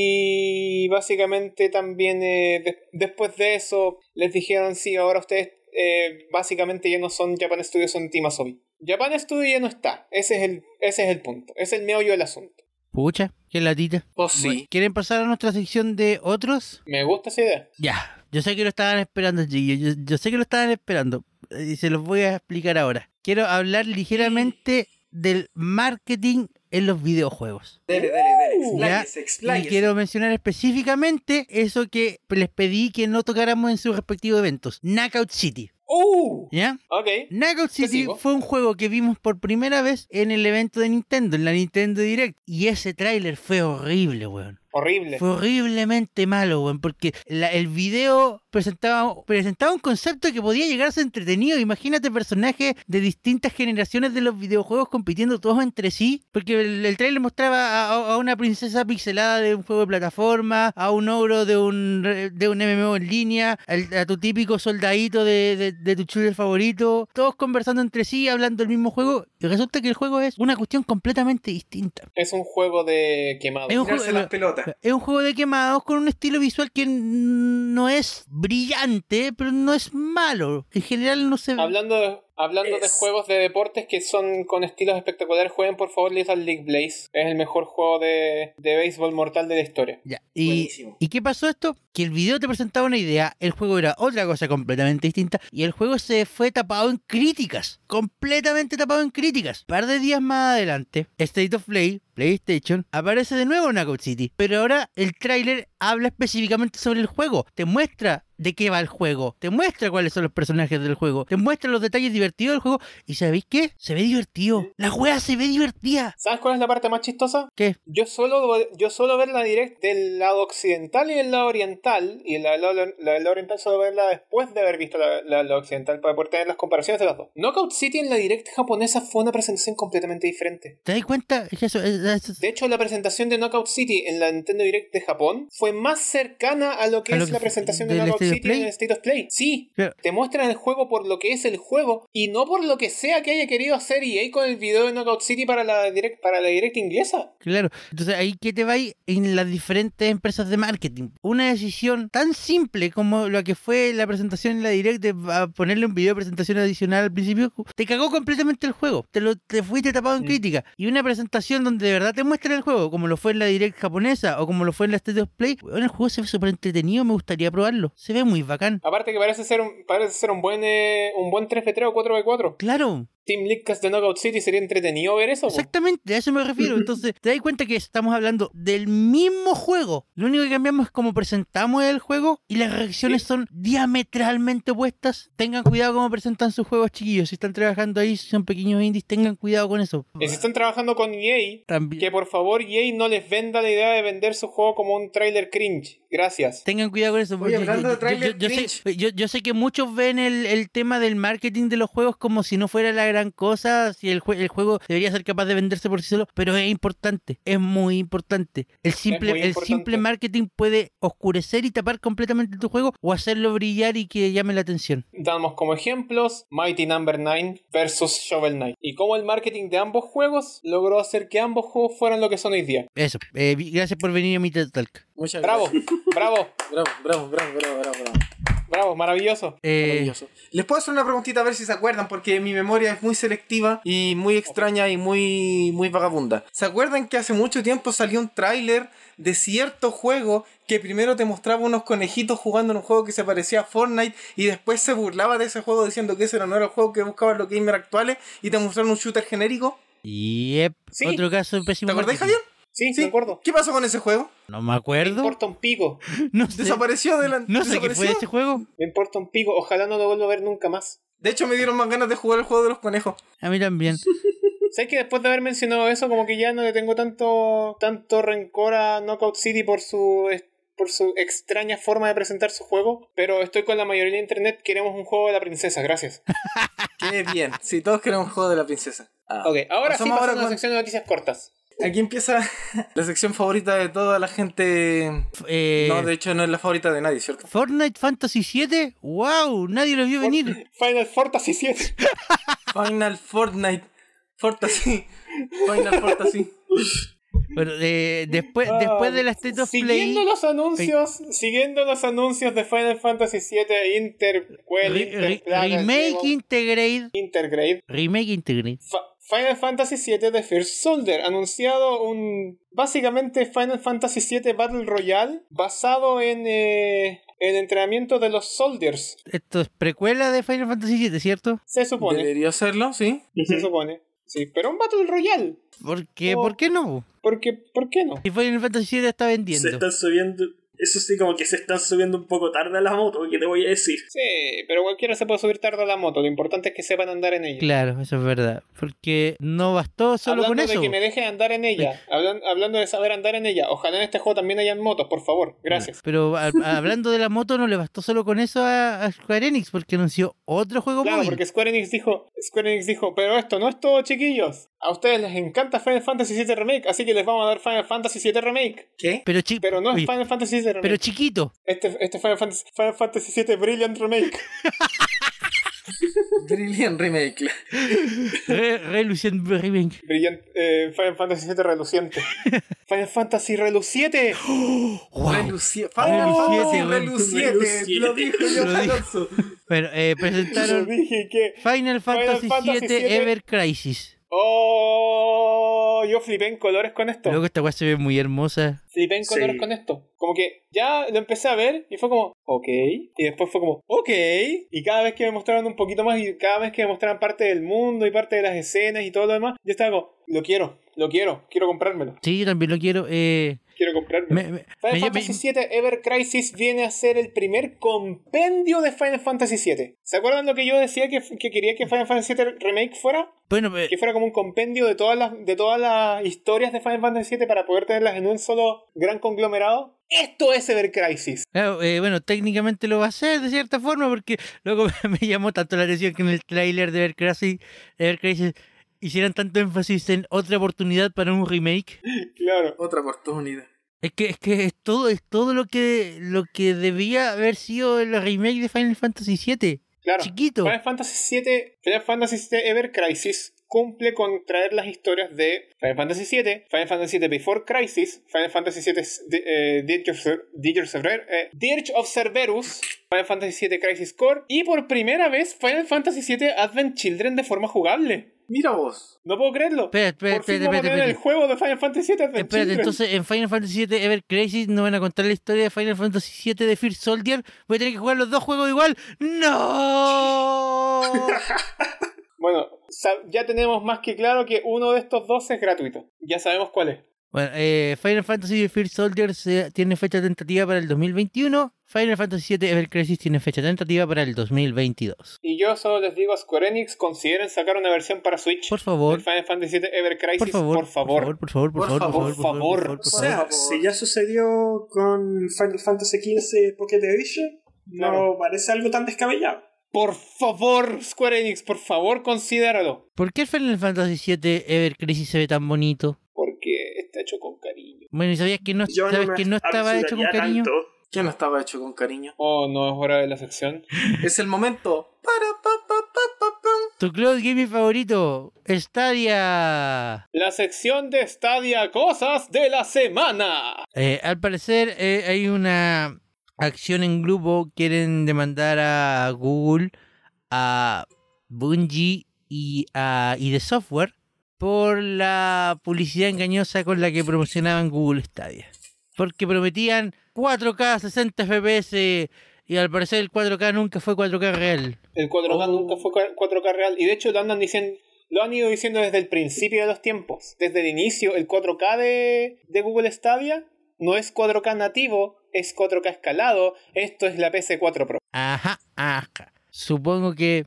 S4: Y básicamente también eh, de- después de eso les dijeron, sí, ahora ustedes eh, básicamente ya no son Japan Studio, son Team Asobi. Japan Studio ya no está, ese es el, ese es el punto, es el meollo del asunto.
S1: Pucha, qué latita.
S2: Oh, sí.
S1: Bueno, ¿Quieren pasar a nuestra sección de otros?
S4: Me gusta esa idea.
S1: Ya, yo sé que lo estaban esperando, chiquillos. Yo, yo sé que lo estaban esperando. eh, Y se los voy a explicar ahora. Quiero hablar ligeramente del marketing en los videojuegos.
S2: Dele, dele, dele.
S4: Uh.
S1: expláyese, Y quiero mencionar específicamente eso que les pedí que no tocáramos en sus respectivos eventos. Knockout City.
S4: ¡Uh!
S1: ¿Ya?
S4: Ok.
S1: Knockout
S4: Te
S1: City
S4: sigo.
S1: fue un juego que vimos por primera vez en el evento de Nintendo, en la Nintendo Direct. Y ese tráiler fue horrible, weón.
S4: Horrible.
S1: Fue horriblemente malo, weón, porque la- el video presentaba, presentaba un concepto que podía llegar a ser entretenido. Imagínate personajes de distintas generaciones de los videojuegos compitiendo todos entre sí, porque el, el trailer mostraba a, a- a una princesa pixelada de un juego de plataforma, a un ogro de un, re- de un MMO en línea, al- a tu típico soldadito de, de- de tu shooter favorito, todos conversando entre sí, hablando del mismo juego, y resulta que el juego es una cuestión completamente distinta.
S4: Es un juego de quemado.
S1: Es un
S2: Tirarse
S1: juego-
S2: las pelotas.
S1: Es un juego de quemados con un estilo visual que no es brillante, pero no es malo. En general no se ve.
S4: Hablando, de, hablando de
S3: Es-
S4: juegos de deportes que son con estilos espectaculares, jueguen por favor Little League Blaze. Es el mejor juego de, de béisbol mortal de la historia.
S1: Ya, Y,
S5: Buenísimo.
S1: ¿Y qué pasó esto? Que el video te presentaba una idea, el juego era otra cosa completamente distinta y el juego se fue tapado en críticas, completamente tapado en críticas. Un par de días más adelante, State of Play, PlayStation, aparece de nuevo Knockout City, pero ahora el tráiler habla específicamente sobre el juego, te muestra de qué va el juego, te muestra cuáles son los personajes del juego, te muestra los detalles divertidos del juego y ¿sabéis qué? Se ve divertido, la juega se ve divertida.
S4: ¿Sabes cuál es la parte más chistosa?
S1: ¿Qué?
S4: Yo solo, yo solo ver la direct del lado occidental y del lado oriental, y la, la, la- la del lado oriental solo verla después de haber visto la, la, la occidental para poder tener las comparaciones de las dos. Knockout City en la direct japonesa fue una presentación completamente diferente.
S1: ¿Te das cuenta? Eso, eso-
S4: De hecho, la presentación de Knockout City en la Nintendo Direct de Japón fue más cercana a lo que
S1: ¿A
S4: es
S1: lo que
S4: la
S1: fue-
S4: presentación de
S1: del
S4: Knockout
S1: State of
S4: City
S1: Play?
S4: en el State of Play. Sí,
S1: Claro.
S4: te muestran el juego por lo que es el juego y no por lo que sea que haya querido hacer EA con el video de Knockout City para la direct, para la direct inglesa.
S1: Claro, entonces ahí que te vais en las diferentes empresas de marketing. Una decisión tan simple como la que fue la presentación en la direct de a ponerle un video de presentación adicional al principio, te cagó completamente el juego. Te lo te fuiste tapado en
S4: Mm.
S1: crítica. Y una presentación donde de verdad te muestran el juego, como lo fue en la direct japonesa o como lo fue en la State of Play, bueno, el juego se ve súper entretenido, me gustaría probarlo. Se ve muy bacán.
S4: Aparte que parece ser un, parece ser un buen eh, un buen 3v3 o 4v4.
S1: Claro,
S4: Team Leadcast de Knockout City sería entretenido ver eso. po.
S1: Exactamente, a eso me
S4: (laughs)
S1: refiero. Entonces, te das cuenta que estamos hablando del mismo juego. Lo único que cambiamos es cómo presentamos el juego y las reacciones son diametralmente opuestas. Tengan cuidado cómo presentan sus juegos, chiquillos. Si están trabajando ahí, si son pequeños indies, tengan cuidado con eso.
S4: Y si están trabajando con EA,
S1: También.
S4: que por favor EA no les venda la idea de vender su juego como un trailer cringe. Gracias.
S1: Tengan cuidado con eso. porque
S2: hablando
S1: yo-
S2: de
S1: yo-
S2: tráiler
S1: yo, yo sé, pues,
S2: cringe.
S1: yo- yo sé que muchos ven el, el tema del marketing de los juegos como si no fuera la gran cosa, si el, jue- el juego debería ser capaz de venderse por sí solo, pero es importante, es muy importante. El simple,
S4: muy
S1: el
S4: importante.
S1: simple marketing puede oscurecer y tapar completamente tu juego o hacerlo brillar y que llame la atención.
S4: Damos como ejemplos Mighty Number 9 versus Shovel Knight. Y cómo el marketing de ambos juegos logró hacer que ambos juegos fueran lo que son hoy día.
S1: Eso, eh, vi- gracias por venir a mi TED Talk.
S2: Muchas (laughs)
S4: Bravo, bravo.
S2: gracias. Bravo, bravo, bravo, bravo, bravo, bravo.
S4: Bravo, maravilloso.
S1: Eh,
S2: Maravilloso. Les puedo hacer una preguntita a ver si se acuerdan, porque mi memoria es muy selectiva y muy extraña y muy, muy vagabunda. ¿Se acuerdan que hace mucho tiempo salió un tráiler de cierto juego que primero te mostraba unos conejitos jugando en un juego que se parecía a Fortnite y después se burlaba de ese juego diciendo que ese no era el juego que buscaban los gamers actuales y te mostraron un shooter genérico?
S1: yep.
S4: Sí.
S1: Otro caso de pésimo.
S2: ¿Te acordás,
S1: marketing.
S2: Javier?
S4: Sí,
S2: Sí.
S4: me acuerdo.
S2: ¿Qué pasó con ese juego?
S1: No me
S4: Me
S1: acuerdo.
S4: importa un pico.
S1: (laughs) No sé,
S2: Desapareció de la...
S1: no sé qué fue este de
S2: desapareció.
S1: ese juego.
S4: Me importa un pico. Ojalá no lo vuelva a ver nunca más.
S2: De hecho, me dieron más ganas de jugar el juego de los conejos.
S1: A mí
S2: (laughs)
S1: también.
S4: Sé que después de haber mencionado eso, como que ya no le tengo tanto, tanto rencor a Knockout City por su, por su extraña forma de presentar su juego. Pero estoy con la mayoría de internet. Queremos un juego de la
S1: (laughs)
S4: princesa, gracias.
S2: Qué
S1: Ah.
S2: bien. Si todos queremos un juego de la princesa. Ah.
S4: Ok, ahora sí
S2: Pasamos
S4: pasamos
S2: ahora
S4: a la
S2: con-
S4: sección de noticias cortas.
S2: Aquí empieza (laughs) la sección favorita de toda la gente.
S1: Eh,
S2: No, de hecho no es la favorita de nadie, ¿cierto?
S1: Fortnite Fantasy 7. ¡Wow! Nadie lo vio venir.
S4: Final Fantasy 7.
S2: Final Fortnite. Fantasy.
S1: (laughs)
S2: Final Fantasy.
S1: Pero eh, después, después de las (laughs) State of Play.
S4: Siguiendo los anuncios, siguiendo los anuncios de Final Fantasy VII Interquel,
S1: re- re-
S4: Interplanet,
S1: remake
S4: Demo,
S1: Integrate.
S4: Intergrade,
S1: Remake Integrate.
S4: Fa- Final Fantasy VII de First Soldier, anunciado un básicamente Final Fantasy VII Battle Royale basado en eh, el entrenamiento de los soldiers,
S1: Esto es precuela de Final Fantasy 7, ¿cierto?
S4: se supone,
S2: Debería serlo, sí.
S4: se supone, sí, pero un Battle Royale,
S1: Porque,
S4: Oh.
S1: ¿Por qué no?
S4: porque ¿por qué no?
S1: Si Final Fantasy 7 está
S3: Se
S1: vendiendo.
S3: están subiendo. Eso sí, como que se están subiendo un poco tarde a la moto, ¿qué te voy a decir?
S4: Sí, pero cualquiera se puede subir tarde a la moto, lo importante es que sepan andar en ella.
S1: Claro, eso es verdad. Porque no bastó solo
S4: hablando
S1: con
S4: de
S1: eso.
S4: que me dejen andar en ella. Hablan- hablando de saber andar en ella. Ojalá en este juego también hayan motos, por favor. Gracias.
S1: Pero
S4: (laughs)
S1: a- a- hablando de la moto, no le bastó solo con eso a, a Square Enix, porque anunció otro juego
S4: Claro,
S1: móvil.
S4: porque Square Enix dijo, Square Enix dijo, pero esto no es todo, chiquillos. A ustedes les encanta Final Fantasy VII Remake, así que les vamos a dar Final Fantasy VII Remake.
S2: ¿Qué?
S1: Pero, chi-
S4: Pero no es
S1: oye,
S4: Final Fantasy VII
S1: pero
S4: Remake.
S1: chiquito.
S4: este, este Final Fantasy, Final Fantasy VII Brilliant Remake.
S2: Brilliant Remake.
S1: Re, re Lucien Remake.
S4: Brilliant, eh, Final Fantasy VII Reluciente. Final Fantasy Reluciente.
S1: Wow.
S2: Reluciente.
S1: Reluciente,
S2: Fantasy
S1: weón.
S2: Reluciente. Lo dijo yo,
S1: Lo dijo.
S2: Alonso.
S1: Bueno,
S4: (laughs)
S1: eh,
S4: Yo
S1: presentaron
S4: dije que...
S1: Final Fantasy
S4: Fantasy
S1: VII
S4: VII.
S1: Ever Crisis.
S4: Oh, yo flipé en colores con esto.
S1: Luego esta weá se ve muy hermosa.
S4: flipé en colores
S3: Sí.
S4: con esto. Como que ya lo empecé a ver y fue como, ok. Y después fue como, ok. Y cada vez que me mostraron un poquito más y cada vez que me mostraban parte del mundo y parte de las escenas y todo lo demás, yo estaba como, lo quiero, lo quiero, quiero comprármelo,
S1: Sí, yo también lo quiero. Eh,
S4: quiero comprármelo.
S1: me- me-
S4: Final
S1: me-
S4: Fantasy VII Ever Crisis viene a ser el primer compendio de Final Fantasy VII. ¿Se acuerdan lo que yo decía que, que quería que Final Fantasy VII Remake fuera?
S1: bueno, eh,
S4: (laughs) que fuera como un compendio de todas las de todas las historias de Final Fantasy VII para poder tenerlas en un solo gran conglomerado. Esto es Ever Crisis.
S1: Claro, eh, bueno, técnicamente lo va a hacer de cierta forma porque luego (laughs) me llamó tanto la atención que en el tráiler de Ever Crisis, Ever Crisis hicieran tanto énfasis en otra oportunidad para un remake.
S4: Claro.
S2: Otra oportunidad.
S1: Es que es que es todo es todo lo que lo que debía haber sido el remake de Final Fantasy VII.
S4: Claro.
S1: Chiquito.
S4: Final Fantasy VII, Final Fantasy VII Ever Crisis cumple con traer las historias de Final Fantasy VII, Final Fantasy VII Before Crisis, Final Fantasy VII de- eh, Dirge of Cer- Dirge of Cerber- eh, Dirge of Cerberus, Final Fantasy VII Crisis Core y por primera vez Final Fantasy VII Advent Children de forma jugable.
S2: Mira vos.
S4: No puedo creerlo.
S1: Espera, espera,
S4: Por fin
S1: espera,
S4: vamos
S1: espera,
S4: a tener
S1: espera.
S4: el juego de Final Fantasy VII Advent
S1: Espérate,
S4: Children.
S1: entonces en Final Fantasy VII Ever Crisis no van a contar la historia de Final Fantasy VII de Fear Soldier. Voy a tener que jugar los dos juegos igual. ¡No!
S4: Bueno, sa- ya tenemos más que claro que uno de estos dos es gratuito. Ya sabemos cuál es.
S1: Bueno, eh, Final Fantasy First Soldier se- tiene fecha tentativa para el 2021. Final Fantasy VII Ever Crisis tiene fecha tentativa para el 2022.
S4: Y yo solo les digo a Square Enix, consideren sacar una versión para Switch.
S1: Por favor,
S4: del Final Fantasy VII Ever Crisis,
S1: por favor,
S4: por favor.
S1: por favor, por
S2: Por
S1: favor, por favor, por
S4: favor,
S1: favor, por
S4: por
S1: favor, por
S3: O
S1: favor.
S3: sea, si ya sucedió con Final Fantasy XV Pocket Edition,
S4: Claro.
S3: no parece algo tan descabellado.
S4: Por favor, Square Enix, por favor, considéralo.
S1: ¿Por qué Final Fantasy VII Ever Crisis se ve tan bonito?
S4: Porque está hecho con cariño.
S1: Bueno, ¿y sabías que no,
S3: Yo
S1: sabes
S3: no me
S1: que no estaba hecho con
S3: apresuraría
S1: cariño?
S3: tanto.
S2: ¿Qué no estaba hecho con cariño?
S4: Oh, no es hora de la sección.
S2: Es el momento. Para, pa, pa, pa, pa, pa.
S1: Tu cloud gaming favorito, Stadia.
S4: La sección de Stadia Cosas de la Semana.
S1: Eh, al parecer eh, hay una acción en grupo quieren demandar a Google, a Bungie y a y de Software por la publicidad engañosa con la que promocionaban Google Stadia. Porque prometían 4K 60 FPS y al parecer el 4K nunca fue 4K real.
S4: El 4K nunca
S1: Oh.
S4: fue 4K real. Y de hecho lo andan diciendo. Lo han ido diciendo desde el principio de los tiempos. Desde el inicio, el 4K de, de Google Stadia no es 4K nativo, es 4K escalado. Esto es la PC4 Pro.
S1: Ajá, ajá. Supongo que...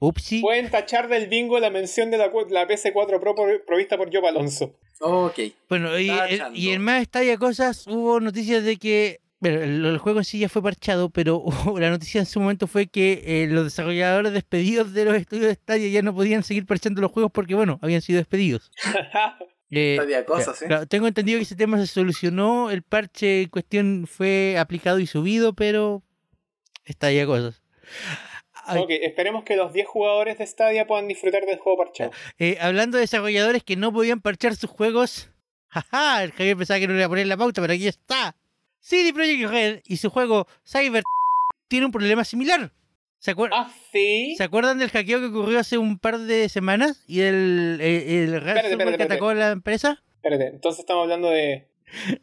S1: Upsi.
S4: Pueden tachar del bingo la mención de la, cu- la PC4 Pro por- provista por
S1: (laughs)
S4: Job Alonso.
S2: Ok.
S1: Bueno, y,
S2: Está
S1: el-
S2: echando.
S1: y en más estalla cosas, hubo noticias de que. Bueno, el, el juego en sí ya fue parchado, pero (laughs) hubo- la noticia en su momento fue que eh, los desarrolladores despedidos de los estudios de Stadia ya no podían seguir parchando los juegos porque, bueno, habían sido despedidos. Eh,
S2: Stadia cosas,
S1: claro,
S2: ¿eh?
S1: claro, tengo entendido que ese tema se solucionó, el parche en cuestión fue aplicado y subido, pero Stadia cosas. Ay,
S4: Ok, esperemos que los 10 jugadores de Stadia puedan disfrutar del juego parchado.
S1: eh, hablando de desarrolladores que no podían parchar sus juegos. (laughs) Jaja, el Javier pensaba que no le iba a poner la pauta, pero aquí está. CD Projekt Red y su juego Cyber (laughs) tiene un problema similar. ¿Se, acuer-
S4: Ah, sí.
S1: ¿Se acuerdan del hackeo que ocurrió hace un par de semanas? Y del eh, el ransomware
S4: espérate,
S1: que atacó a la empresa.
S4: Espérate, entonces estamos hablando de.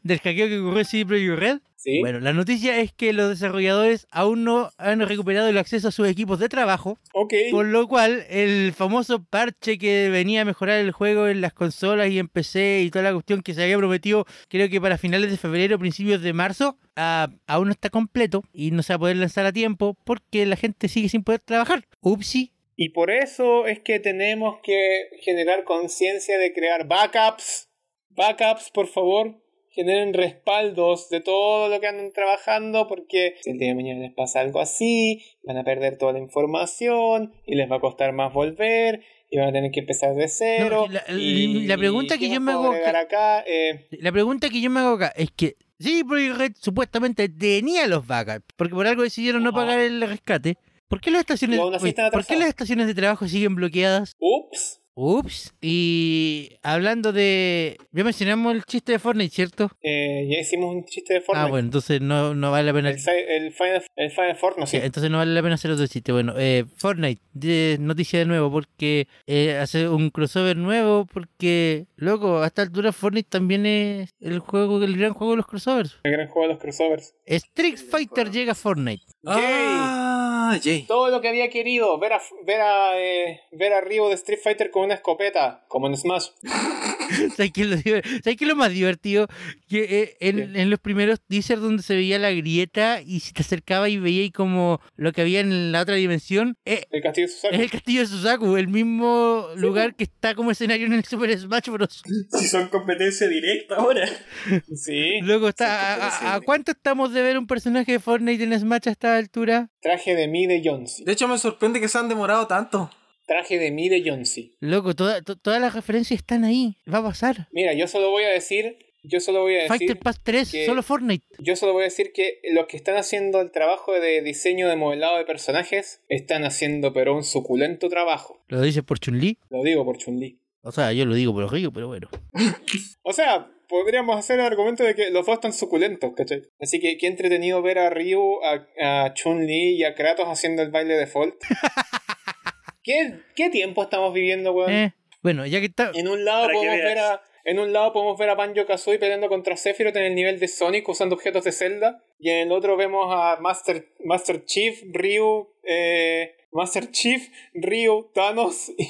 S1: Del hackeo que ocurrió en CD Projekt Red.
S4: Sí.
S1: Bueno, la noticia es que los desarrolladores aún no han recuperado el acceso a sus equipos de trabajo.
S4: ok.
S1: Por lo cual, el famoso parche que venía a mejorar el juego en las consolas y en PC y toda la cuestión que se había prometido, creo que para finales de febrero, principios de marzo, ah, aún no está completo y no se va a poder lanzar a tiempo porque la gente sigue sin poder trabajar. Upsi.
S4: Y por eso es que tenemos que generar conciencia de crear backups. Backups, por favor, generen respaldos de todo lo que andan trabajando, porque si el día de mañana les pasa algo así, van a perder toda la información y les va a costar más volver y van a tener que empezar de cero.
S1: No, la-
S4: y-
S1: la pregunta que
S4: ¿qué
S1: yo
S4: más
S1: me
S4: puedo
S1: hago
S4: agregar acá, Eh,
S1: La pregunta que yo me hago acá es que sí, Project Red supuestamente tenía los backups, porque por algo decidieron no
S4: Ajá.
S1: pagar el rescate. ¿Por qué las estaciones,
S4: Y aún así
S1: oye,
S4: están
S1: ¿por qué
S4: atrasados.
S1: las estaciones de trabajo siguen bloqueadas?
S4: ups.
S1: Ups. Y hablando de. Ya mencionamos el chiste de Fortnite, ¿cierto?
S4: eh, ya hicimos un chiste de Fortnite.
S1: Ah, bueno, entonces no, no vale la pena.
S4: El, si- el Final, el Final Fortnite, sí.
S1: Entonces no vale la pena hacer otro chiste. Bueno, eh, Fortnite, de noticia de nuevo, porque eh, hace un crossover nuevo, porque, loco, a esta altura Fortnite también es el juego, el gran juego de los crossovers.
S4: El gran juego de los crossovers.
S1: Street Fighter llega a Fortnite.
S2: Ah, Jay.
S4: Todo lo que había querido, ver a, ver a, eh, ver a Ryu de Street Fighter con una escopeta, como en Smash.
S1: ¿Sabes qué es lo, diver- ¿sabes qué es lo más divertido? Que eh, en, en los primeros teasers donde se veía la grieta y si te acercaba y veía y como lo que había en la otra dimensión, eh,
S4: El castillo de Suzaku.
S1: es el castillo de Suzaku, el mismo lugar que está como escenario en el Super Smash Bros. (laughs)
S3: Si son competencia directa ahora.
S4: Sí.
S1: Luego está,
S2: sí,
S1: a-
S2: sí.
S1: a, a cuánto estamos de ver un personaje de Fortnite en Smash a esta altura?
S4: Traje de mí de Jonesy.
S2: De hecho, me sorprende que se han demorado tanto.
S4: Traje de mí de Jonesy.
S1: Loco, toda- to- todas las referencias están ahí, va a pasar.
S4: Mira, yo solo voy a decir, yo solo voy a decir,
S1: Fighter Pass 3,
S4: que-
S1: solo Fortnite.
S4: yo solo voy a decir que los que están haciendo el trabajo de diseño de modelado de personajes están haciendo pero un suculento trabajo.
S1: Lo dice por Chun-Li.
S4: Lo digo por Chun-Li.
S1: O sea, yo lo digo por los ríos, pero bueno.
S4: O sea, podríamos hacer el argumento de que los dos están suculentos, ¿cachai? Así que qué entretenido ver a Ryu, a, a Chun-Li y a Kratos haciendo el baile de Fault. ¿Qué, ¿Qué tiempo estamos viviendo, weón?
S1: Eh, bueno, ya que está...
S4: En un lado
S3: Para que
S4: podemos
S3: veas.
S4: ver a. En un lado podemos ver a Banjo Kazooie peleando contra Sephiroth en el nivel de Sonic usando objetos de Zelda. Y en el otro vemos a Master, Master Chief, Ryu, eh, Master Chief, Ryu, Thanos (laughs) y,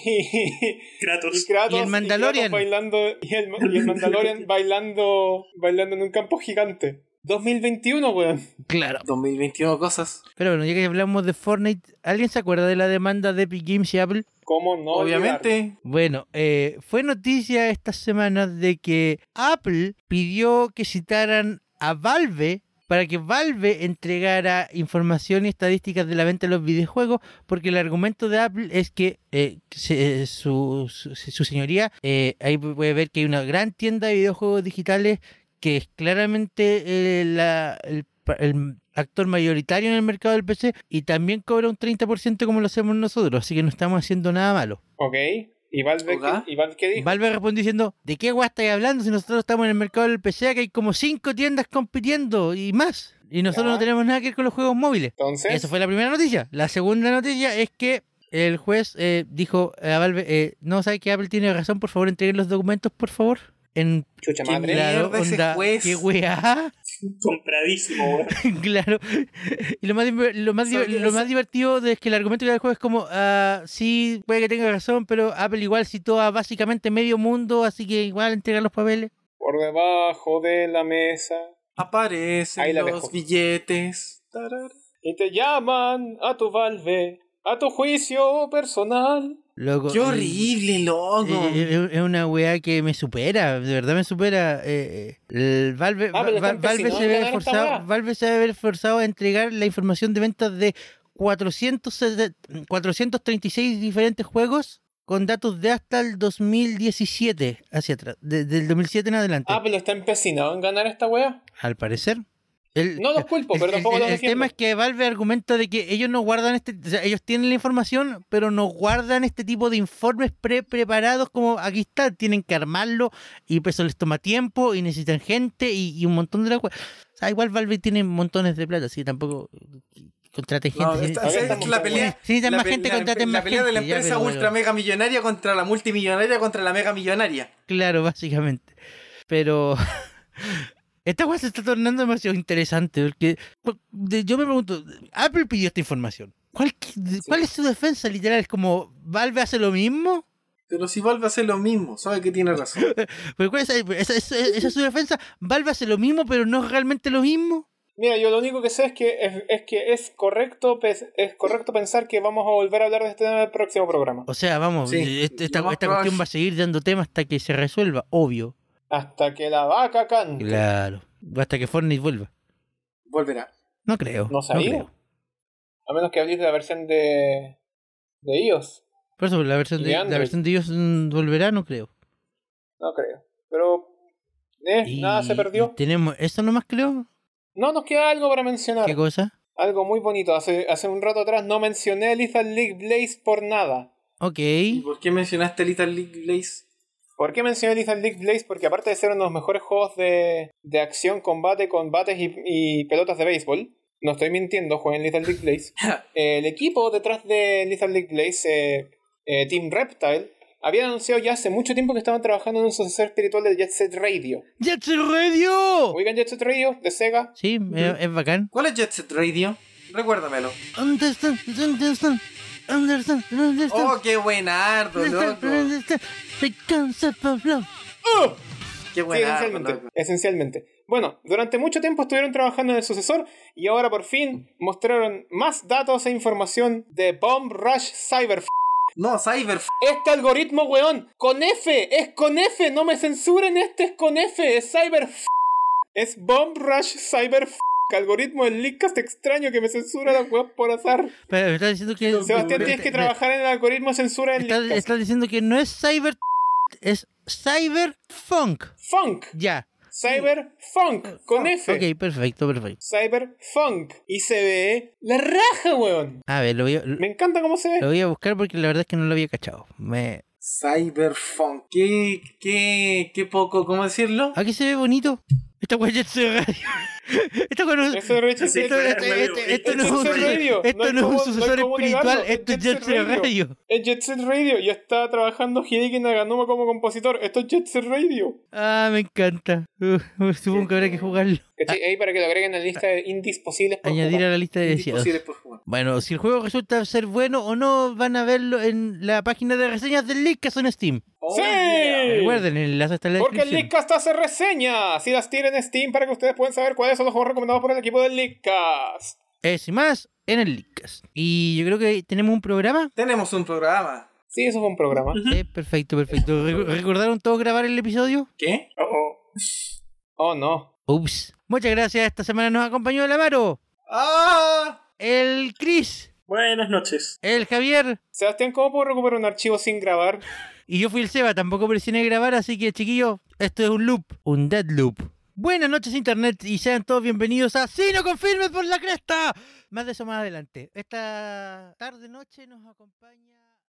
S4: y
S3: Kratos. (laughs)
S4: Kratos,
S1: Y el Mandalorian.
S4: y Kratos bailando y el, y
S1: (laughs)
S4: el Mandalorian bailando bailando en un campo gigante. 2021, weón.
S1: Claro.
S2: 2021 cosas.
S1: Pero bueno, ya que hablamos de Fortnite, ¿alguien se acuerda de la demanda de Epic Games y Apple?
S4: ¿Cómo no? olvidarlo?
S2: Obviamente.
S1: Bueno, eh, fue noticia esta semana de que Apple pidió que citaran a Valve para que Valve entregara información y estadísticas de la venta de los videojuegos, porque el argumento de Apple es que eh, se- su, su- su señoría, eh, ahí puede ver que hay una gran tienda de videojuegos digitales que es claramente eh, la- el, pa- el actor mayoritario en el mercado del PC y también cobra un 30% como lo hacemos nosotros, así que no estamos haciendo nada malo.
S4: Ok. ¿Y Valve,
S2: Oga.
S4: ¿y Valve qué dijo?
S1: Valve respondió diciendo, ¿de qué agua estáis hablando si nosotros estamos en el mercado del PC que hay como cinco tiendas compitiendo y más? Y nosotros
S4: Ya.
S1: no tenemos nada que ver con los juegos móviles.
S4: Entonces,
S1: Esa fue la primera noticia. La segunda noticia es que el juez eh, dijo a Valve, eh, no sabe que Apple tiene razón, por favor, entreguen los documentos, por favor. En
S4: chucha
S1: que,
S4: madre.
S1: claro,
S2: mierda ese
S1: onda,
S2: juez?
S1: ¿Qué weá?
S3: Compradísimo, weón.
S1: (laughs) claro. Y lo más, diver- lo más, diver-
S2: ¿Sabes qué?
S1: lo más divertido es que el argumento que da el juego es como, ah, sí, puede que tenga razón, pero Apple igual citó a básicamente medio mundo, así que igual entregar los papeles.
S4: Por debajo de la mesa.
S2: Aparecen
S4: Ahí la
S2: los
S4: dejo.
S2: billetes. Tarara.
S4: Y te llaman a tu valve, a tu juicio personal.
S1: Loco,
S2: Qué
S1: y-
S2: horrible, loco.
S1: Eh, eh, Es una weá que me supera, de verdad me supera. eh, eh, el Valve,
S4: Ah, pero
S1: Va-
S4: está
S1: Valve
S4: empecinado
S1: se
S4: en
S1: ve
S4: ganar esta weá.
S1: forzado, Valve se debe ver forzado a entregar la información de ventas de 400, 436 diferentes juegos con datos de hasta el 2017 hacia atrás, desde el 2007 en adelante,
S4: Apple Ah, está empecinado en ganar esta wea.
S1: al parecer. El-
S4: No los culpo,
S1: el-
S4: Pues, pero
S1: el-
S4: tampoco
S1: el,
S4: los
S1: el
S4: defiendo.
S1: tema es que Valve argumenta de que ellos no guardan este, o sea, ellos tienen la información, pero no guardan este tipo de informes pre preparados como aquí está, tienen que armarlo y pues eso les toma tiempo y necesitan gente y, y un montón de la cua- O sea, igual Valve tiene montones de plata, así tampoco contraten gente.
S2: No,
S1: si-
S2: esta-
S1: si-
S2: ¿sabes
S4: estamos
S2: que la
S4: tan
S2: pelea.
S1: si necesitan
S2: la
S1: más
S2: pe-
S1: gente,
S2: la-
S1: contraten
S2: la
S1: más
S2: pelea de la
S1: gente, ya,
S2: empresa
S1: pero bueno.
S2: ultra mega millonaria contra la multimillonaria contra la mega millonaria.
S1: Claro, básicamente. Pero (laughs) esta cosa se está tornando demasiado interesante porque por- de- yo me pregunto, Apple pidió esta información. ¿Cuál, que- de- cuál es su defensa literal? Es como Valve hace lo mismo.
S2: Pero si Valve hace lo mismo, sabe que tiene
S1: (laughs)
S2: razón.
S1: Pero ¿cuál es, esa, esa- esa es su defensa. Valve hace lo mismo, pero no es realmente lo mismo.
S4: Mira, yo lo único que sé es que es, es que es correcto pe- es correcto pensar que vamos a volver a hablar de este tema en el próximo programa.
S1: O sea, vamos,
S2: Sí,
S1: este- esta,
S2: lo más
S1: esta
S2: probable-
S1: cuestión va a seguir dando tema hasta que se resuelva, obvio.
S4: Hasta que la vaca cante.
S1: Claro. Hasta que Fortnite vuelva.
S2: Volverá.
S1: No creo.
S4: No sabía.
S1: creo.
S4: A menos que hables de la versión de de iOS.
S1: Por eso, la versión
S4: Y
S1: de, la
S4: Android.
S1: versión de ellos mm, volverá, no creo.
S4: No creo. Pero eh,
S1: Y-
S4: nada se
S1: y
S4: perdió.
S1: Tenemos eso nomás creo.
S4: No nos queda algo para mencionar.
S1: ¿Qué cosa?
S4: Algo muy bonito. Hace, hace un rato atrás no mencioné Lethal League Blaze por nada.
S1: Ok.
S2: ¿Y por qué mencionaste Little League Blaze?
S4: ¿Por qué mencioné Lethal League Blaze? Porque aparte de ser uno de los mejores juegos de, de acción, combate, combates y, y pelotas de béisbol, no estoy mintiendo, jueguen Lethal League Blaze. El equipo detrás de Lethal League Blaze, eh, eh, Team Reptile, había anunciado ya hace mucho tiempo que estaban trabajando en un sucesor espiritual de Jet Set Radio.
S1: ¡Jet Set Radio!
S4: Oigan, Jet Set Radio de Sega.
S1: Sí, eh, es bacán.
S2: (laughs) ¿Cuál es Jet Set Radio? Recuérdamelo.
S1: Understand, understand, understand,
S2: (laughs) Oh,
S1: understand.
S2: qué buenardo,
S1: understand,
S2: loco.
S1: understand the concept of love.
S2: Qué
S4: Sí,
S2: buenardo,
S4: esencialmente,
S2: loco.
S4: esencialmente. Bueno, durante mucho tiempo estuvieron trabajando en el sucesor y ahora por fin mostraron más datos e información de Bomb Rush Cyber
S2: No, Cyber. f-
S4: Este algoritmo, weón, con F, es con F, no me censuren, este es con F, es cyber f Es Bomb Rush Cyber f algoritmo del Leadcast extraño que me censura la weón por azar.
S1: Pero me estás diciendo que.
S4: Sebastián,
S1: me-
S4: tienes que
S1: me-
S4: trabajar en el algoritmo censura del
S1: Estás,
S4: Leadcast.
S1: estás diciendo que no es cyber. Es cyber funk.
S4: Funk,
S1: Ya.
S4: Cyber Funk, con F.
S1: Ok, perfecto, perfecto.
S4: Cyber Funk. Y se ve la raja, weón.
S1: A ver, lo voy a,
S4: Me encanta cómo se
S1: lo
S4: ve.
S1: voy a buscar porque la verdad es que no lo había cachado. Me...
S2: Cyberpunk. Qué, qué, qué poco, ¿cómo decirlo?
S1: Aquí se ve bonito. Esta weá es Jet Set Radio. (laughs) Esta weá no es-
S4: Eso es Jet Set
S1: Esto,
S4: Radio.
S1: esto- esto- esto
S4: Es
S1: no es un,
S4: Jet Set Radio.
S1: esto
S4: No hay
S1: no es un
S4: cómo- no hay
S1: sucesor
S4: cómo
S1: espiritual,
S4: negarlo.
S1: esto es Jet Set Radio.
S4: Es Jet Set Radio y está trabajando Hideki Naganuma como compositor. Esto es Jet Set Radio.
S1: Ah, me encanta. Uh, supongo que habrá que jugarlo.
S4: ¿Cachai? Ahí para que lo agreguen a la lista de indies posibles por
S1: Ah. Añadir
S4: jugar.
S1: a la lista de deseados.
S2: Imposible por jugar.
S1: Bueno, si el juego resulta ser bueno o no, van a verlo en la página de reseñas del link que son Steam.
S2: Oh,
S4: ¡Sí!
S2: yeah.
S1: Recuerden, el enlace está en la
S4: Porque el
S1: descripción.
S4: Leadcast hace reseñas y las tira en Steam para que ustedes puedan saber cuáles son los juegos recomendados por el equipo del Leadcast.
S1: Es y más en el Lickcast. Y yo creo que tenemos un programa.
S2: Tenemos un programa.
S4: Sí, eso fue un programa.
S1: Eh, perfecto, perfecto. Re- ¿Recordaron todos grabar el episodio?
S2: ¿Qué?
S3: Oh, oh.
S4: Oh, no.
S1: Ups. Muchas gracias. Esta semana nos acompañó el Amaro,
S2: ¡Ah!
S1: el Chris,
S3: Buenas noches.
S1: el Javier.
S4: Sebastián, ¿cómo puedo recuperar un archivo sin grabar?
S1: Y yo fui el Seba, tampoco presioné grabar, así que chiquillos, esto es un loop, un dead loop. Buenas noches internet y sean todos bienvenidos a Si no confirmes por la cresta. Más de eso más adelante. Esta tarde noche nos acompaña